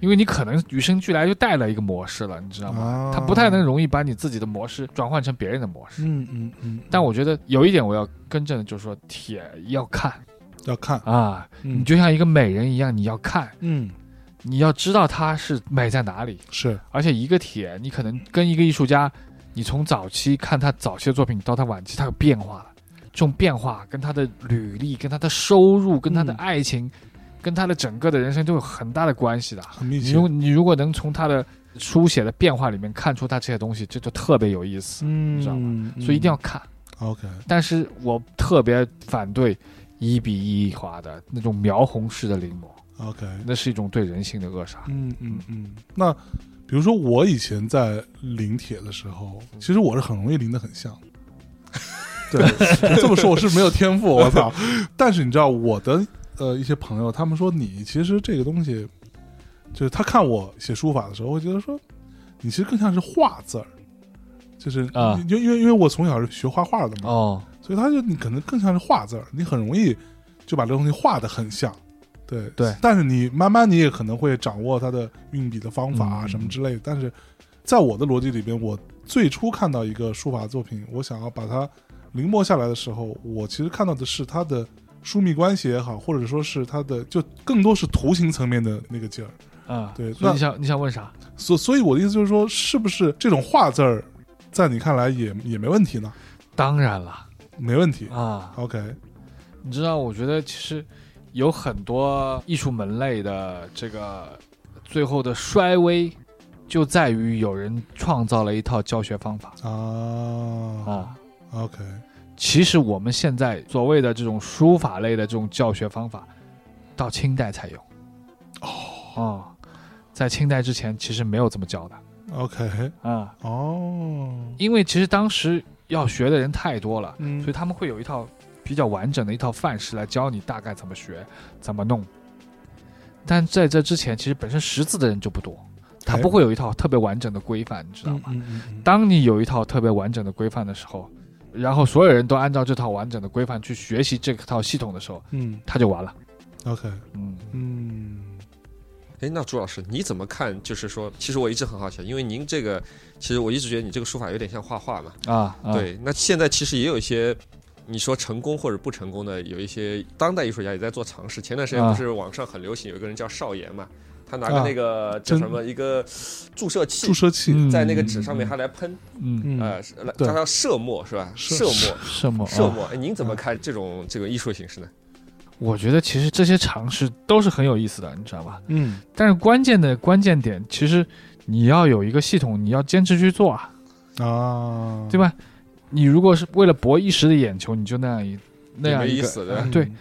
S3: 因为你可能与生俱来就带了一个模式了，你知道吗？
S1: 啊
S3: 它不太能容易把你自己的模式转换成别人的模式。
S1: 嗯嗯嗯，
S3: 但我觉得有一点我要更正的，就是说铁要看
S1: 要看，
S3: 啊，
S1: 嗯
S3: 你就像一个美人一样，你要看，
S1: 嗯
S3: 你要知道它是美在哪里。
S1: 是
S3: 而且一个铁，你可能跟一个艺术家，你从早期看他早期的作品到他晚期，他有变化了。这种变化跟他的履历、跟他的收入、跟他的
S1: 嗯
S3: 爱情、跟他的整个的人生都有很大的关系的。
S1: 很密
S3: 你
S1: 切，
S3: 如你如果能从他的书写的变化里面看出他这些东西，这就特别有意思。
S1: 嗯
S3: 知道
S1: 吗
S3: 所以一定要看。
S1: OK，
S3: 但是我特别反对一比一划的那种描红式的临摹，
S1: OK，
S3: 那是一种对人性的扼杀。
S1: 嗯嗯嗯，那比如说我以前在临帖的时候，其实我是很容易临的很像。对， 这么说我是没有天赋，我操！但是你知道我的呃一些朋友，他们说你其实这个东西，就是他看我写书法的时候，会觉得说你其实更像是画字儿，就是
S3: 啊
S1: 因为因为因为我从小是学画画的嘛，
S3: 哦，
S1: 所以他就你可能更像是画字儿，你很容易就把这东西画的很像，对
S3: 对
S1: 但是你慢慢你也可能会掌握它的运笔的方法啊
S3: 嗯
S1: 什么之类的。但是在我的逻辑里边，我最初看到一个书法作品，我想要把它临摹下来的时候，我其实看到的是它的疏密关系也好，或者说是它的就更多是图形层面的那个劲儿。
S3: 嗯，
S1: 对
S3: 所以
S1: 那
S3: 你想你想问啥？
S1: 所所以我 的意思就是说，是不是这种画字儿，在你看来也也没问题呢？
S3: 当然了
S1: 没问题。
S3: 啊，
S1: OK，
S3: 你知道，我觉得其实有很多艺术门类的这个最后的衰微，就在于有人创造了一套教学方法
S1: 啊
S3: 啊。
S1: ，OK，
S3: 其实我们现在所谓的这种书法类的这种教学方法，到清代才有。哦，在清代之前其实没有这么教的
S1: ，OK，
S3: 啊、
S1: 哦，
S3: 因为其实当时要学的人太多了，
S1: 嗯
S3: 所以他们会有一套比较完整的一套范式来教你大概怎么学、怎么弄。但在这之前，其实本身识字的人就不多，他
S1: 哎
S3: 不会有一套特别完整的规范，你知道吗？
S1: 嗯嗯嗯
S3: 当你有一套特别完整的规范的时候，然后所有人都按照这套完整的规范去学习这套系统的时候，
S1: 嗯
S3: 他就完了。
S1: 嗯，OK，
S3: 嗯，
S1: 嗯，
S2: 哎，那朱老师你怎么看？就是说，其实我一直很好奇，因为您这个，其实我一直觉得你这个书法有点像画画嘛。
S3: 啊，啊，
S2: 对，那现在其实也有一些，你说成功或者不成功的，有一些当代艺术家也在做尝试。前段时间
S3: 啊
S2: 不是网上很流行有一个人叫邵岩嘛，他拿个
S1: 啊
S2: 那个叫
S1: 真
S2: 什么一个注射器
S1: 注。射器，
S3: 嗯
S2: 在那个纸上面，他来喷，
S3: 嗯，
S1: 嗯，
S2: 呃，是来
S1: 对
S2: 他叫射墨是吧？
S1: 是
S2: 射墨，
S3: 什么？
S2: 射
S3: 啊
S2: 墨，哎您怎么看这种这个艺术形式呢？
S3: 我觉得其实这些尝试都是很有意思的，你知道吧？
S1: 嗯，
S3: 但是关键的关键点，其实你要有一个系统，你要坚持去做啊，
S1: 啊，
S2: 嗯
S3: 对吧？你如果是为了博一时的眼球，你就那样一那
S2: 也
S3: 样
S2: 没
S3: 一
S2: 意
S3: 个，
S2: 思的
S1: 嗯？，
S3: 对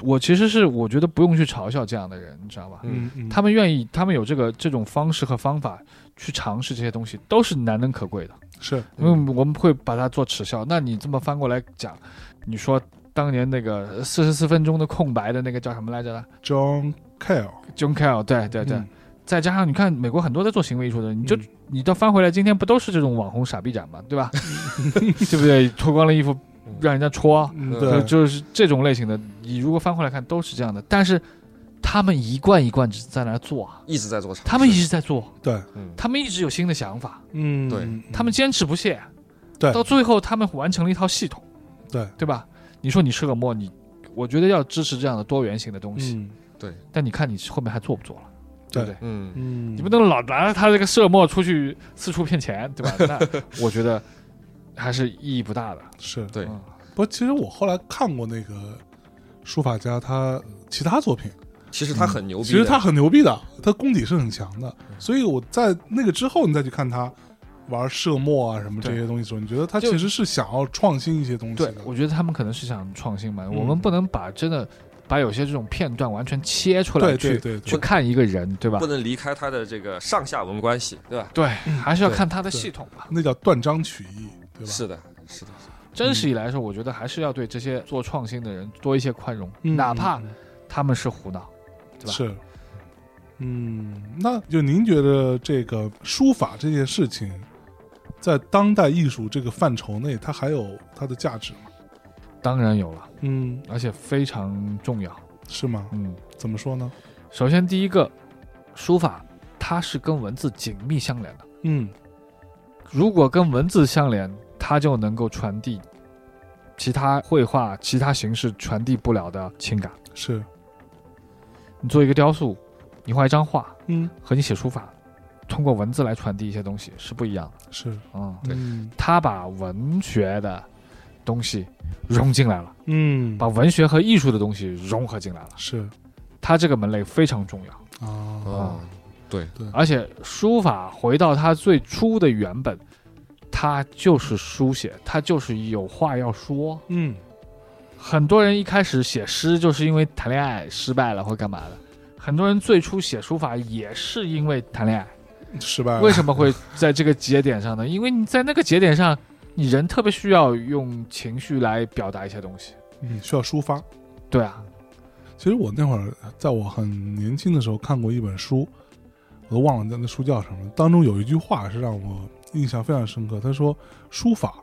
S3: 我其实是我觉得不用去嘲笑这样的人，你知道吧？
S1: 嗯，嗯，
S3: 他们愿意，他们有这个这种方式和方法去尝试这些东西，都是难能可贵的。
S1: 是，
S3: 因为我们会把它做耻笑。那你这么翻过来讲，你说当年那个四十四分钟的空白的那个叫什么来着呢
S1: John Cale，
S3: ？John Cale，对对对。再加上你看，美国很多在做行为艺术的人，你就、
S1: 嗯
S3: 你到翻回来，今天不都是这种网红傻逼展嘛， 对吧？对不对？脱光了衣服让人家戳，
S1: 嗯，
S2: 呃
S3: 就
S1: 对，
S3: 就是这种类型的。你如果翻回来看，都是这样的。但是他们一贯一贯只是在那儿做啊，
S2: 一直在做尝试。
S3: 他们一直在做，
S1: 对，
S2: 嗯
S3: 他们一直有新的想法，
S1: 嗯，
S2: 对
S1: 嗯
S3: 他们坚持不懈，
S1: 对
S3: 到最后他们完成了一套系统，
S1: 对
S3: 对吧？你说你是个魔，你我觉得要支持这样的多元性的东西，
S1: 嗯，
S3: 但你看你后面还做不做了，对不对？
S2: 嗯，
S1: 嗯，
S3: 你不能老拿着他这个社墨出去四处骗钱，对吧？那我觉得还是意义不大的。
S1: 是
S2: 对
S3: 嗯
S1: 不，其实我后来看过那个书法家他其他作品，
S2: 其实他很牛逼的，
S1: 嗯其实他很牛逼的，他功底是很强的，
S3: 嗯
S1: 所以我在那个之后，你再去看他玩射墨啊什么这些东西的时候，你觉得他
S3: 就
S1: 其实是想要创新一些东西
S3: 对
S1: 的，，
S3: 我觉得他们可能是想创新嘛，
S1: 嗯
S3: 我们不能把真的把有些这种片段完全切出来
S1: 对对
S3: 去
S1: 对
S3: 去
S1: 对，
S3: 看一个人，对吧
S2: 不？能离开他的这个上下文关系，对吧？
S3: 对，还是要
S2: 对
S3: 看他的
S1: 嗯对
S3: 系统吧。
S1: 那叫断章取义，对吧？
S2: 是的，是的，
S3: 真实以来说，我觉得还是要对这些做创新的人多一些宽容，
S1: 嗯，
S3: 哪怕
S1: 嗯
S3: 他们是胡闹，对吧？
S1: 是，嗯，那就您觉得这个书法这件事情，在当代艺术这个范畴内，它还有它的价值吗？
S3: 当然有了，
S1: 嗯，
S3: 而且非常重要。
S1: 是吗？
S3: 嗯，
S1: 怎么说呢？
S3: 首先第一个，书法它是跟文字紧密相连的，
S1: 嗯，
S3: 如果跟文字相连，它就能够传递其他绘画、其他形式传递不了的情感。
S1: 是，
S3: 你做一个雕塑，你画一张画，
S1: 嗯，
S3: 和你写书法，通过文字来传递一些东西是不一样的。
S1: 是，
S3: 嗯，
S2: 对
S1: 嗯
S3: 他把文学的东西融进来了。
S1: 嗯，
S3: 把文学和艺术的东西融合进来了。
S1: 是
S3: 它这个门类非常重要，
S1: 啊，
S2: 哦，
S3: 而且书法回到它最初的原本，它就是书写，它就是有话要说。
S1: 嗯，
S3: 很多人一开始写诗就是因为谈恋爱失败了或干嘛的，很多人最初写书法也是因为谈恋爱。
S1: 失败了，
S3: 为什么会在这个节点上呢？因为你在那个节点上，你人特别需要用情绪来表达一些东西。
S1: 嗯，需要抒发。
S3: 对啊，
S1: 其实我那会儿，在我很年轻的时候看过一本书，我都忘了那书叫什么。当中有一句话是让我印象非常深刻，他说：“书法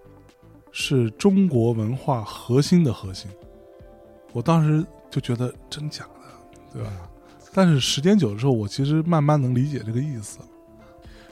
S1: 是中国文化核心的核心。”我当时就觉得真假的，对吧？但是时间久了之后，我其实慢慢能理解这个意思。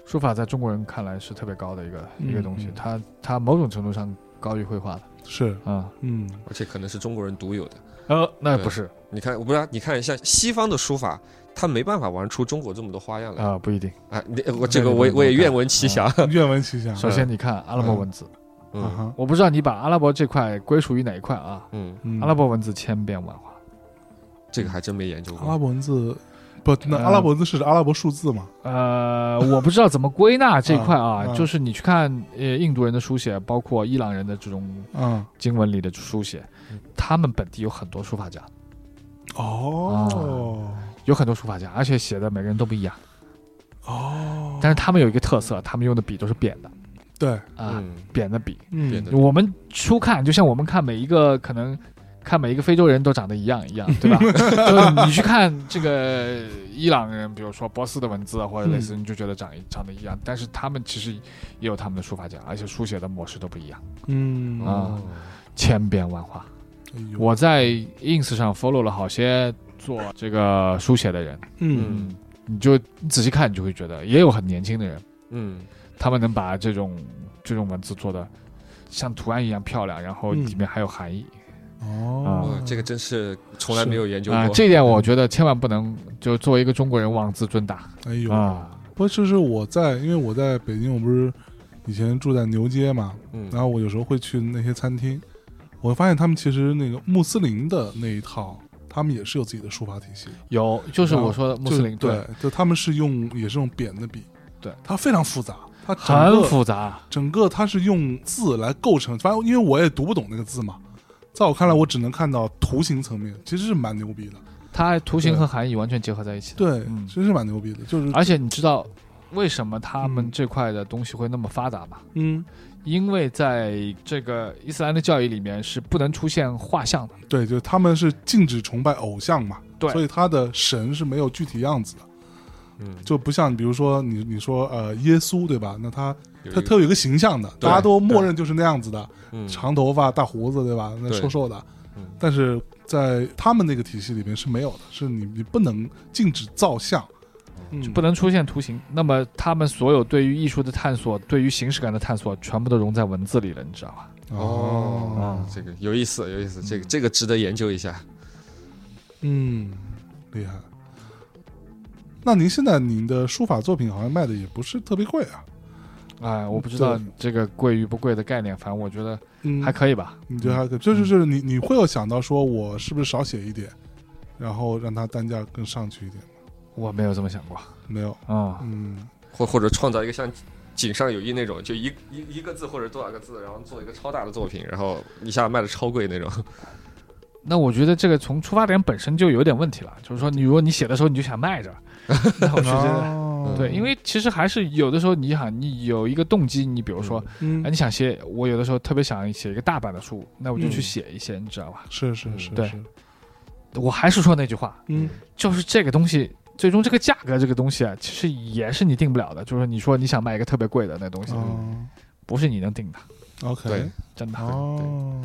S3: 书法在中国人看来是特别高的一个、
S1: 嗯
S3: 一个东西
S1: 嗯，
S3: 它它某种程度上高于绘画的
S1: 是，
S3: 啊、
S1: 嗯，
S2: 而且可能是中国人独有的。
S3: 呃，那
S2: 对
S3: 不是
S2: 你看，我不知道，你看一下西方的书法，他没办法玩出中国这么多花样来。
S3: 啊、不一定。
S2: 哎，你我这个
S3: 那你
S2: 我也
S3: 不能
S2: 我也
S3: 看
S2: 愿闻其详。
S1: 愿闻其详。
S3: 首先，你看阿拉伯文字，
S1: 啊
S2: 嗯
S1: 哈，
S3: 我不知道你把阿拉伯这块归属于哪一块啊？
S2: 嗯，
S1: 嗯
S3: 阿拉伯文字千变万化，
S2: 这个还真没研究
S1: 阿拉
S2: 过。
S1: 伯文嗯字，不，那
S3: 呃
S1: 阿拉伯文字是阿拉伯数字嘛？
S3: 呃，我不知道怎么归纳这一块 啊，
S2: 嗯
S1: 啊啊
S3: 就是你去看呃印度人的书写，包括伊朗人的这种
S1: 嗯，
S3: 经文里的书写，
S2: 嗯
S3: 他们本地有很多书法家，
S1: 哦
S3: 有很多书法家，而且写的每个人都不一样。但是他们有一个特色，他们用的笔都是扁的
S1: 对，
S3: 啊，
S2: 嗯
S3: 扁的笔。
S2: 变
S1: 嗯
S2: 得，
S3: 我们初看，就像我们看每一个可能。看每一个非洲人都长得一样一样，对吧？就是你去看这个伊朗人，比如说波斯的文字啊或者类似，
S1: 嗯
S3: 你就觉得长一长得一样，但是他们其实也有他们的书法家，而且书写的模式都不一样，
S1: 嗯
S3: 啊千变万化。
S1: 哎呦
S3: 我在 ins 上 follow 了好些做这个书写的人，
S1: 嗯
S2: 嗯，
S3: 你就你仔细看，你就会觉得也有很年轻的人，
S2: 嗯
S3: 他们能把这种这种文字做的像图案一样漂亮，然后
S1: 嗯
S3: 里面还有含义
S1: 哦
S2: 哇，，嗯这个真是从来没有研究
S3: 啊、
S2: 过。
S3: 这一点
S1: 嗯
S3: 我觉得千万不能就作为一个中国人妄自尊大
S1: 哎呦，
S3: 啊。
S1: 不过就是我在，因为我在北京，我不是以前住在牛街嘛，
S2: 嗯
S1: 然后我有时候会去那些餐厅，我发现他们其实那个穆斯林的那一套，他们也是有自己的书法体系，
S3: 有，就是我说的穆斯林，
S1: 就，对，就他们是用也是用扁的笔，
S3: 对，
S1: 它非常复杂，它整
S3: 很
S1: 个
S3: 复杂，
S1: 整个它是用字来构成，反正因为我也读不懂那个字嘛，在我看来，我只能看到图形层面，其实是蛮牛逼的，
S3: 它图形
S1: 对
S3: 和含义完全结合在一起的。
S1: 对，
S3: 嗯
S1: 其实是蛮牛逼的，就是
S3: 而且你知道为什么他们
S1: 嗯
S3: 这块的东西会那么发达吗？
S1: 嗯，
S3: 因为在这个伊斯兰的教义里面是不能出现画像的，
S1: 对，就他们是禁止崇拜偶像嘛，
S3: 对
S1: 所以他的神是没有具体样子的，
S2: 嗯，
S1: 就不像比如说你你说呃耶稣对吧？那他
S2: 有一
S1: 他
S2: 个
S1: 他有一个形象的，
S2: 对
S1: 大家都默认就是那样子的，
S2: 嗯
S1: 长头发、大胡子对吧？那
S2: 对
S1: 瘦瘦的
S2: 嗯，
S1: 但是在他们那个体系里面是没有的，是你你不能禁止造像，嗯就
S3: 不能出现图形。那么他们所有对于艺术的探索，对于形式感的探索，全部都融在文字里了，你知道吧？
S1: 哦，
S2: 哦，这个有意思，有意思，这个这个值得研究一下。
S1: 嗯，厉害。那您现在您的书法作品好像卖的也不是特别贵啊，
S3: 哎，我不知道
S1: 对
S3: 这个贵与不贵的概念，反正我觉得
S1: 嗯，
S3: 还可以嗯吧。
S1: 你觉得还可以？就是就是你你会有想到说我是不是少写一点，然后让它单价更上去一点？
S3: 我没有这么想过
S1: 没有，
S3: 啊、
S1: 嗯，
S2: 或或者创造一个像井上有一那种，就一一一个字或者多少个字，然后做一个超大的作品，然后一下卖的超贵那种。
S3: 那我觉得这个从出发点本身就有点问题了，就是说，你如果你写的时候你就想 卖着，那我觉得
S1: 哦
S3: 对，因为其实还是有的时候你想，你有一个动机，你比如 说，
S1: 嗯
S3: 哎，你想写，我有的时候特别想写一个大版的书，那我就去
S1: 嗯
S3: 写一些，你知道吧？
S1: 是是是，
S3: 对
S1: 是，
S3: 我还是说那句话，
S1: 嗯
S3: 就是这个东西，最终这个价格这个东西啊，其实也是你定不了的。就是你说你想卖一个特别贵的那东西，
S1: 哦
S3: 不是你能定的，
S1: ，OK，
S2: 对，
S3: 真的。
S1: 哦，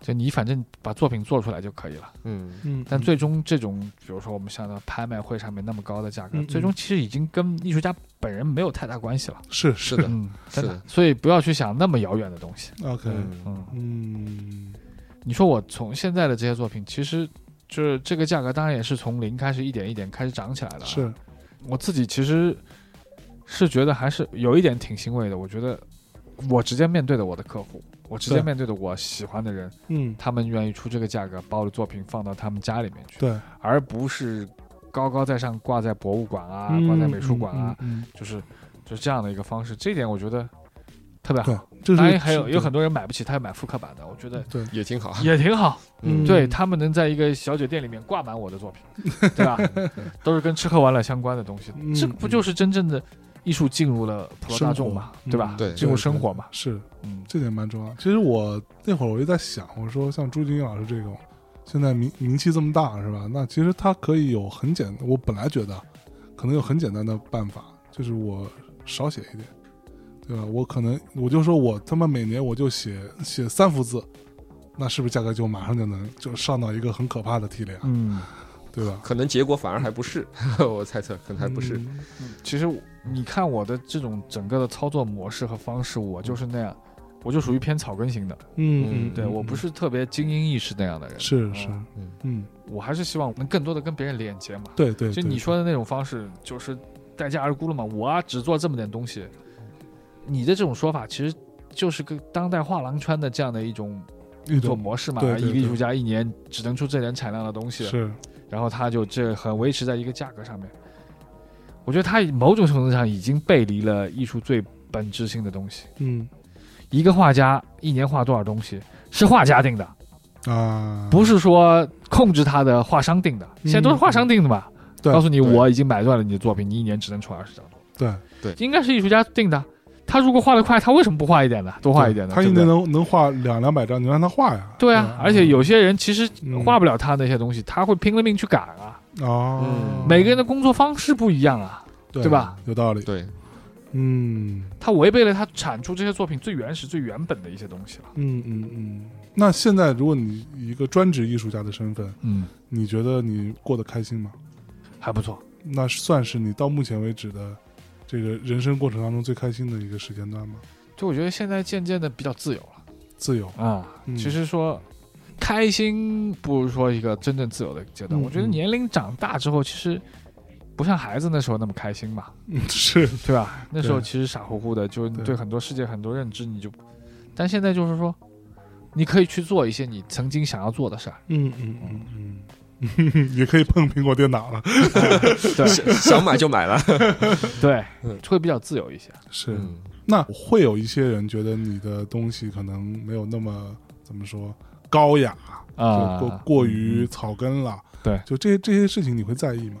S3: 就你反正把作品做出来就可以了。
S2: 嗯，
S1: 嗯，
S3: 但最终这种，比如说我们像到拍卖会上面那么高的价格，
S1: 嗯嗯
S3: 最终其实已经跟艺术家本人没有太大关系了。
S1: 是
S2: 是
S1: 是
S2: 的，
S3: 嗯，真
S2: 是
S3: 的
S2: 的。
S3: 所以不要去想那么遥远的东西。
S1: ，OK，
S2: 嗯，
S3: 嗯，
S1: 嗯
S3: 你说我从现在的这些作品，其实就是这个价格，当然也是从零开始一点一点开始涨起来的啊。
S1: 是，
S3: 我自己其实是觉得还是有一点挺欣慰的。我觉得我直接面对的我的客户，我直接
S1: 对
S3: 面对的我喜欢的人，
S1: 嗯，
S3: 他们愿意出这个价格把我的作品放到他们家里面去，
S1: 对，
S3: 而不是高高在上挂在博物馆啊，挂在美术馆啊，
S1: 嗯，嗯
S3: 就是就是这样的一个方式。这一点我觉得特别
S1: 嗯对
S3: 好。，
S1: 这
S3: 啊当
S1: 是
S3: 然还有
S1: 是
S3: 有很多人买不起，他要买复刻版的，我觉得。
S1: 对，
S2: 也挺好。
S3: 也挺好，
S1: 嗯
S3: 对他们能在一个小酒店里面挂满我的作品，对吧？都是跟吃喝玩乐相关的东西，
S1: 嗯
S3: 这不就是真正的艺术进入了普罗大众嘛，
S1: 生活
S3: 对吧
S1: 嗯？
S2: 对
S3: 进入生活嘛，
S1: 是
S3: 嗯，
S1: 这点蛮重要。其实我那会儿我就在想，我说像朱军老师这种，现在名名气这么大是吧？那其实他可以有很简，我本来觉得可能有很简单的办法，就是我少写一点，对吧？我可能我就说我他妈每年我就写写三幅字，那是不是价格就马上就能就上到一个很可怕的体量，
S3: 嗯，
S1: 对吧？
S2: 可能结果反而还不是，我猜测 可能还不是。
S1: 嗯
S3: 其实你看我的这种整个的操作模式和方式，我就是那样，我就属于偏草根型的，
S1: 嗯，嗯
S3: 对我不是特别精英意识那样的人，
S1: 是是
S3: 嗯
S2: 嗯
S1: 嗯，
S3: 我还是希望能更多的跟别人连接嘛。
S1: 对对，
S3: 就
S1: 对
S3: 你说的那种方式，就是待价而沽了嘛。我啊只做这么点东西，你的这种说法其实就是个当代画廊圈的这样的一种
S1: 一
S3: 做
S1: 种
S3: 模式嘛。啊
S1: 对对
S3: 一个艺术家一年只能出这点产量的东西，
S1: 是
S3: 然后他就这很维持在一个价格上面。我觉得他某种程度上已经背离了艺术最本质性的东西。
S1: 嗯
S3: 一个画家一年画多少东西是画家定的，
S1: 啊，
S3: 不是说控制他的画商定的。现在都是画商定的嘛。
S1: 嗯对
S3: 告诉你，
S2: 对
S3: 我已经买断了你的作品，你一年只能出二十张。
S1: 对，
S3: 应该是艺术家定的。他如果画得快，他为什么不画一点呢？多画一点呢？
S1: 他
S3: 对
S1: 应
S3: 不
S1: 该
S3: 对
S1: 能能画两两百张，你让他画呀。
S3: 对啊，而且有些人其实
S1: 嗯
S3: 画不了他那些东西，他会拼了命去赶啊。
S1: 哦
S2: 嗯，
S3: 每个人的工作方式不一样啊，
S1: 对
S3: 对吧？
S1: 有道理。
S2: 对，
S1: 嗯
S3: 他违背了他产出这些作品最原始、最原本的一些东西了。
S1: 嗯嗯嗯。那现在如果你以一个专职艺术家的身份，
S3: 嗯，
S1: 你觉得你过得开心吗？
S3: 还不错，
S1: 那算是你到目前为止的这个人生过程当中最开心的一个时间段吗？
S3: 就我觉得现在渐渐的比较自由了
S1: 自由。
S3: 啊。
S1: 嗯
S3: 其实说开心不如说一个真正自由的阶
S1: 嗯
S3: 段。我觉得
S1: 嗯
S3: 年龄长大之后，其实不像孩子那时候那么开心嘛。
S1: 嗯，是，
S3: 对吧？那时候
S1: 对
S3: 其实傻乎乎的，就你
S1: 对
S3: 对很多世界很多认知你就，但现在就是说，你可以去做一些你曾经想要做 的事儿。
S1: 嗯嗯嗯嗯， 也可以碰苹果电脑了。
S3: 对
S2: 想想买就买了。
S3: 对
S2: 嗯，
S3: 会比较自由一些。
S1: 是，
S2: 嗯，
S1: 那会有一些人觉得你的东西可能没有那么怎么说高雅，
S3: 啊嗯
S1: 就过过于草根了。
S3: 对
S1: 就这些这些事情你会在意吗？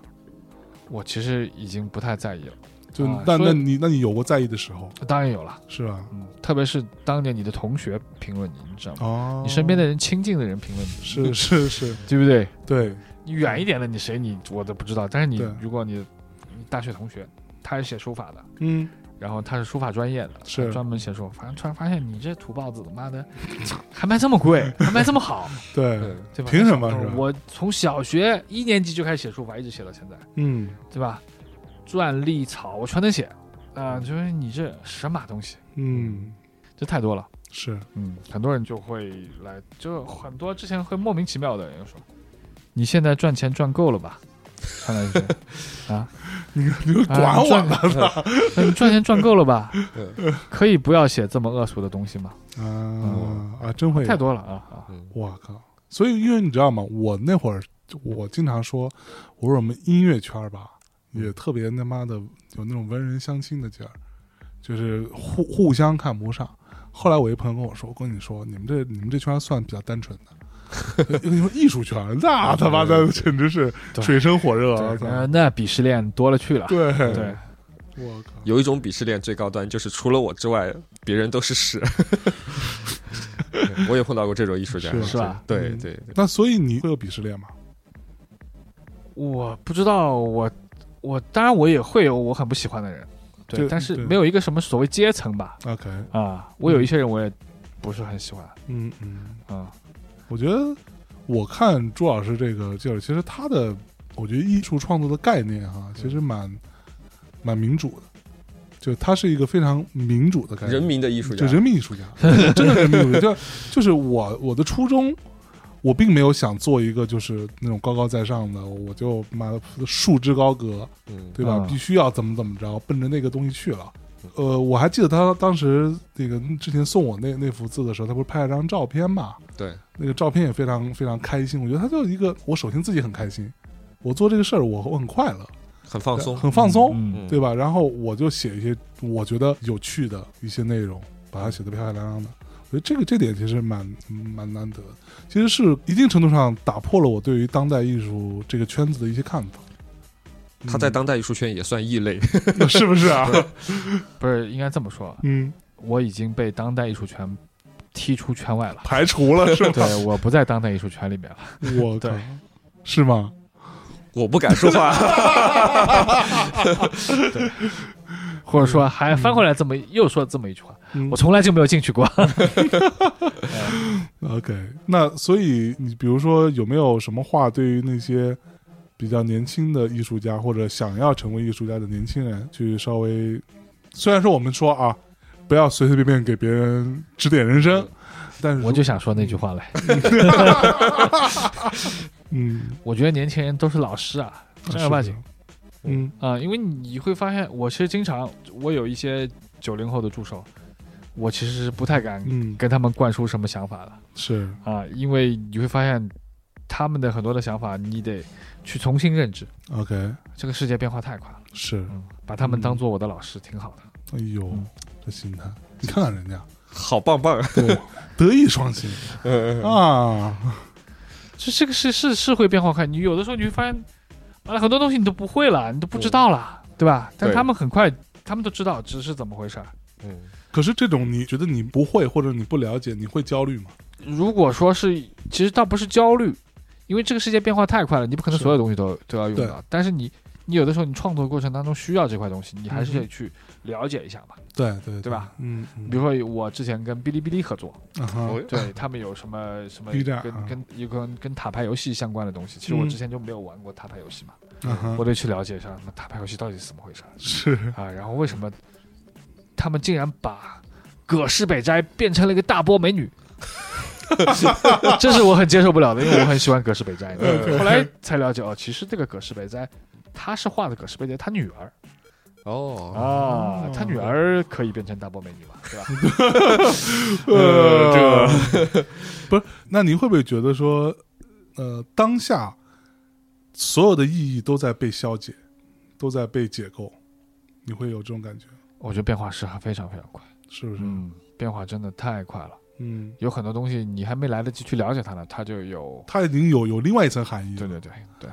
S3: 我其实已经不太在意了，
S1: 就
S3: 啊
S1: 那
S3: 所以
S1: 那你那你有过在意的时候
S3: 当然有了，
S1: 是吧？
S3: 嗯，特别是当年你的同学评论你，你知道吗？
S1: 哦，
S3: 你身边的人、亲近的人评论
S1: 是
S3: 你，
S1: 是是，
S3: 对不对？
S1: 对，
S3: 你远一点的你谁你我都不知道，但是你
S1: 对
S3: 如果你你大学同学，他是写书法的，
S1: 嗯，
S3: 然后他是书法专业的，
S1: 是
S3: 专门写书。反正突然发现你这土包子，妈的， 还卖这么贵， 还卖这么好，
S1: 对，
S2: 对，
S3: 对吧？
S1: 凭什么
S3: 那小时候
S1: 是吧
S3: 我从小学一年级就开始写书法，一直写到现在，
S1: 嗯
S3: 对吧？篆隶草我全能写，啊、就是你这神马东西，
S1: 嗯
S3: 这太多了。
S1: 是，
S3: 嗯，很多人就会来，就很多之前会莫名其妙的人说，你现在赚钱赚够了吧？看来是，
S1: 你你 就管
S3: 啊
S1: 我
S3: 赚
S1: 了 吧？
S3: 那你赚钱赚够 了吧
S2: 嗯？
S3: 可以不要写这么恶俗的东西吗？
S1: 啊啊，真会有
S3: 太多了啊啊！
S2: 嗯
S1: 我靠！所以因为你知道吗？我那会儿我经常说，我说我们音乐圈儿吧，
S3: 嗯
S1: 也特别他妈的有那种文人相亲的劲儿，就是互互相看不上。后来我一朋友跟我说：“我跟你说，你们这你们这圈儿算比较单纯 的，你说艺术圈儿那他妈的简直是
S3: 对
S1: 水深火热啊
S3: 对，呃，那鄙视链多了去了。
S1: 对
S3: 对，
S1: 我靠！
S2: 有一种鄙视链最高端，就是除了我之外，别人都是 屎。我也碰到过这种艺术家，
S1: 是
S3: 是吧
S2: 对
S1: 嗯
S2: 对对，
S1: 那所以你会有鄙视链吗？
S3: 我不知道，我我当然我也会有我很不喜欢的人，对，
S1: 对
S3: 但是
S1: 对嗯
S3: 没有一个什么所谓阶层吧。
S1: ？OK，
S3: 啊，我有一些人我也不是很喜欢
S1: 嗯嗯，
S3: 啊。
S1: 我觉得我看朱老师这个劲儿，其实他的我觉得艺术创作的概念哈，其实蛮蛮民主的，就他是一个非常民主的概念，
S2: 人民的艺术家
S1: 就，人民艺 术家，真的人民艺术家，就就是我我的初衷。我并没有想做一个就是那种高高在上的，我就妈的束之高阁，
S2: 嗯，
S1: 对吧？
S3: 嗯
S1: 必须要怎么怎么着，奔着那个东西去了。呃，我还记得他当时那个之前送我那那幅字的时候，他不是拍了张照片嘛？
S2: 对，
S1: 那个照片也非常非常开心。我觉得他就是一个，我首先自己很开心，我做这个事儿我我很快乐，
S2: 很放松，
S1: 很放松，
S3: 嗯，
S2: 嗯
S1: 对吧？然后我就写一些我觉得有趣的一些内容，把它写得漂漂亮亮的。我觉得这个这点其实蛮蛮难得的，其实是一定程度上打破了我对于当代艺术这个圈子的一些看法。
S2: 他在当代艺术圈也算异类，
S1: 嗯 是不是啊？
S3: 不是应该这么说，
S1: 嗯，。
S3: 我已经被当代艺术圈踢出圈外了
S1: 排除了是吧？
S3: 对，我不在当代艺术圈里面了。
S1: 我靠
S3: 对，
S1: 是吗？
S2: 我不敢说话。
S3: 或者说还翻回来这么又说这么一句话，
S1: 嗯
S3: 我从来就没有进去过。
S1: OK，那所以你比如说有没有什么话对于那些比较年轻的艺术家或者想要成为艺术家的年轻人去稍微，虽然说我们说啊，不要随随便便给别人指点人生，但是
S3: 我就想说那句话来，
S1: 嗯，
S3: 我觉得年轻人都是老师啊，正儿八经。
S1: 嗯
S3: 啊、因为你会发现，我其实经常，我有一些九零后的助手，我其实是不太敢
S1: 嗯
S3: 跟他们灌输什么想法的
S1: 是
S3: 啊、因为你会发现他们的很多的想法，你得去重新认知。
S1: OK
S3: 这个世界变化太快了，
S1: 是，
S3: 嗯，把他们当做我的老师挺好的。
S1: 哎呦
S3: 嗯，
S1: 这心态，你看看人家，
S2: 好棒棒，
S1: 对，德艺双馨
S2: 嗯
S1: 啊，
S3: 这这个是是是会变化快，你
S1: 嗯
S3: 有的时候你会发现，完了很多东西你都不会了，你都不知道了，对吧？但
S2: 对
S3: 他们很快他们都知道值是怎么回事儿。
S2: 嗯，
S1: 可是这种你觉得你不会或者你不了解，你会焦虑吗？
S3: 如果说是，其实倒不是焦虑，因为这个世界变化太快了，你不可能
S1: 是
S3: 所有东西都都要用
S1: 对
S3: 到。但是你，你有的时候你创作过程当中需要这块东西，你还是
S1: 嗯哼
S3: 得去了解一下嘛。
S1: 对对
S3: 对吧？
S1: 嗯，嗯
S3: 比如说我之前跟哔哩哔哩合作，
S1: 啊哈
S2: 我
S3: 对他们有什么什么
S1: B 站啊
S3: 跟跟有跟跟塔牌游戏相关的东西，其实
S1: 嗯
S3: 我之前就没有玩过塔牌游戏嘛，
S1: 啊哈
S3: 我得去了解一下，那塔牌游戏到底是怎么回事
S1: 是
S3: 啊？然后为什么他们竟然把葛饰北斋变成了一个大波美女？这是我很接受不了的，因为我很喜欢葛饰北斋。
S1: 嗯 OK
S3: 后来才了解哦，其实这个葛饰北斋，他是画的葛饰北斋他女儿
S2: 哦，
S3: 啊
S1: 哦，
S3: 他女儿可以变成大波美女嘛，对吧？
S1: 呃，这不是？那你会不会觉得说，呃，当下所有的意义都在被消解，都在被解构？你会有这种感觉，
S3: 我觉得变化是非常非常快，
S1: 是不是？
S3: 嗯，变化真的太快了。
S1: 嗯，
S3: 有很多东西你还没来得及去了解它呢，它就有。
S1: 它已经有有另外一层含义了。
S3: 对对对对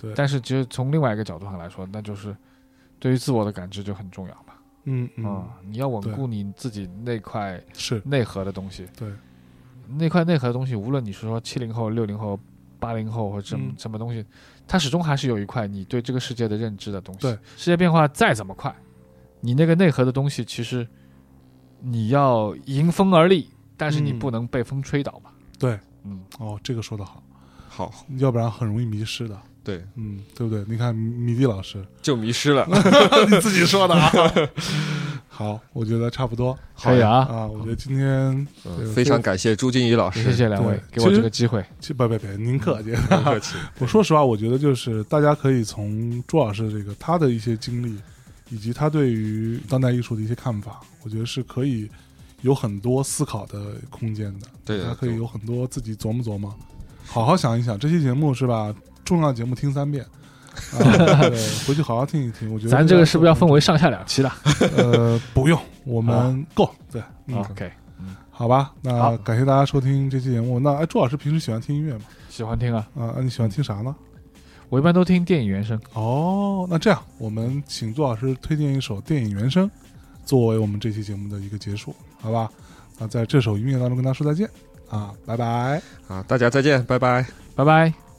S1: 对
S3: 但是其实从另外一个角度上来说，那就是对于自我的感知就很重要嘛。
S1: 嗯嗯，
S3: 啊、你要稳固你自己那块
S1: 是
S3: 内核的东西，
S1: 对，
S3: 那块内核的东西，无论你是说七零后、六零后、八零后或者什么、
S1: 嗯
S3: 什么东西，它始终还是有一块你对这个世界的认知的东西。
S1: 对，
S3: 世界变化再怎么快，你那个内核的东西，其实你要迎风而立，但是你
S1: 嗯
S3: 不能被风吹倒嘛。
S1: 对，
S3: 嗯，
S1: 哦，这个说的好，
S2: 好，
S1: 要不然很容易迷失的。
S2: 对，
S1: 嗯，对不对？你看米蒂老师，
S2: 就迷失了。
S1: 你自己说的啊。好，我觉得差不多
S3: 可以啊，
S1: 啊。我觉得今天
S2: 嗯 非常感谢朱静怡老
S3: 谢
S2: 师，
S3: 谢两位
S1: 对
S3: 给我
S1: 其实
S3: 这个机会。
S1: 其不不不，您
S3: 嗯
S1: 客气。
S2: 不客气。
S1: 我说实话，我觉得就是大家可以从朱老师这个他的一些经历，以及他对于当代艺术的一些看法，我觉得是可以有很多思考的空间的。
S2: 对的
S1: 大家可以有很多自己琢磨琢磨，好好想一想这期节目是吧？重要节目听三遍。啊， 对回去好好听一听，我觉得
S3: 咱这个是不是要分为上下两期了
S1: 呃，不用，我们够对，嗯，
S3: 啊？OK，
S1: 好吧，
S3: 好
S1: 那感谢大家收听这期节目。那哎，朱老师平时喜欢听音乐吗？
S3: 喜欢听啊，
S1: 啊，那你喜欢听啥呢？
S3: 我一般都听电影原声。
S1: 哦，那这样，我们请朱老师推荐一首电影原声，作为我们这期节目的一个结束，好吧？那在这首音乐当中跟大家说再见啊，拜拜。
S2: 啊，大家再见，拜拜。
S3: 拜拜。